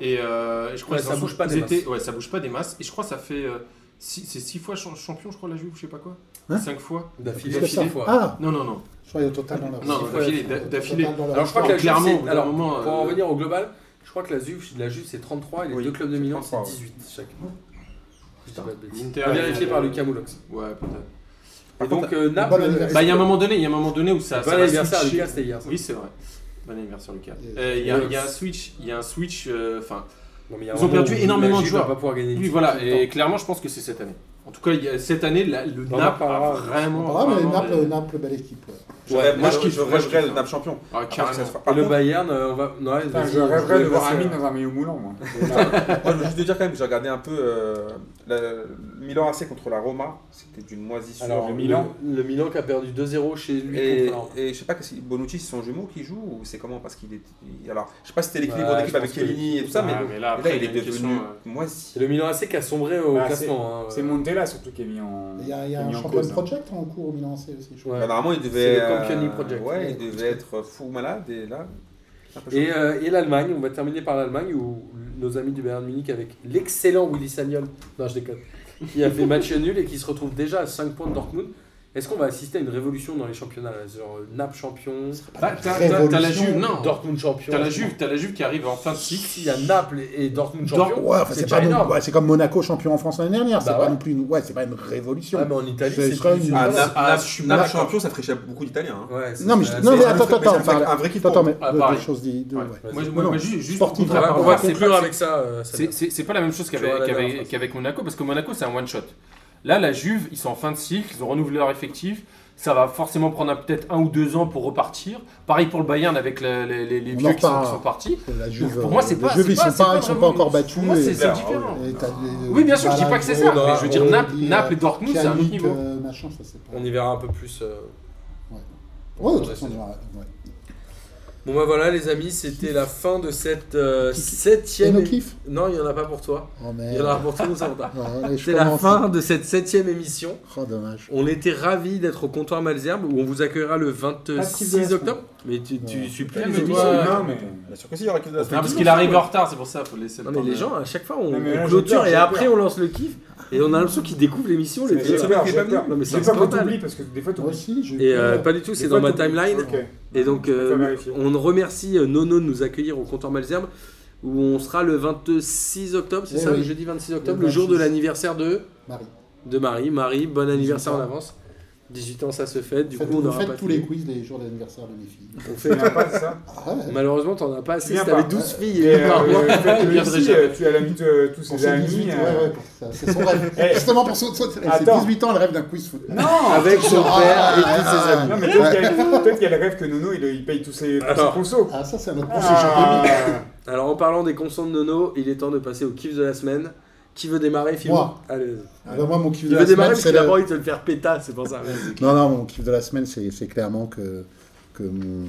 Et euh, je crois
Ouais,
qu'ils
ça
en
bouge
sont-
pas des
ils
masses.
étaient- ouais, ça bouge pas des masses. Et je crois que ça fait. euh, six- c'est 6 fois cha- champion, je crois, la Juve, je sais pas quoi.
Hein
5 fois.
D'affilée,
Plus que ça.
six fois.
Ah,
Non, non, non.
je crois qu'il y a total dans la
Non,
fois,
d'affilée,
total
d'a- d'affilée.
dans leur
Alors je crois que la
Clairement,
Juve,
au bout
c'est-
d'un
alors,
moment,
pour
euh,
en revenir au global, je crois que la Juve, la Juve c'est 33 et les
Oui,
deux clubs de Milan c'est
33,
18 chacun. Je dis pas de bêtises.
L'Inter,
À vérifier
euh,
par Lucas Moulox.
Ouais, peut-être.
Et donc euh,
bon
Naples,
anniversaire.
Bah, il y a un moment donné, il y a un moment donné où ça.
bon
ça va
anniversaire à
switcher.
Lucas, c'était hier. ça.
Oui, c'est vrai. Bon anniversaire, Lucas.
Yes.
Euh, Il y, a-
Yes.
il y a un switch, il y a un switch. euh, Enfin,
Non, mais il y a un
Ils ont
moment
perdu
où
énormément
la
de
Juve
joueurs.
va pas pouvoir gagner.
oui,
du tout
voilà.
tout le temps.
Et clairement, je pense que c'est cette année.
En tout cas, il y a- cette année, la- le
On en
Naples a
parlera.
vraiment.
Ah, mais
vraiment-
Naples, Naples, belle équipe. ouais.
Je rêve-
moi, je
je-
kiffe,
je
moi, je
rêverais
kiffe.
de Naples champion.
Ah,
Après, ça
carrément.
se fera-
Et
Par
le
contre,
Bayern, euh, on va. Non,
Putain,
vas-y,
je rêverais
voulais
de voir
passer,
Amine
euh,
dans un maillot moulant, moi.
Moi, je veux juste te dire quand même, j'ai regardé un peu euh, la- Milan AC contre la Roma. C'était d'une moisissure.
Alors, le Milan.
Le, le Milan qui a perdu 2-0 chez lui
Et,
contre Arles.
et je sais pas, que si Bonucci, c'est son jumeau qui joue ou c'est comment Parce qu'il est. il- Alors, je sais pas si c'était l'équilibre
Ouais,
d'équipe
je
avec
pense que-
Kellini et tout ça, mais,
Ah, mais là,
mais
après,
là, il
il y
est
a une question,
devenu
euh,
moisi.
C'est le Milan AC qui a sombré au
Bah,
classement. hein.
C'est Montella surtout qui est mis en.
Il y a, il y a
qui est mis
un
en
champion
cause, hein.
project en cours au Milan AC aussi. je crois.
Ouais.
Bah, normalement, il
C'est
devait.
le Campioni Project.
Ouais, il devait être fou malade et là. c'est un peu chaud.
Et, euh, et l'Allemagne, on va terminer par l'Allemagne où nos amis du Bayern Munich avec l'excellent Willy Sagnol, non je déconne, qui a fait match nul et qui se retrouve déjà à 5 points de Dortmund. Est-ce qu'on va assister à une révolution dans les championnats là Genre euh, Naples champion,
Bah, t'as- t'as t'as la Juve, non.
Dortmund champion.
T'as la Juve, t'as la Juve qui arrive en fin de cycle.
S'il y a Naples et et Dortmund champion,
Ouais, enfin,
c'est
c'est
déjà
pas non-
énorme.
ouais, c'est comme Monaco champion en France l'année dernière.
Bah
c'est pas
ouais.
non plus une, ouais, c'est pas une révolution.
Ouais, Ah, mais en Italie,
Ce
c'est
serait
plus
une-
Ah,
Ah,
Nap-
ah,
Nap-
je suis
Naples
d'accord.
champion, ça ferait chier à beaucoup d'Italiens. hein.
Ouais, c'est-
non, mais, je-
c'est-
non,
c'est-
mais
c'est
attends,
un truc-
attends,
mais
attends,
c'est un
parle-
truc- un vrai kiff
attends,
pour-
mais
Ah,
deux-
pareil.
deux choses dites. deux-
Ouais.
ouais.
Moi, je-
Non,
moi,
non.
moi, ju- juste
On
Sportivement,
pour-
va,
pour-
on va
pour-
conclure avec ça. euh, ça
C'est- C'est c'est pas la même chose
Je vois
qu'avec
la
qu'avec-
dernière phrase.
qu'avec Monaco, parce que Monaco, c'est un one-shot. Là, la Juve, ils sont en fin de cycle, ils ont renouvelé leur effectif. Ça va forcément prendre un- peut-être un ou deux ans pour repartir. Pareil pour le Bayern avec la- les, les- les
On en
vieux qui sont,
reparlera.
qui sont partis.
La Juve,
pour moi,
euh,
c'est
les
pas.
Juves,
c'est
ils sont pas,
c'est
ils sont pas
révolu-
encore battus.
Pour moi,
et-
c'est c'est
Ah,
différent.
et t'as les-
Oui, bien sûr, je dis pas que c'est ça,
Voilà,
mais je veux dire,
euh,
Naples-
les-
Naples et Dortmund, c'est un autre
Pjanic,
niveau.
euh, machin, ça, c'est pas-
On y verra un peu plus. euh,
Ouais, de
Pour
toute façon,
la
on
saison.
verra, ouais.
Bon bah voilà les amis, c'était la fin de cette euh,
Et
septième.
nos
émi-
kiffs
Non, il y en a pas pour toi.
Oh
Il y en
merde.
a pour tout le monde.
Ouais, allez, je
C'est la
commence.
fin de cette septième émission.
Oh dommage.
On était ravis d'être au comptoir Malzerbe où on vous accueillera le
Pas de kiff de la
26
semaine.
octobre. Mais euh, tu, tu
Ouais.
suis plus
Ouais,
les
mais
émissions.
dis- non, mais-
Bien sûr que si, il y aura que de
Ah, parce qu'il arrive en retard, c'est pour ça, faut le laisser le
Non mais
temps
les
de-
gens à chaque fois on,
Non, mais
on
là, j'ai
clôture
peur,
et
j'ai
après
peur.
on lance le kiff et on a l'impression qu'ils découvrent l'émission les
Mais
deux
j'ai
semaines.
peur, j'ai peur.
Non mais
J'ai
c'est un
peur que
scandale.
t'oublies parce que des fois
Moi
t'oublies.
aussi, j'ai eu
Et
peur.
euh, pas du tout, c'est dans ma timeline. Et donc,
Je préfère
euh,
vérifier.
on remercie euh, Nono de nous accueillir au comptoir Malzerbe, où on sera le 26 octobre, c'est
Eh
ça, le
oui.
jeudi 26 octobre,
Le
le jour de
26.
l'anniversaire de,
Marie.
de Marie. Marie, bon anniversaire en
18 ans.
avance. 18 ans, ça se fête, du
Faites-
coup, on
vous
n'aura
faites
pas
tous les quiz les jours d'anniversaire de mes filles.
On fait-
Tu viens pas de ça
Ah ouais.
Malheureusement, t'en as pas assez,
viens
si t'avais
pas.
12 filles.
Et
et
euh,
par mois.
le fait de
Il viendrait
Lucie,
jamais.
euh, tu as l'ami de tous
Pour
ses
ses
amis.
18 ans,
euh,
ouais, ouais, pour ça, c'est son rêve.
Eh.
Justement, pour son, son- ses
Attends.
18 ans, elle rêve d'un quiz foot.
Non
Avec son
Ah,
père et tous ses
ah,
amis.
Non, mais peut-être qu'il y a- peut-être qu'il y a le rêve que Nono il, il paye tous ses, tous ses
Alors.
consos.
Ah, ça, c'est un autre
Ah.
projet.
Alors, en parlant des consons de Nono, il est temps de passer au kiff de la semaine. Qui veut démarrer, Philou
Moi.
Allez, vas-y.
Ah bah, moi, mon kiff
Il
de
veut
la
démarrer
semaine,
parce que
c'est
d'abord,
le...
il veut le faire péta, c'est pour ça. Vas-y.
Non, non, mon kiff de la semaine, c'est c'est clairement que, que mon,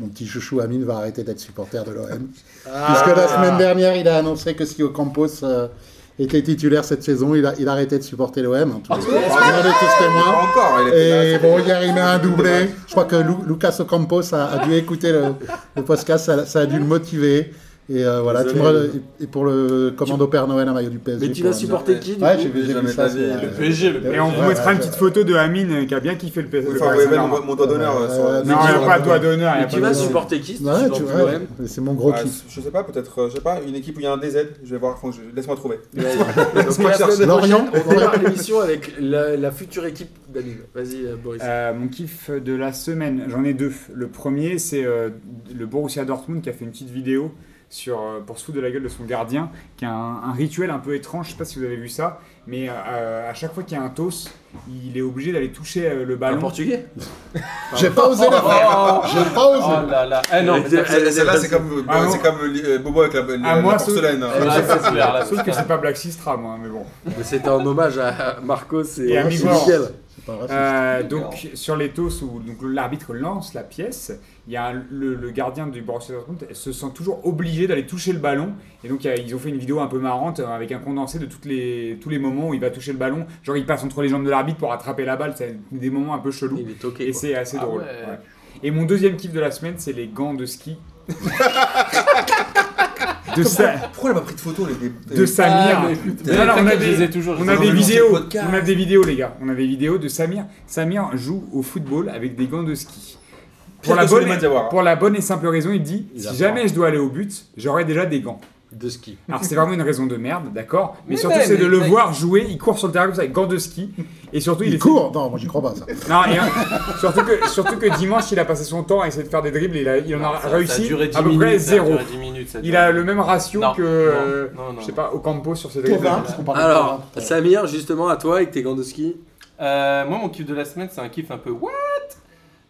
mon petit chouchou Amine va arrêter d'être supporter de l'OM. Puisque la semaine dernière, il a annoncé que si Ocampos euh, était titulaire cette saison, il, a- il arrêtait de supporter l'OM. hein, tous
Ah.
les- on en est tous témoins.
Encore, hein, il était
Et
là,
bon, hier, il met un doublé. Je crois que Lu- Lucas Ocampos a, a dû écouter le, le podcast, ça, ça a dû le motiver. Et euh, voilà, tu me re- et pour le commando Père Noël, un maillot du PSG.
Mais tu
pour
vas
un-
supporter qui du
Ouais,
coup
j'ai vu j'ai
Jamais
vu
de
ça.
la
c'est,
vie.
euh,
Le
PSG, le
Et on vous
Ouais,
mettra
ouais,
une petite photo de Amine euh, qui a bien kiffé le
Enfin,
PSG.
ouais, ben, mon mon doigt d'honneur euh, sur
Non,
Euh,
il n'y a
sur-
pas de doigt d'honneur. il y a
Mais
pas
tu
de
vas
doigt d'honneur.
supporter qui si
ouais,
tu
tu
supportes
vois,
l'OM
c'est mon gros
Ah,
kiff.
je sais pas, peut-être, euh, je sais pas, une équipe où il y a un DZ, je vais voir, faut que je- laisse-moi trouver.
Eh,
Parce que la
cherche
semaine
Lorient.
prochaine, on démarre l'émission avec la, la future équipe d'Amine. Vas-y, euh, Boris.
Euh, mon kiff de la semaine, j'en ai deux. Le premier, c'est euh, le Borussia Dortmund qui a fait une petite vidéo sur, euh, pour se foutre de la gueule de son gardien, qui a un, un rituel un peu étrange, je sais pas si vous avez vu ça, mais euh, à chaque fois qu'il y a un toss, il est obligé d'aller toucher euh, le ballon.
portugais
J'ai pas osé la faire.
Oh,
J'ai pas
oh
osé.
là là. Eh non,
Mais
c'est-
c'est-
Celle- Celle-là, c'est comme,
Ah,
bon,
non.
c'est comme euh, Bobo avec la, la-
Ah,
la
moi,
porcelaine. hein.
là, c'est clair, là,
Sauf que c'est pas Black Sistra, moi, mais bon.
Mais c'était en hommage à Marcos et,
Et
à
à Miguel.
Miguel.
C'est pas vrai,
Euh, donc sur les toss où donc, l'arbitre lance la pièce, il y a le, le gardien du Borussia Dortmund se sent toujours obligé d'aller toucher le ballon. Et donc il y a- ils ont fait une vidéo un peu marrante euh, avec un condensé de toutes les, tous les moments où il va toucher le ballon. Genre il passe entre les jambes de l'arbitre pour attraper la balle. C'est des moments un peu chelous.
Il est toqué.
Et
quoi.
c'est assez
Ah
drôle.
ouais.
ouais. Et mon deuxième kiff de la semaine, c'est les gants de ski. de sa,
Pourquoi elle m'a pris de photo les des-
Eh, de
des-
Samir.
Ah, Mais
Non, non, on a
t'inquiète,
des-
je les ai toujours. je
On
les ai
a des
toujours.
vidéos,
le podcast.
on a des vidéos les gars, on a des vidéos de Samir. Samir joue au football avec des gants de ski.
Pire
Pour la,
que
bonne
Souleymane
et,
Diawara.
pour la bonne et simple raison, il dit
Il
si
apprend.
jamais je dois aller au but, j'aurai déjà des gants.
de ski.
Alors c'est vraiment une raison de merde, d'accord Mais,
Mais
surtout
ouais,
c'est de
mais
le
ça-
voir jouer, il court sur le terrain comme ça avec gants de ski, et surtout il,
Il
est-
court Non, moi j'y crois pas ça.
Non, et, hein, surtout, que, surtout que dimanche il a passé son temps à essayer de faire des dribbles, et il, a- il en a
Ça- ça
réussi
duré 10
à peu
minutes,
près
ça
zéro.
duré 10 minutes, ça
Il
duré-
a le même ratio
Non,
que,
non,
euh,
non, non,
je sais
non.
pas, Ocampo sur ses dribbles.
Tovin, parce qu'on parle hein
Alors,
de Tovin.
Samir, justement, à toi avec tes gants de ski.
Euh, moi, mon kiff de la semaine, c'est un kiff un peu what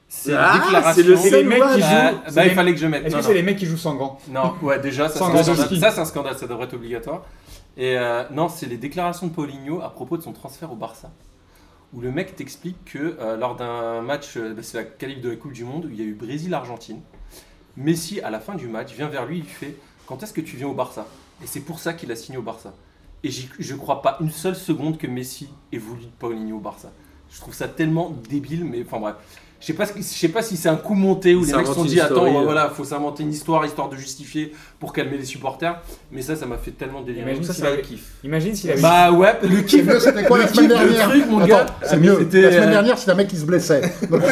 C'est
Ah,
la déclaration.
c'est le
C'est les mecs qui
Ah,
jouent.
bah,
c'est
il
les-
fallait que je mette.
Est-ce
Non,
que
non.
c'est les mecs qui jouent sans gants
Non, ouais, déjà, ça,
Sans
c'est un
Gordon
scandale.
Ski.
Ça, c'est un scandale, ça devrait être obligatoire. Et euh, non, c'est les déclarations de Paulinho à propos de son transfert au Barça. Où le mec t'explique que euh, lors d'un match, euh, bah, c'est la qualif de la Coupe du Monde, où il y a eu Brésil-Argentine, Messi, à la fin du match, vient vers lui, il lui fait Quand est-ce que tu viens au Barça Et c'est pour ça qu'il a signé au Barça. Et j'y- je crois pas une seule seconde que Messi ait voulu de Paulinho au Barça. Je trouve ça tellement débile, mais enfin bref. Je sais pas, ce qui- je sais pas si c'est un coup monté où
Il
les mecs se sont
s'invente
dit
une
Attends,
story,
ouais,
euh.
voilà, faut s'inventer une histoire, histoire de justifier pour calmer les supporters. Mais ça, ça m'a fait tellement délirer.
Imagine
Ça, c'est
s'il
pas le
avait-
kiff.
imagine s'il avait.
Bah ouais, le
C'est
kiff,
mieux, c'était quoi la
le
semaine
kiff, le
dernière
truc, mon gars.
Attends, c'est mieux.
c'était,
La semaine
euh,
dernière, c'est un mec qui se blessait. Donc,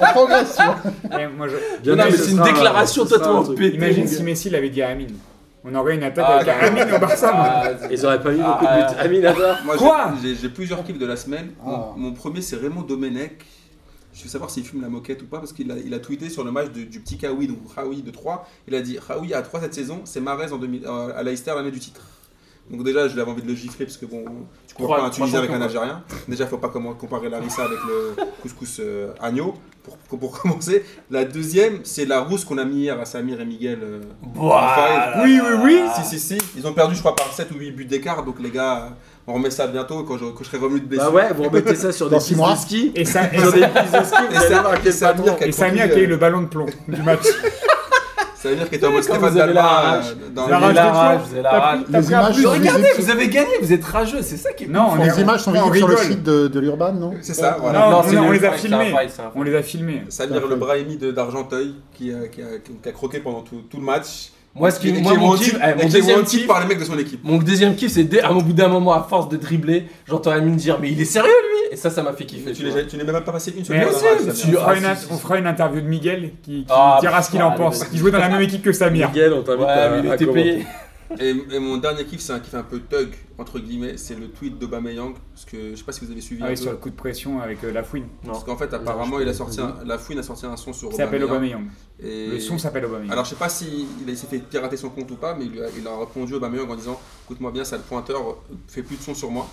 on progresse. hein. tu vois.
Eh, moi, je-
Bien
Non,
vu,
mais
ce
c'est une
sera-
déclaration
ce sera un
totalement
truc.
pétée.
Imagine
mon
si
gars.
Messi l'avait dit à Amine. On aurait une attaque
Ah,
avec Amine au Barça. moi.
Ah,
Ils auraient pas mis
Ah,
beaucoup de buts. Amine, à toi.
Moi, j'ai-
Quoi
j'ai- J'ai plusieurs clips de la semaine. Mon,
Ah.
mon premier, c'est Raymond Domenech. Je veux savoir s'il fume la moquette ou pas, parce qu'il a, il a tweeté sur le match du, du petit Kawi, donc Raoui de 3. Il a dit Raoui à 3 cette saison, c'est Marez en 2000, euh, à Leicester l'année du titre. Donc déjà, je l'avais envie de le gifler, parce que bon, tu compares
Trois-
pas un
trois
Tunisien avec un
champions,
Algérien. Déjà, faut pas comment- comparer la Rissa avec le couscous euh, agneau, pour, pour, pour commencer. La deuxième, c'est la rousse qu'on a mis hier à Samir et Miguel. euh,
voilà.
oui, oui, oui. Si, si, si. Ils ont perdu, je crois, par 7 ou 8 buts d'écart. Donc, les gars, on remet ça bientôt quand je, quand je serai revenu de blessure.
Bah ouais, vous remettez ça sur
Dans
des
six
pistes
mois.
de ski.
Et, ça, et,
Sur des
ça-
pistes de ski, vous
Et
allez
ça-
voir
et
quel
Samir
patron.
qui a- euh,
et Samia qui a eu le ballon de plomb du match.
Ça veut dire qu'il était en mode
Quand
Stéphane
vous avez la
Dalma
rage,
euh, dans
vous avez
les-
la
de
rage,
toi.
vous avez la
T'as
rage.
pris- t'as
Les
pris un
images
plus.
sont
Regardez,
visibles-
vous avez gagné, vous êtes rageux, c'est ça qui est.
Non, on est-
Les images sont
on
visibles sur le
rigole.
site de, de l'Urban, non
C'est ça, voilà.
Non,
Ah, c'est
on- on
le-
les a
c'est un
filmés.
fight, c'est un fight.
On les a filmés.
Samir, le bras émis de- d'Argenteuil qui, a- qui, a- qui a croqué pendant tout, tout le match.
Moi, ce qui,
Et qui
moi
est
mon,
wanted-
kiff, eh,
et
mon
qui est
deuxième
wanted
kiff,
par les mecs de son équipe.
mon deuxième kiff, c'est dès- à mon bout d'un moment, à force de dribbler, j'entends Amine dire mais il est sérieux lui Et ça, ça m'a fait kiffer.
Mais Tu
tu vois.
n'es tu n'es même pas passé une
Mais
seconde.
si,
à Samir.
mais
On
tu-
fera,
Ah,
une,
si,
in-
si.
on fera une interview de Miguel qui, qui
Ah,
dira ce qu'il en
putain,
pense.
allez,
Il jouait dans la même équipe que Samir.
Miguel, on t'invite
Ouais, mais
à,
il
à
était
commenter.
payé.
Et, et mon dernier kiff, c'est un kiff un peu thug, entre guillemets. C'est le tweet d'Obameyang. Parce que je sais pas si vous avez suivi
Ah
un
oui,
peu.
sur le coup de pression avec euh, la fouine.
Parce qu'en fait, apparemment, il a sorti un- la fouine a sorti un son sur
Qui s'appelle
Aubameyang.
Aubameyang.
Et-
Le son s'appelle Aubameyang.
Alors je sais pas si il a- s'est fait pirater son compte ou pas, mais il, lui a, il a répondu à Aubameyang en disant écoute-moi bien, ça le pointeur fait plus de son sur moi.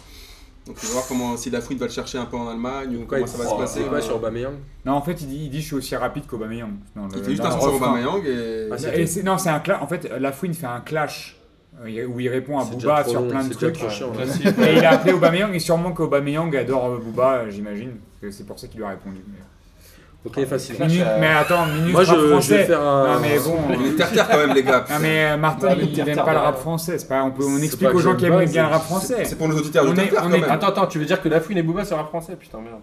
Donc il faut voir comment si la fouine va le chercher un peu en Allemagne ou
Quoi,
comment
il
ça va
dit-
se passer.
C'est quoi sur Aubameyang
non, en fait, il dit, il dit je suis aussi rapide qu'Aubameyang. Non, le-
Il fait juste
dans
un
le
son sur
refrain.
Aubameyang et
Ah,
Et c'est- non, c'est un clash. En fait, la fouine fait un clash euh, il- où il répond à
C'est déjà
Booba
trop
sur
long,
plein de
c'est déjà
trucs.
trop chiant, là.
Classique.
Et il a appelé Aubameyang et sûrement qu'Aubameyang adore euh, Booba, euh, j'imagine. parce que C'est pour ça qu'il lui a répondu.
Ok, facile.
Clash,
Minute-
euh,
mais attends, minute
Moi,
rap
je, je
français.
vais faire un.
Non mais bon.
on est terre-terre quand même les gars.
Non mais euh, Martin,
Bah,
Ouais, mais
il
t'es
n'aime pas
retardé,
le rap
hein.
français. C'est pas, on peut,
C'est
on
pas
explique
que
aux gens
j'aime
qui
pas,
aiment bien le
c'est-
rap français.
C'est pour nos auditeurs de
On est-
terre-terre
on
quand
est-
même.
Attends, attends, tu veux dire que la fouine et Booba c'est un rap français Putain, merde.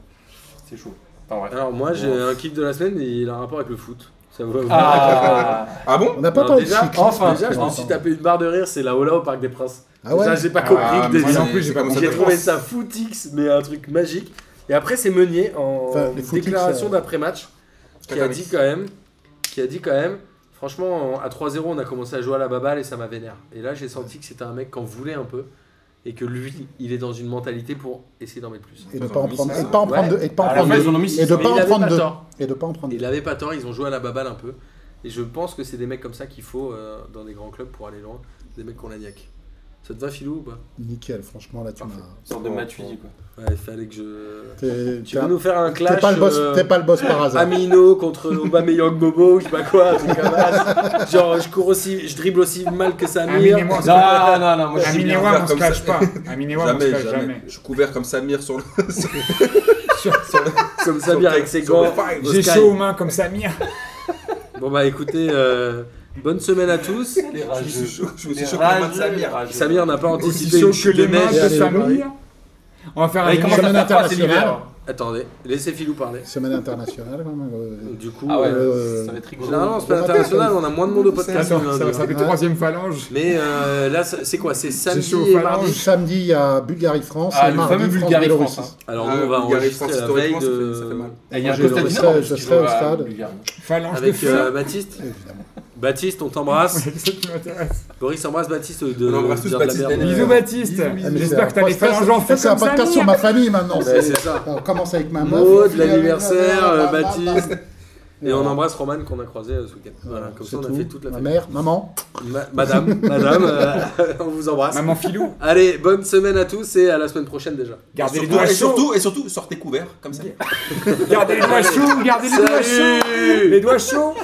C'est chaud. Enfin, bref.
Alors, moi, j'ai un kiff de la semaine et il a un rapport avec le foot. Ça vous va vous
Ah,
Ah bon
On n'a pas
Non,
parlé de
déjà,
cyclisme.
enfin, déjà, je me
Attends.
suis tapé une barre de rire, c'est la Ola au Parc des Princes.
Ah ouais
Ça, j'ai pas
Ah,
compris.
moi
que des-
non plus, j'ai pas
J'ai
compris.
trouvé ça footix, mais un truc magique. Et après, c'est Meunier en
Enfin, les footix,
déclaration
euh,
d'après-match qui a dit quand même, qui a dit quand même, franchement, en- à 3-0, on a commencé à jouer à la baballe et ça m'a vénère. Et là, j'ai senti que c'était un mec qui en voulait un peu et que lui, il est dans une mentalité pour essayer d'en mettre plus.
Et de pas en prendre, et de
Ouais.
pas en prendre deux, et de pas en
À la
prendre
fin,
deux,
ils en ont mis six,
et de
mais
pas
il
en
avait
prendre
pas
deux,
tort.
et de pas en prendre
Il
deux.
avait pas tort, ils ont joué à la baballe un peu. Et je pense que c'est des mecs comme ça qu'il faut euh, dans des grands clubs pour aller loin. Des mecs qu'on la niaque. Ça te va, Philou ou pas
Nickel, franchement là tu m'as.
Parfait.
une sorte de Matuidi quoi.
Ouais, il fallait que je.
T'es
Tu
t'es
veux
un-
nous faire un clash
t'es pas le boss,
euh,
t'es pas le boss par hasard.
Amino contre Aubameyang Bobo, je sais pas quoi, un truc à base. Genre, je cours aussi, je dribble aussi mal que
Amine et
Samir.
moi, on se
Non, non, non, moi je suis
Amine et
bien.
moi, on se
Comme
clash
ça.
pas. Amine et moi, on se
Jamais,
clash
jamais.
jamais.
Je suis couvert comme Samir sur le.
Comme Samir avec ses
sur le
gants.
five.
The
J'ai
Sky.
chaud aux mains comme Samir.
Bon bah écoutez, euh, bonne semaine à tous.
Les
Je me suis
rageux.
chaud- je me
Les
suis chaud comme un
rageux, les
Samir. Ah,
rageux.
Samir n'a pas anticipé
Aussi
une
chaud que
chute de
les mains
neige.
de
allez, allez.
Samir. On va faire un
Bah,
Là, Ah, il commence à
Semaine
faire froid, c'est
internationale.
l'hiver.
Attendez, laissez Philou parler.
Semaine internationale quand même. euh,
Du coup,
Ah ouais,
Euh,
ça va être rigolo.
généralement, c'est pas international, on a moins de monde au podcast.
Attends,
on vient
ça
de
va
dire.
s'appeler
Ouais.
troisième phalange.
Mais euh, là, c'est c'est quoi C'est samedi
chaud aux
et
phalanges.
mardi
Samedi, il y a Bulgarie-France.
Ah,
et
le
mardi,
fameux Bulgarie-France, hein.
France-Biélorussie.
Alors nous,
Ah,
on va
Bulgarie,
enregistrer
France,
la veille
historiquement, ça fait- ça fait
de... Ah,
mal.
Et Il y a un
Je- je
Costa
serai-
Dina
je serai au stade.
Phalange de
Avec
feu.
euh, Baptiste
Évidemment.
Baptiste, on t'embrasse.
C'est ça qui m'intéresse.
Boris embrasse Baptiste euh, de.
On
de
embrasse tous
dire de la
Baptiste
merde.
Daniel.
Bisous Baptiste.
Ah, mais
J'espère que
c'est
t'as
un
les phalanges en
podcast-
feu
C'est un
comme ça.
podcast sur ma famille maintenant.
Ouais, c'est ça.
On commence avec ma meuf.
Maud,
on finit avec
l'anniversaire,
ma-
euh,
ma- ma-
Baptiste. Et on
Voilà.
embrasse Roman qu'on a croisé euh, ce week-end. Voilà, comme
C'est
ça on a
tout.
fait toute la
Ma
fête.
mère, maman.
Ma- madame, madame, euh, on vous embrasse.
Maman Filou,
Allez, bonne semaine à tous et à la semaine prochaine déjà.
gardez les
Surtout-
doigts
et
chauds.
surtout, et surtout, sortez couverts, comme ça.
Gardez les doigts chauds, gardez les doigts chauds.
Salut
Les doigts chauds.